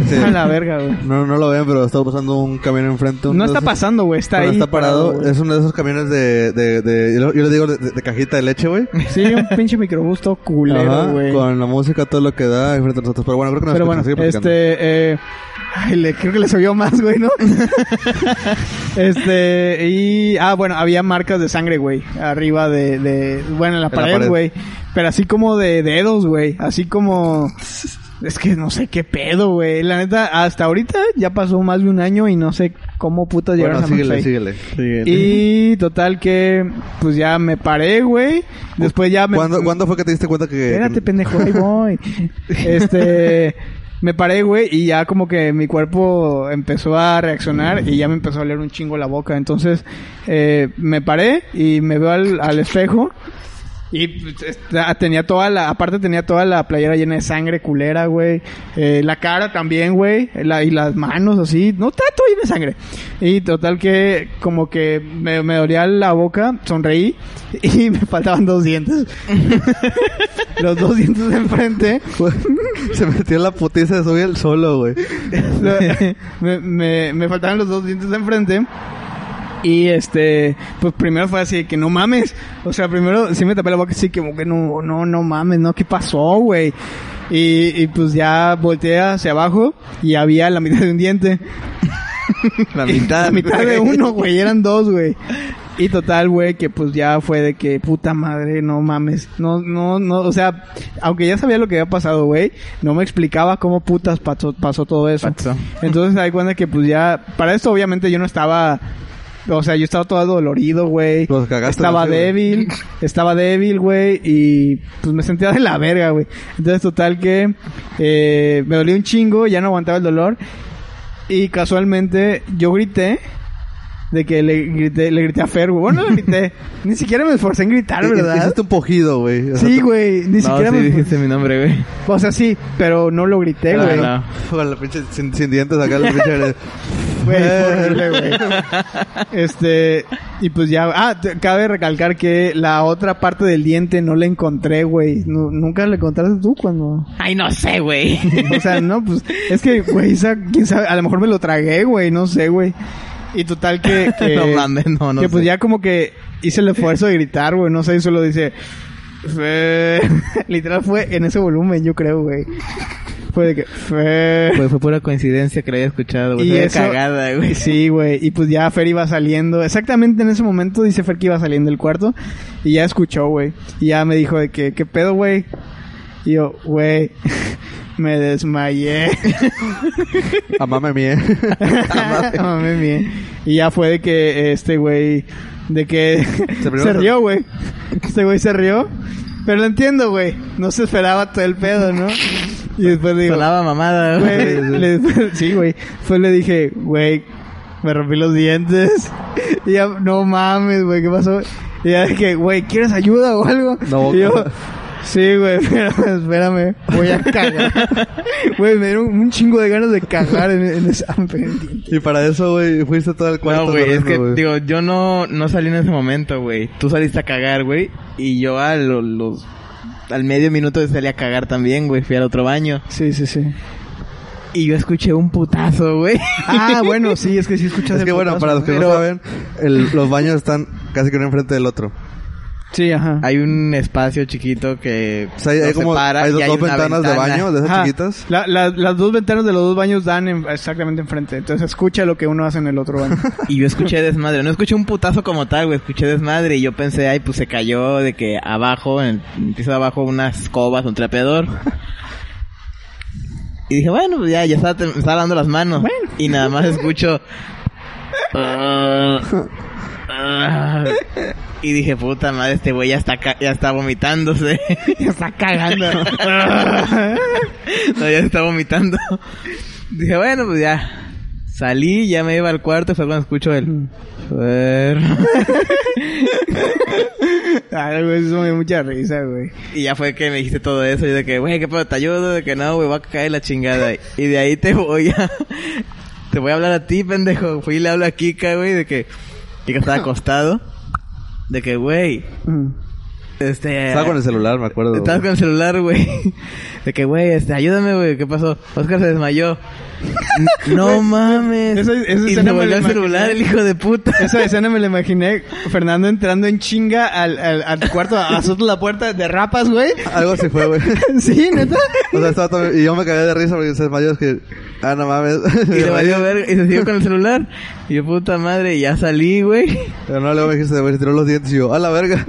Sí. A la verga, güey. No, no lo vean, pero está pasando un camión enfrente. un No de está esos- pasando, güey. Está pero ahí. está parado. güey. es uno de esos camiones de... de, de- yo, lo- yo le digo de, de- de cajita de leche, güey. Sí, un pinche microbús todo Ajá, culero, güey. Con la música, todo lo que da enfrente a nosotros. Pero bueno, creo que nos Pero bueno, escuchan, sigue platicando. este... Eh, ay, le, creo que le subió más, güey, ¿no? este... Y... Ah, bueno, había marcas de sangre, güey. Arriba de... de bueno, en la En la pared, pared. güey. Pero así como de dedos, güey. Así como... Es que no sé qué pedo, güey. La neta, hasta ahorita ya pasó más de un año y no sé cómo putas llegaron Bueno, a Monterrey. síguele, síguele. Y total que... Pues ya me paré, güey. Después ya me... ¿Cuándo, ¿Cuándo fue que te diste cuenta que... Espérate, pendejo, ahí voy. Este. Me paré, güey, y ya como que mi cuerpo empezó a reaccionar y ya me empezó a oler un chingo la boca. Entonces, eh, me paré y me veo al, al espejo. Y pues, esta- tenía toda la, aparte tenía toda la playera llena de sangre culera, güey. Eh, la cara también, güey. La- y las manos así. No, está todo lleno de sangre. Y total que como que me, me dolía la boca, sonreí y me faltaban dos dientes. Los dos dientes de enfrente. Se metió en la putiza de subir el solo, güey. Lo- me, me, me faltaban los dos dientes de enfrente. Y este, pues primero fue así de que no mames. O sea, primero sí me tapé la boca así que como que no, no, no mames, no, ¿qué pasó, güey? Y, y pues ya volteé hacia abajo y había la mitad de un diente. La mitad. La mitad de uno, güey. Eran dos, güey. Y total, güey, que pues ya fue de que puta madre, no mames. No, no, no, o sea, aunque ya sabía lo que había pasado, güey, no me explicaba cómo putas pasó, pasó todo eso. Pasó. Entonces, ahí cuenta que pues ya, para esto obviamente yo no estaba, o sea, yo estaba todo dolorido, güey. Los cagaste, Estaba ¿no? Sí, güey. débil, estaba débil, güey, y pues me sentía de la verga, güey. Entonces, total que eh, me dolía un chingo, ya no aguantaba el dolor. Y casualmente yo grité de que le grité, le grité a Fer, güey. Bueno, le grité. Ni siquiera me esforcé en gritar, ¿verdad? E- Hiciste un pojido, güey. O sea, Sí, tú- güey. Ni No, siquiera sí, me dijiste mi nombre, güey. O sea, sí, pero no lo grité, güey. Ah, Con la pinche sin, sin dientes acá, la pinche... Güey, fue horrible, güey. Este, y pues ya, ah, te- cabe recalcar que la otra parte del diente no la encontré, güey. Nu- nunca la encontraste tú cuando. Ay, no sé, güey. O sea, no, pues es que, güey, esa- quién sabe, a lo mejor me lo tragué, güey, no sé, güey. Y total que. que No mames, no, no Eh, que pues sé. ya como que hice el esfuerzo de gritar, güey, no sé, y solo dice. "Fe". Literal fue en ese volumen, yo creo, güey. Fue de que. "Fe". Fue, fue pura coincidencia que lo haya escuchado, güey. Y Fue eso- cagada, güey. Sí, güey. Y pues ya Fer iba saliendo. Exactamente en ese momento dice Fer que iba saliendo del cuarto. Y ya escuchó, güey. Y ya me dijo de que, ¿qué pedo, güey? Y yo, güey, me desmayé. Amame mía. Ah, Mame mía. Y ya fue de que este güey, de que se, Se rió. rió, güey. Este güey se rió. Pero lo entiendo, güey. No se esperaba todo el pedo, ¿no? Y después digo, Sonaba mamada, güey. Güey, le- sí, güey. Fue le dije, güey, me rompí los dientes. Y ya, no mames, güey, ¿qué pasó? Y ya dije, güey, ¿quieres ayuda o algo? No, y yo, boca. sí, güey, espérame, espérame, voy a cagar. Güey, me dieron un chingo de ganas de cagar en, en esa Y para eso, güey, fuiste todo el cuarto. No, güey, es corriendo, que, güey. digo, yo no, no salí en ese momento, güey. Tú saliste a cagar, güey. Y yo a lo- los... Al medio minuto salí a cagar también, güey. Fui al otro baño. Sí, sí, sí. Y yo escuché un putazo, güey. Ah, bueno, sí, es que sí escuchas Es el que bueno, putazo, para los que pero- no saben, el- los baños están casi que uno enfrente del otro. Sí, ajá. Hay un espacio chiquito que O sea, hay, nos hay como separa hay y dos, dos una ventanas de ventana. baño, de esas Ajá. chiquitas. La- la- las dos ventanas de los dos baños dan en- exactamente enfrente. Entonces escucha lo que uno hace en el otro baño. Y yo escuché desmadre. No escuché un putazo como tal, güey. Escuché desmadre. Y yo pensé, ay, pues se cayó de que abajo, en el piso de abajo, unas escobas, un trapeador. Y dije, bueno, pues ya, ya estaba, te- me estaba lavando las manos. Bueno. Y nada más escucho. "Ah, ah". y dije, puta madre, este güey ya está, ca- ya está vomitándose. Ya está cagando. No, ya estaba vomitando. Dije, bueno, pues ya. Salí, ya me iba al cuarto, fue cuando escucho el... "Fer". Ay, güey, eso me dio mucha risa, güey. y ya fue que me dijiste todo eso. Y de que, güey, qué pedo, te ayudo. De que no, güey, va a caer la chingada. Y de ahí te voy a... Te voy a hablar a ti, pendejo. Fui y le hablo a Kika, güey, de que... Kika estaba acostado. De que, güey, Mm. este... Eh. Estaba con el celular, me acuerdo. Estabas con güey. el celular, güey. De que, güey, este, ayúdame, güey. ¿Qué pasó? Oscar se desmayó. N- No mames. esa- esa y escena se me volvió la el celular, el hijo de puta. Esa escena me la imaginé Fernando entrando en chinga al, al, al cuarto, azota la puerta, derrapas, güey. Algo así fue, güey. Sí, neta. O sea, estaba todo- y yo me cagué de risa porque se desmayó. Es que, ah, no mames. Y le valió ver y se siguió con el celular. Y yo, puta madre, y ya salí, güey. Pero no, luego me dijiste, güey, se tiró los dientes y yo, a la verga.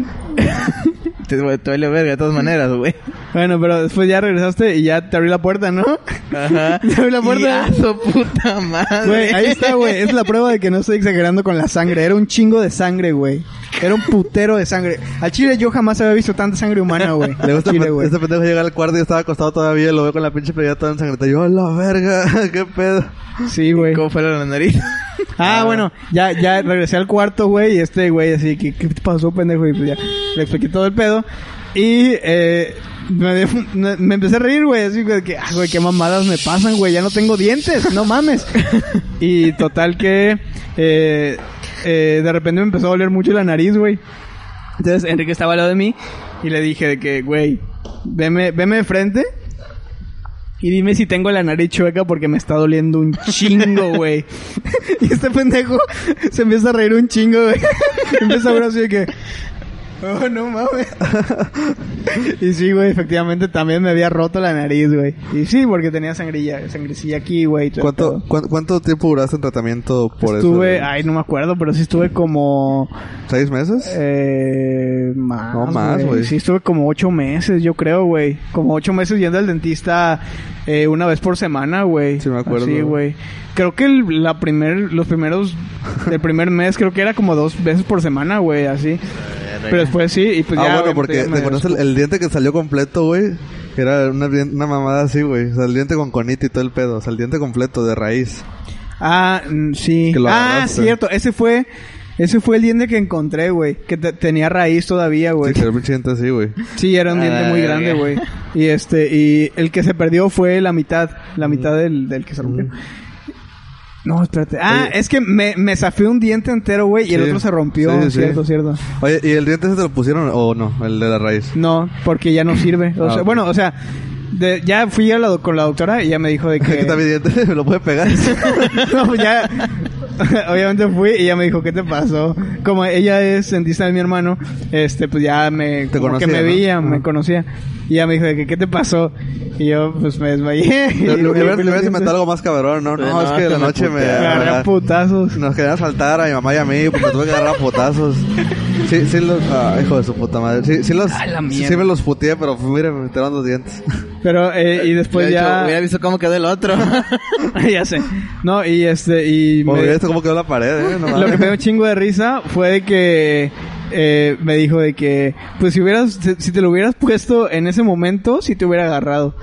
Te, te valió verga de todas maneras, güey. Bueno, pero después ya regresaste y ya te abrí la puerta, ¿no? Ajá. Te abrí la puerta. Y a su puta madre. Güey, ahí está, güey. Es la prueba de que no estoy exagerando con la sangre. Era un chingo de sangre, güey. Era un putero de sangre. Al chile yo jamás había visto tanta sangre humana, güey. Le Al gusta chile, güey. este pendejo llegar al cuarto y estaba acostado todavía. Lo veo con la pinche playera toda ensangrentada. Yo, a la verga, qué pedo. Sí, güey. ¿Cómo fue la nariz? Ah, bueno, ya, ya regresé al cuarto, güey, y este güey así, ¿qué, qué te pasó, pendejo? Y pues ya, le expliqué todo el pedo. Y eh, me, dio- me- me empecé a reír, güey, así güey, que, ah, güey, qué mamadas me pasan, güey, ya no tengo dientes, no mames. Y total que eh, eh, de repente me empezó a doler mucho la nariz, güey. Entonces Enrique estaba al lado de mí y le dije de que, güey, veme, veme de frente y dime si tengo la nariz chueca porque me está doliendo un chingo, güey. y este pendejo se empieza a reír un chingo, güey. empieza a hablar así de que... Oh, no mames. y sí, güey, efectivamente también me había roto la nariz, güey. Y sí, porque tenía sangrilla, sangrecilla aquí, güey. y todo el ¿Cuánto, pedo. cuán- ¿Cuánto tiempo duraste en tratamiento por Estuve, eso? ay, no me acuerdo, pero sí estuve como... ¿Seis meses? Eh, más. No, más, güey. Sí, estuve como ocho meses, yo creo, güey. Como ocho meses yendo al dentista eh, una vez por semana, güey. Sí, me acuerdo. Sí, güey. Creo que el- la primer, los primeros, el primer mes, creo que era como dos veces por semana, güey, así. Pero después sí, y pues Eh, ah, ya. bueno, obviamente, porque ya me te acuerdas el, el diente que salió completo, güey. Que Era una, bien- una mamada así, güey. O sea, el diente con conita y todo el pedo. O sea, el diente completo de raíz. Ah, mm, sí. Que lo Ah, agarraste. cierto. Ese fue, ese fue el diente que encontré, güey. Que te- tenía raíz todavía, güey. Sí, que era un pinche diente así, güey. Sí, era un diente Ah, muy verga. grande, güey. Y este, y el que se perdió fue la mitad, la mitad del, del que se rompió. No, espérate. Ah, es que me, me zafé un diente entero, güey, y el Sí. otro se rompió. Sí, sí, sí. cierto, cierto. Oye, ¿y el diente ese te lo pusieron o no? El de la raíz. No, porque ya no sirve. O Ah, sea, ok. Bueno, o sea, de- ya fui a la do- con la doctora y ya me dijo de Aquí que... está mi diente, me lo puede pegar. no, pues ya... Obviamente fui y ella me dijo, ¿qué te pasó? Como ella es dentista de mi hermano, este, pues ya me... Te como que conocía, me ¿no? Ah. veía, me Ajá. conocía. Y ella me dijo, de que, ¿qué te pasó? Y yo, pues me desmayé. Y Le me rompí le hubieras le los hubieras dientes. inventado algo más cabrón, ¿no? No, No, es que hasta la me noche me... puteé. Me agarré a putazos. Nos querían saltar a mi mamá y a mí, pues me tuve que agarrar a putazos. Sí, sí los... Ah, hijo de su puta madre. Sí, sí los... A la Sí, mierda. sí me los puteé, pero pues, mira, me metieron los dientes. Pero, eh, y después Le he dicho, ya... Hubiera visto cómo quedó el otro. ya sé. No, y este, y... me- Como mira esto cómo quedó la pared, ¿eh? No Lo que mames. me dio un chingo de risa fue de que eh, me dijo de que, pues si hubieras, si- si te lo hubieras puesto en ese momento, sí te hubiera agarrado.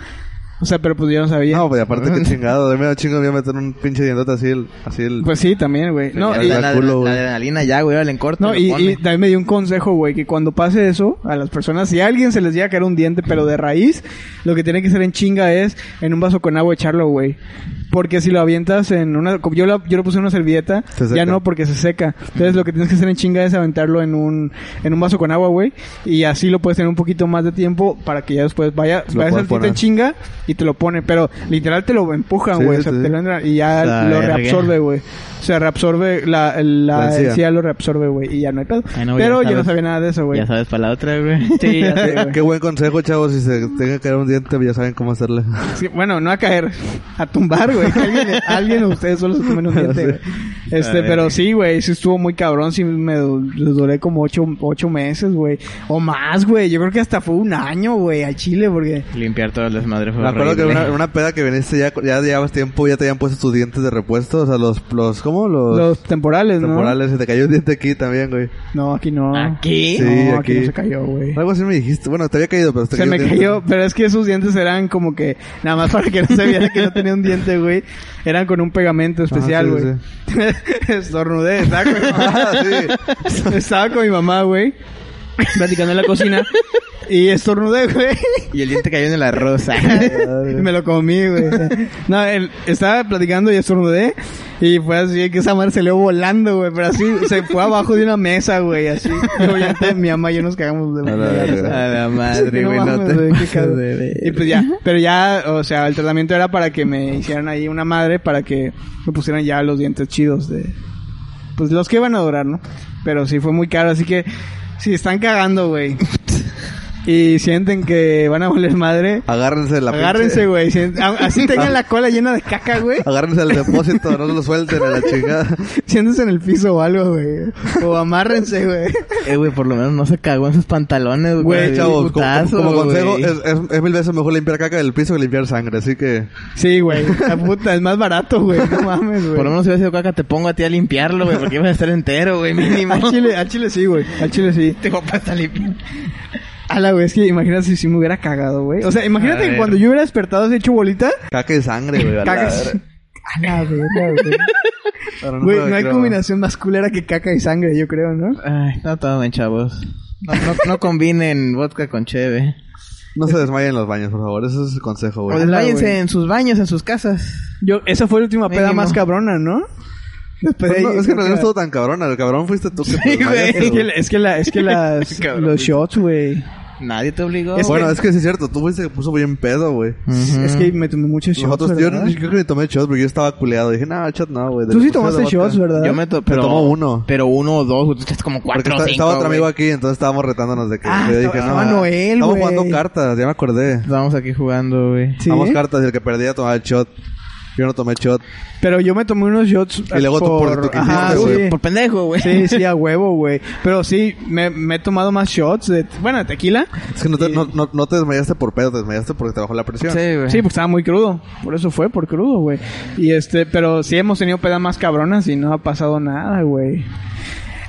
O sea, pero pues yo no sabía. No, pues y aparte qué chingado. De medio chingo me iba a meter un pinche dientote así el... Así el... Pues sí, también, güey. No, la, y, la- la- culo, la güey. adrenalina ya, güey, ahora le encorta. no, lo y, pone. y también me dio un consejo, güey, que cuando pase eso, a las personas, si a alguien se les llega a caer un diente, pero de raíz, lo que tiene que hacer en chinga es en un vaso con agua echarlo, güey. Porque si lo avientas en una... como Yo lo, yo lo puse en una servilleta, Se seca. ya no porque se seca. Entonces lo que tienes que hacer en chinga es aventarlo en un, en un vaso con agua, güey. Y así lo puedes tener un poquito más de tiempo para que ya después vaya, Te lo vayas puedes al tinte poner. en chinga y te lo pone. Pero literal te lo empujan, Sí, güey. o sí, sea, sí. te lo entran y ya La lo verga. reabsorbe, güey. O sea, reabsorbe la, la, La encía. encía lo reabsorbe, güey. Y ya no hay pedo. Ay, no, ya Pero yo no sabes. sabía nada de eso, güey. Ya sabes para la otra, güey. Sí, ya sé, Qué, güey. qué buen consejo, chavos. Si se tenga que caer un diente, pues ya saben cómo hacerle. Es que, bueno, no a caer, a tumbar, güey. que Alguien, alguien de ustedes solo se comen un diente, güey. A Este, ver. pero sí, güey, sí estuvo muy cabrón. Sí, me du- duré como ocho, ocho meses, güey. O más, güey. Yo creo que hasta fue un año, güey, a Chile, porque... Limpiar todo el desmadre fue Me acuerdo que en horrible. una, en una peda que viniste ya, ya llevabas tiempo, ya te habían puesto tus dientes de repuesto. O sea, los, los ¿cómo? Los, Los temporales, ¿no? Pues, temporales. Se te cayó un diente aquí también, güey. No, aquí no. ¿Aquí? Sí, No, aquí aquí. no se cayó, güey. Algo así me dijiste. Bueno, te había caído, pero se te Se me un diente. cayó, pero es que esos dientes eran como que, nada más para que no se viera que no tenía un diente, güey. Eran con un pegamento especial, Ah, sí, güey. Estornudé, estaba con mi mamá. Ah, Estaba con mi mamá, güey. Platicando en la cocina. Y estornudé, güey. Y el diente cayó en la rosa. Y me lo comí, güey. No, él- estaba platicando y estornudé. Y fue así que esa madre se leó volando, güey. Pero así se fue abajo de una mesa, güey. Así. Y obviamente mi mamá y yo nos cagamos de A la A verga. la madre, No güey. mames, No te güey, qué pases cabrón. de ver. Y pues ya, pero ya, o sea, el tratamiento era para que me hicieran ahí una madre para que me pusieran ya los dientes chidos de pues los que iban a durar, ¿no? Pero sí fue muy caro, así que si están cagando, güey. Y sienten que van a valer madre. Agárrense la pinche- agárrense, güey. si- a- Así tengan la cola llena de caca, güey. Agárrense al depósito, no se lo suelten a la chingada. Siéntense en el piso o algo, güey. O amárrense, güey. Eh, güey, por lo menos no se cagó en sus pantalones, güey. Güey, chavos, como, Putazo, como consejo, güey. es, es- es mil veces mejor limpiar caca del piso que limpiar sangre. Así que, Sí, güey. La puta, es más barato, güey. No mames, güey. Por lo menos si hubiera sido caca, te pongo a ti a limpiarlo, güey, porque ibas a estar entero, güey, mínimo. A Chile, a Chile sí, güey. A Chile sí. Te voy a pasar limpio. Ala, güey, es que imagínate si, si me hubiera cagado, güey. O sea, A imagínate que ver. cuando yo hubiera despertado así hecho bolita, caca y sangre, güey. a la cagas. verga. A la verga, güey. Pero Güey, me no hay creo. combinación más culera que caca y sangre, yo creo, ¿no? Ay, no tomen, chavos. No, no, no combinen vodka con cheve. No se desmayen en los baños, por favor. Ese es el consejo, O güey. desváyense güey. en sus baños, en sus casas. Yo, esa fue la última peda Mínimo. más cabrona, ¿no? Después Pues de no, ahí, es que creo en realidad no estuvo tan cabrón. El cabrón fuiste tú. que te Sí, güey. desmayaste, es que, es que, la, es que las, Cabrón. los shots, güey. Nadie te obligó. Es bueno, que- es que sí es cierto. Tú fuiste que puso bien pedo, güey. Es que me tomé muchos shots. Nosotros, yo ¿verdad? no- yo creo que ni tomé shots porque yo estaba culeado. Dije, no, shot no, güey. Tú sí tomaste shots, ¿verdad? Yo me to- Me pero, tomó uno. Pero uno o dos, güey, tú echaste como Porque cuatro o esta- cinco. estaba otro amigo güey. aquí, entonces estábamos retándonos de que. Ah, yo estaba- estaba Noel, Estamos güey. jugando cartas, ya me acordé. Estábamos aquí jugando, güey. Sí, Jugamos cartas y el que perdía tomaba el shot. Yo no tomé shot. pero yo me tomé unos shots. Y luego tú por tu Ajá, quince, güey. sí. Por pendejo, güey. Sí, sí, a huevo, güey. Pero sí, me, me he tomado más shots de, bueno, de tequila. Es que no te, Y- no, no, no te desmayaste por pedo, te desmayaste porque te bajó la presión. Sí, güey. Sí, porque estaba muy crudo. Por eso fue, por crudo, güey. Y este, pero sí hemos tenido pedas más cabronas y no ha pasado nada, güey.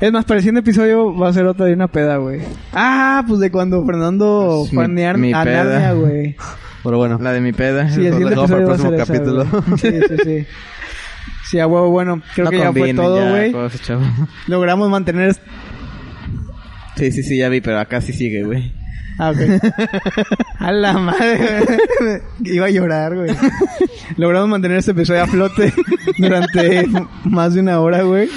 Es más, para el siguiente episodio va a ser otra de una peda, güey. Ah, pues de cuando Fernando Pues mi- fue a Near- mi a peda. Narnia, güey. Pero bueno. La de mi peda. Sí, el Eso lo siguiente dejamos episodio va a para ser el esa, próximo güey. Sí, sí, sí. Sí, a huevo, bueno. Creo No que ya fue combinen todo, ya, güey. cosas, chavo. Logramos mantener... Sí, sí, sí, ya vi, pero acá sí sigue, güey. Ah, ok. A la madre. güey. Iba a llorar, güey. Logramos mantener este episodio a flote durante más de una hora, güey.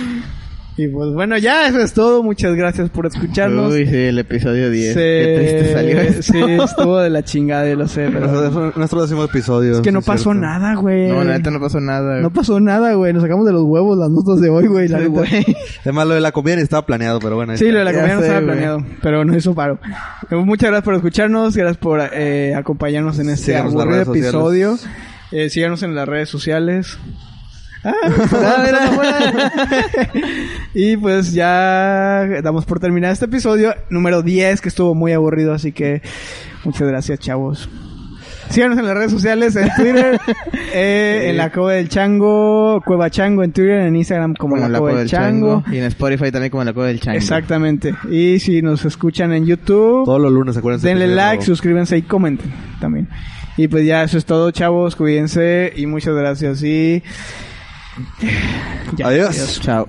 Y pues bueno, ya eso es todo. Muchas gracias por escucharnos. Uy, sí, el episodio 10. Qué triste salió Se... esto. Sí, estuvo de la chingada, yo lo sé, Nuestro, pero... es nuestro décimo episodio. Es que sí no es pasó cierto. nada, güey. No, la neta no pasó nada. No güey. pasó nada, güey. Nos sacamos de los huevos las notas de hoy, güey. la Sí, neta. güey. Además, lo de la comida ni estaba planeado, pero bueno. ahí Sí, está. lo de la Ya comida no sé, estaba güey. planeado, pero no hizo paro. Eh, Muchas gracias por escucharnos, gracias por eh, acompañarnos en este Síganos en las aburrido redes sociales. episodio. Eh, síganos en las redes sociales. Ah, mira, y pues ya damos por terminado este episodio número 10 que estuvo muy aburrido, así que muchas gracias chavos. Síganos en las redes sociales, en Twitter, eh, en la Cueva del Chango, Cueva Chango en Twitter, en Instagram como, la, Cueva del Chango. Y en Spotify también como la Cueva del Chango. Exactamente. Y si nos escuchan en YouTube, Todos los lunes, acuérdense. denle que- like, suscríbanse y comenten también. Y pues ya eso es todo, chavos. Cuídense y muchas gracias. Y. Ya, Adiós. Chao.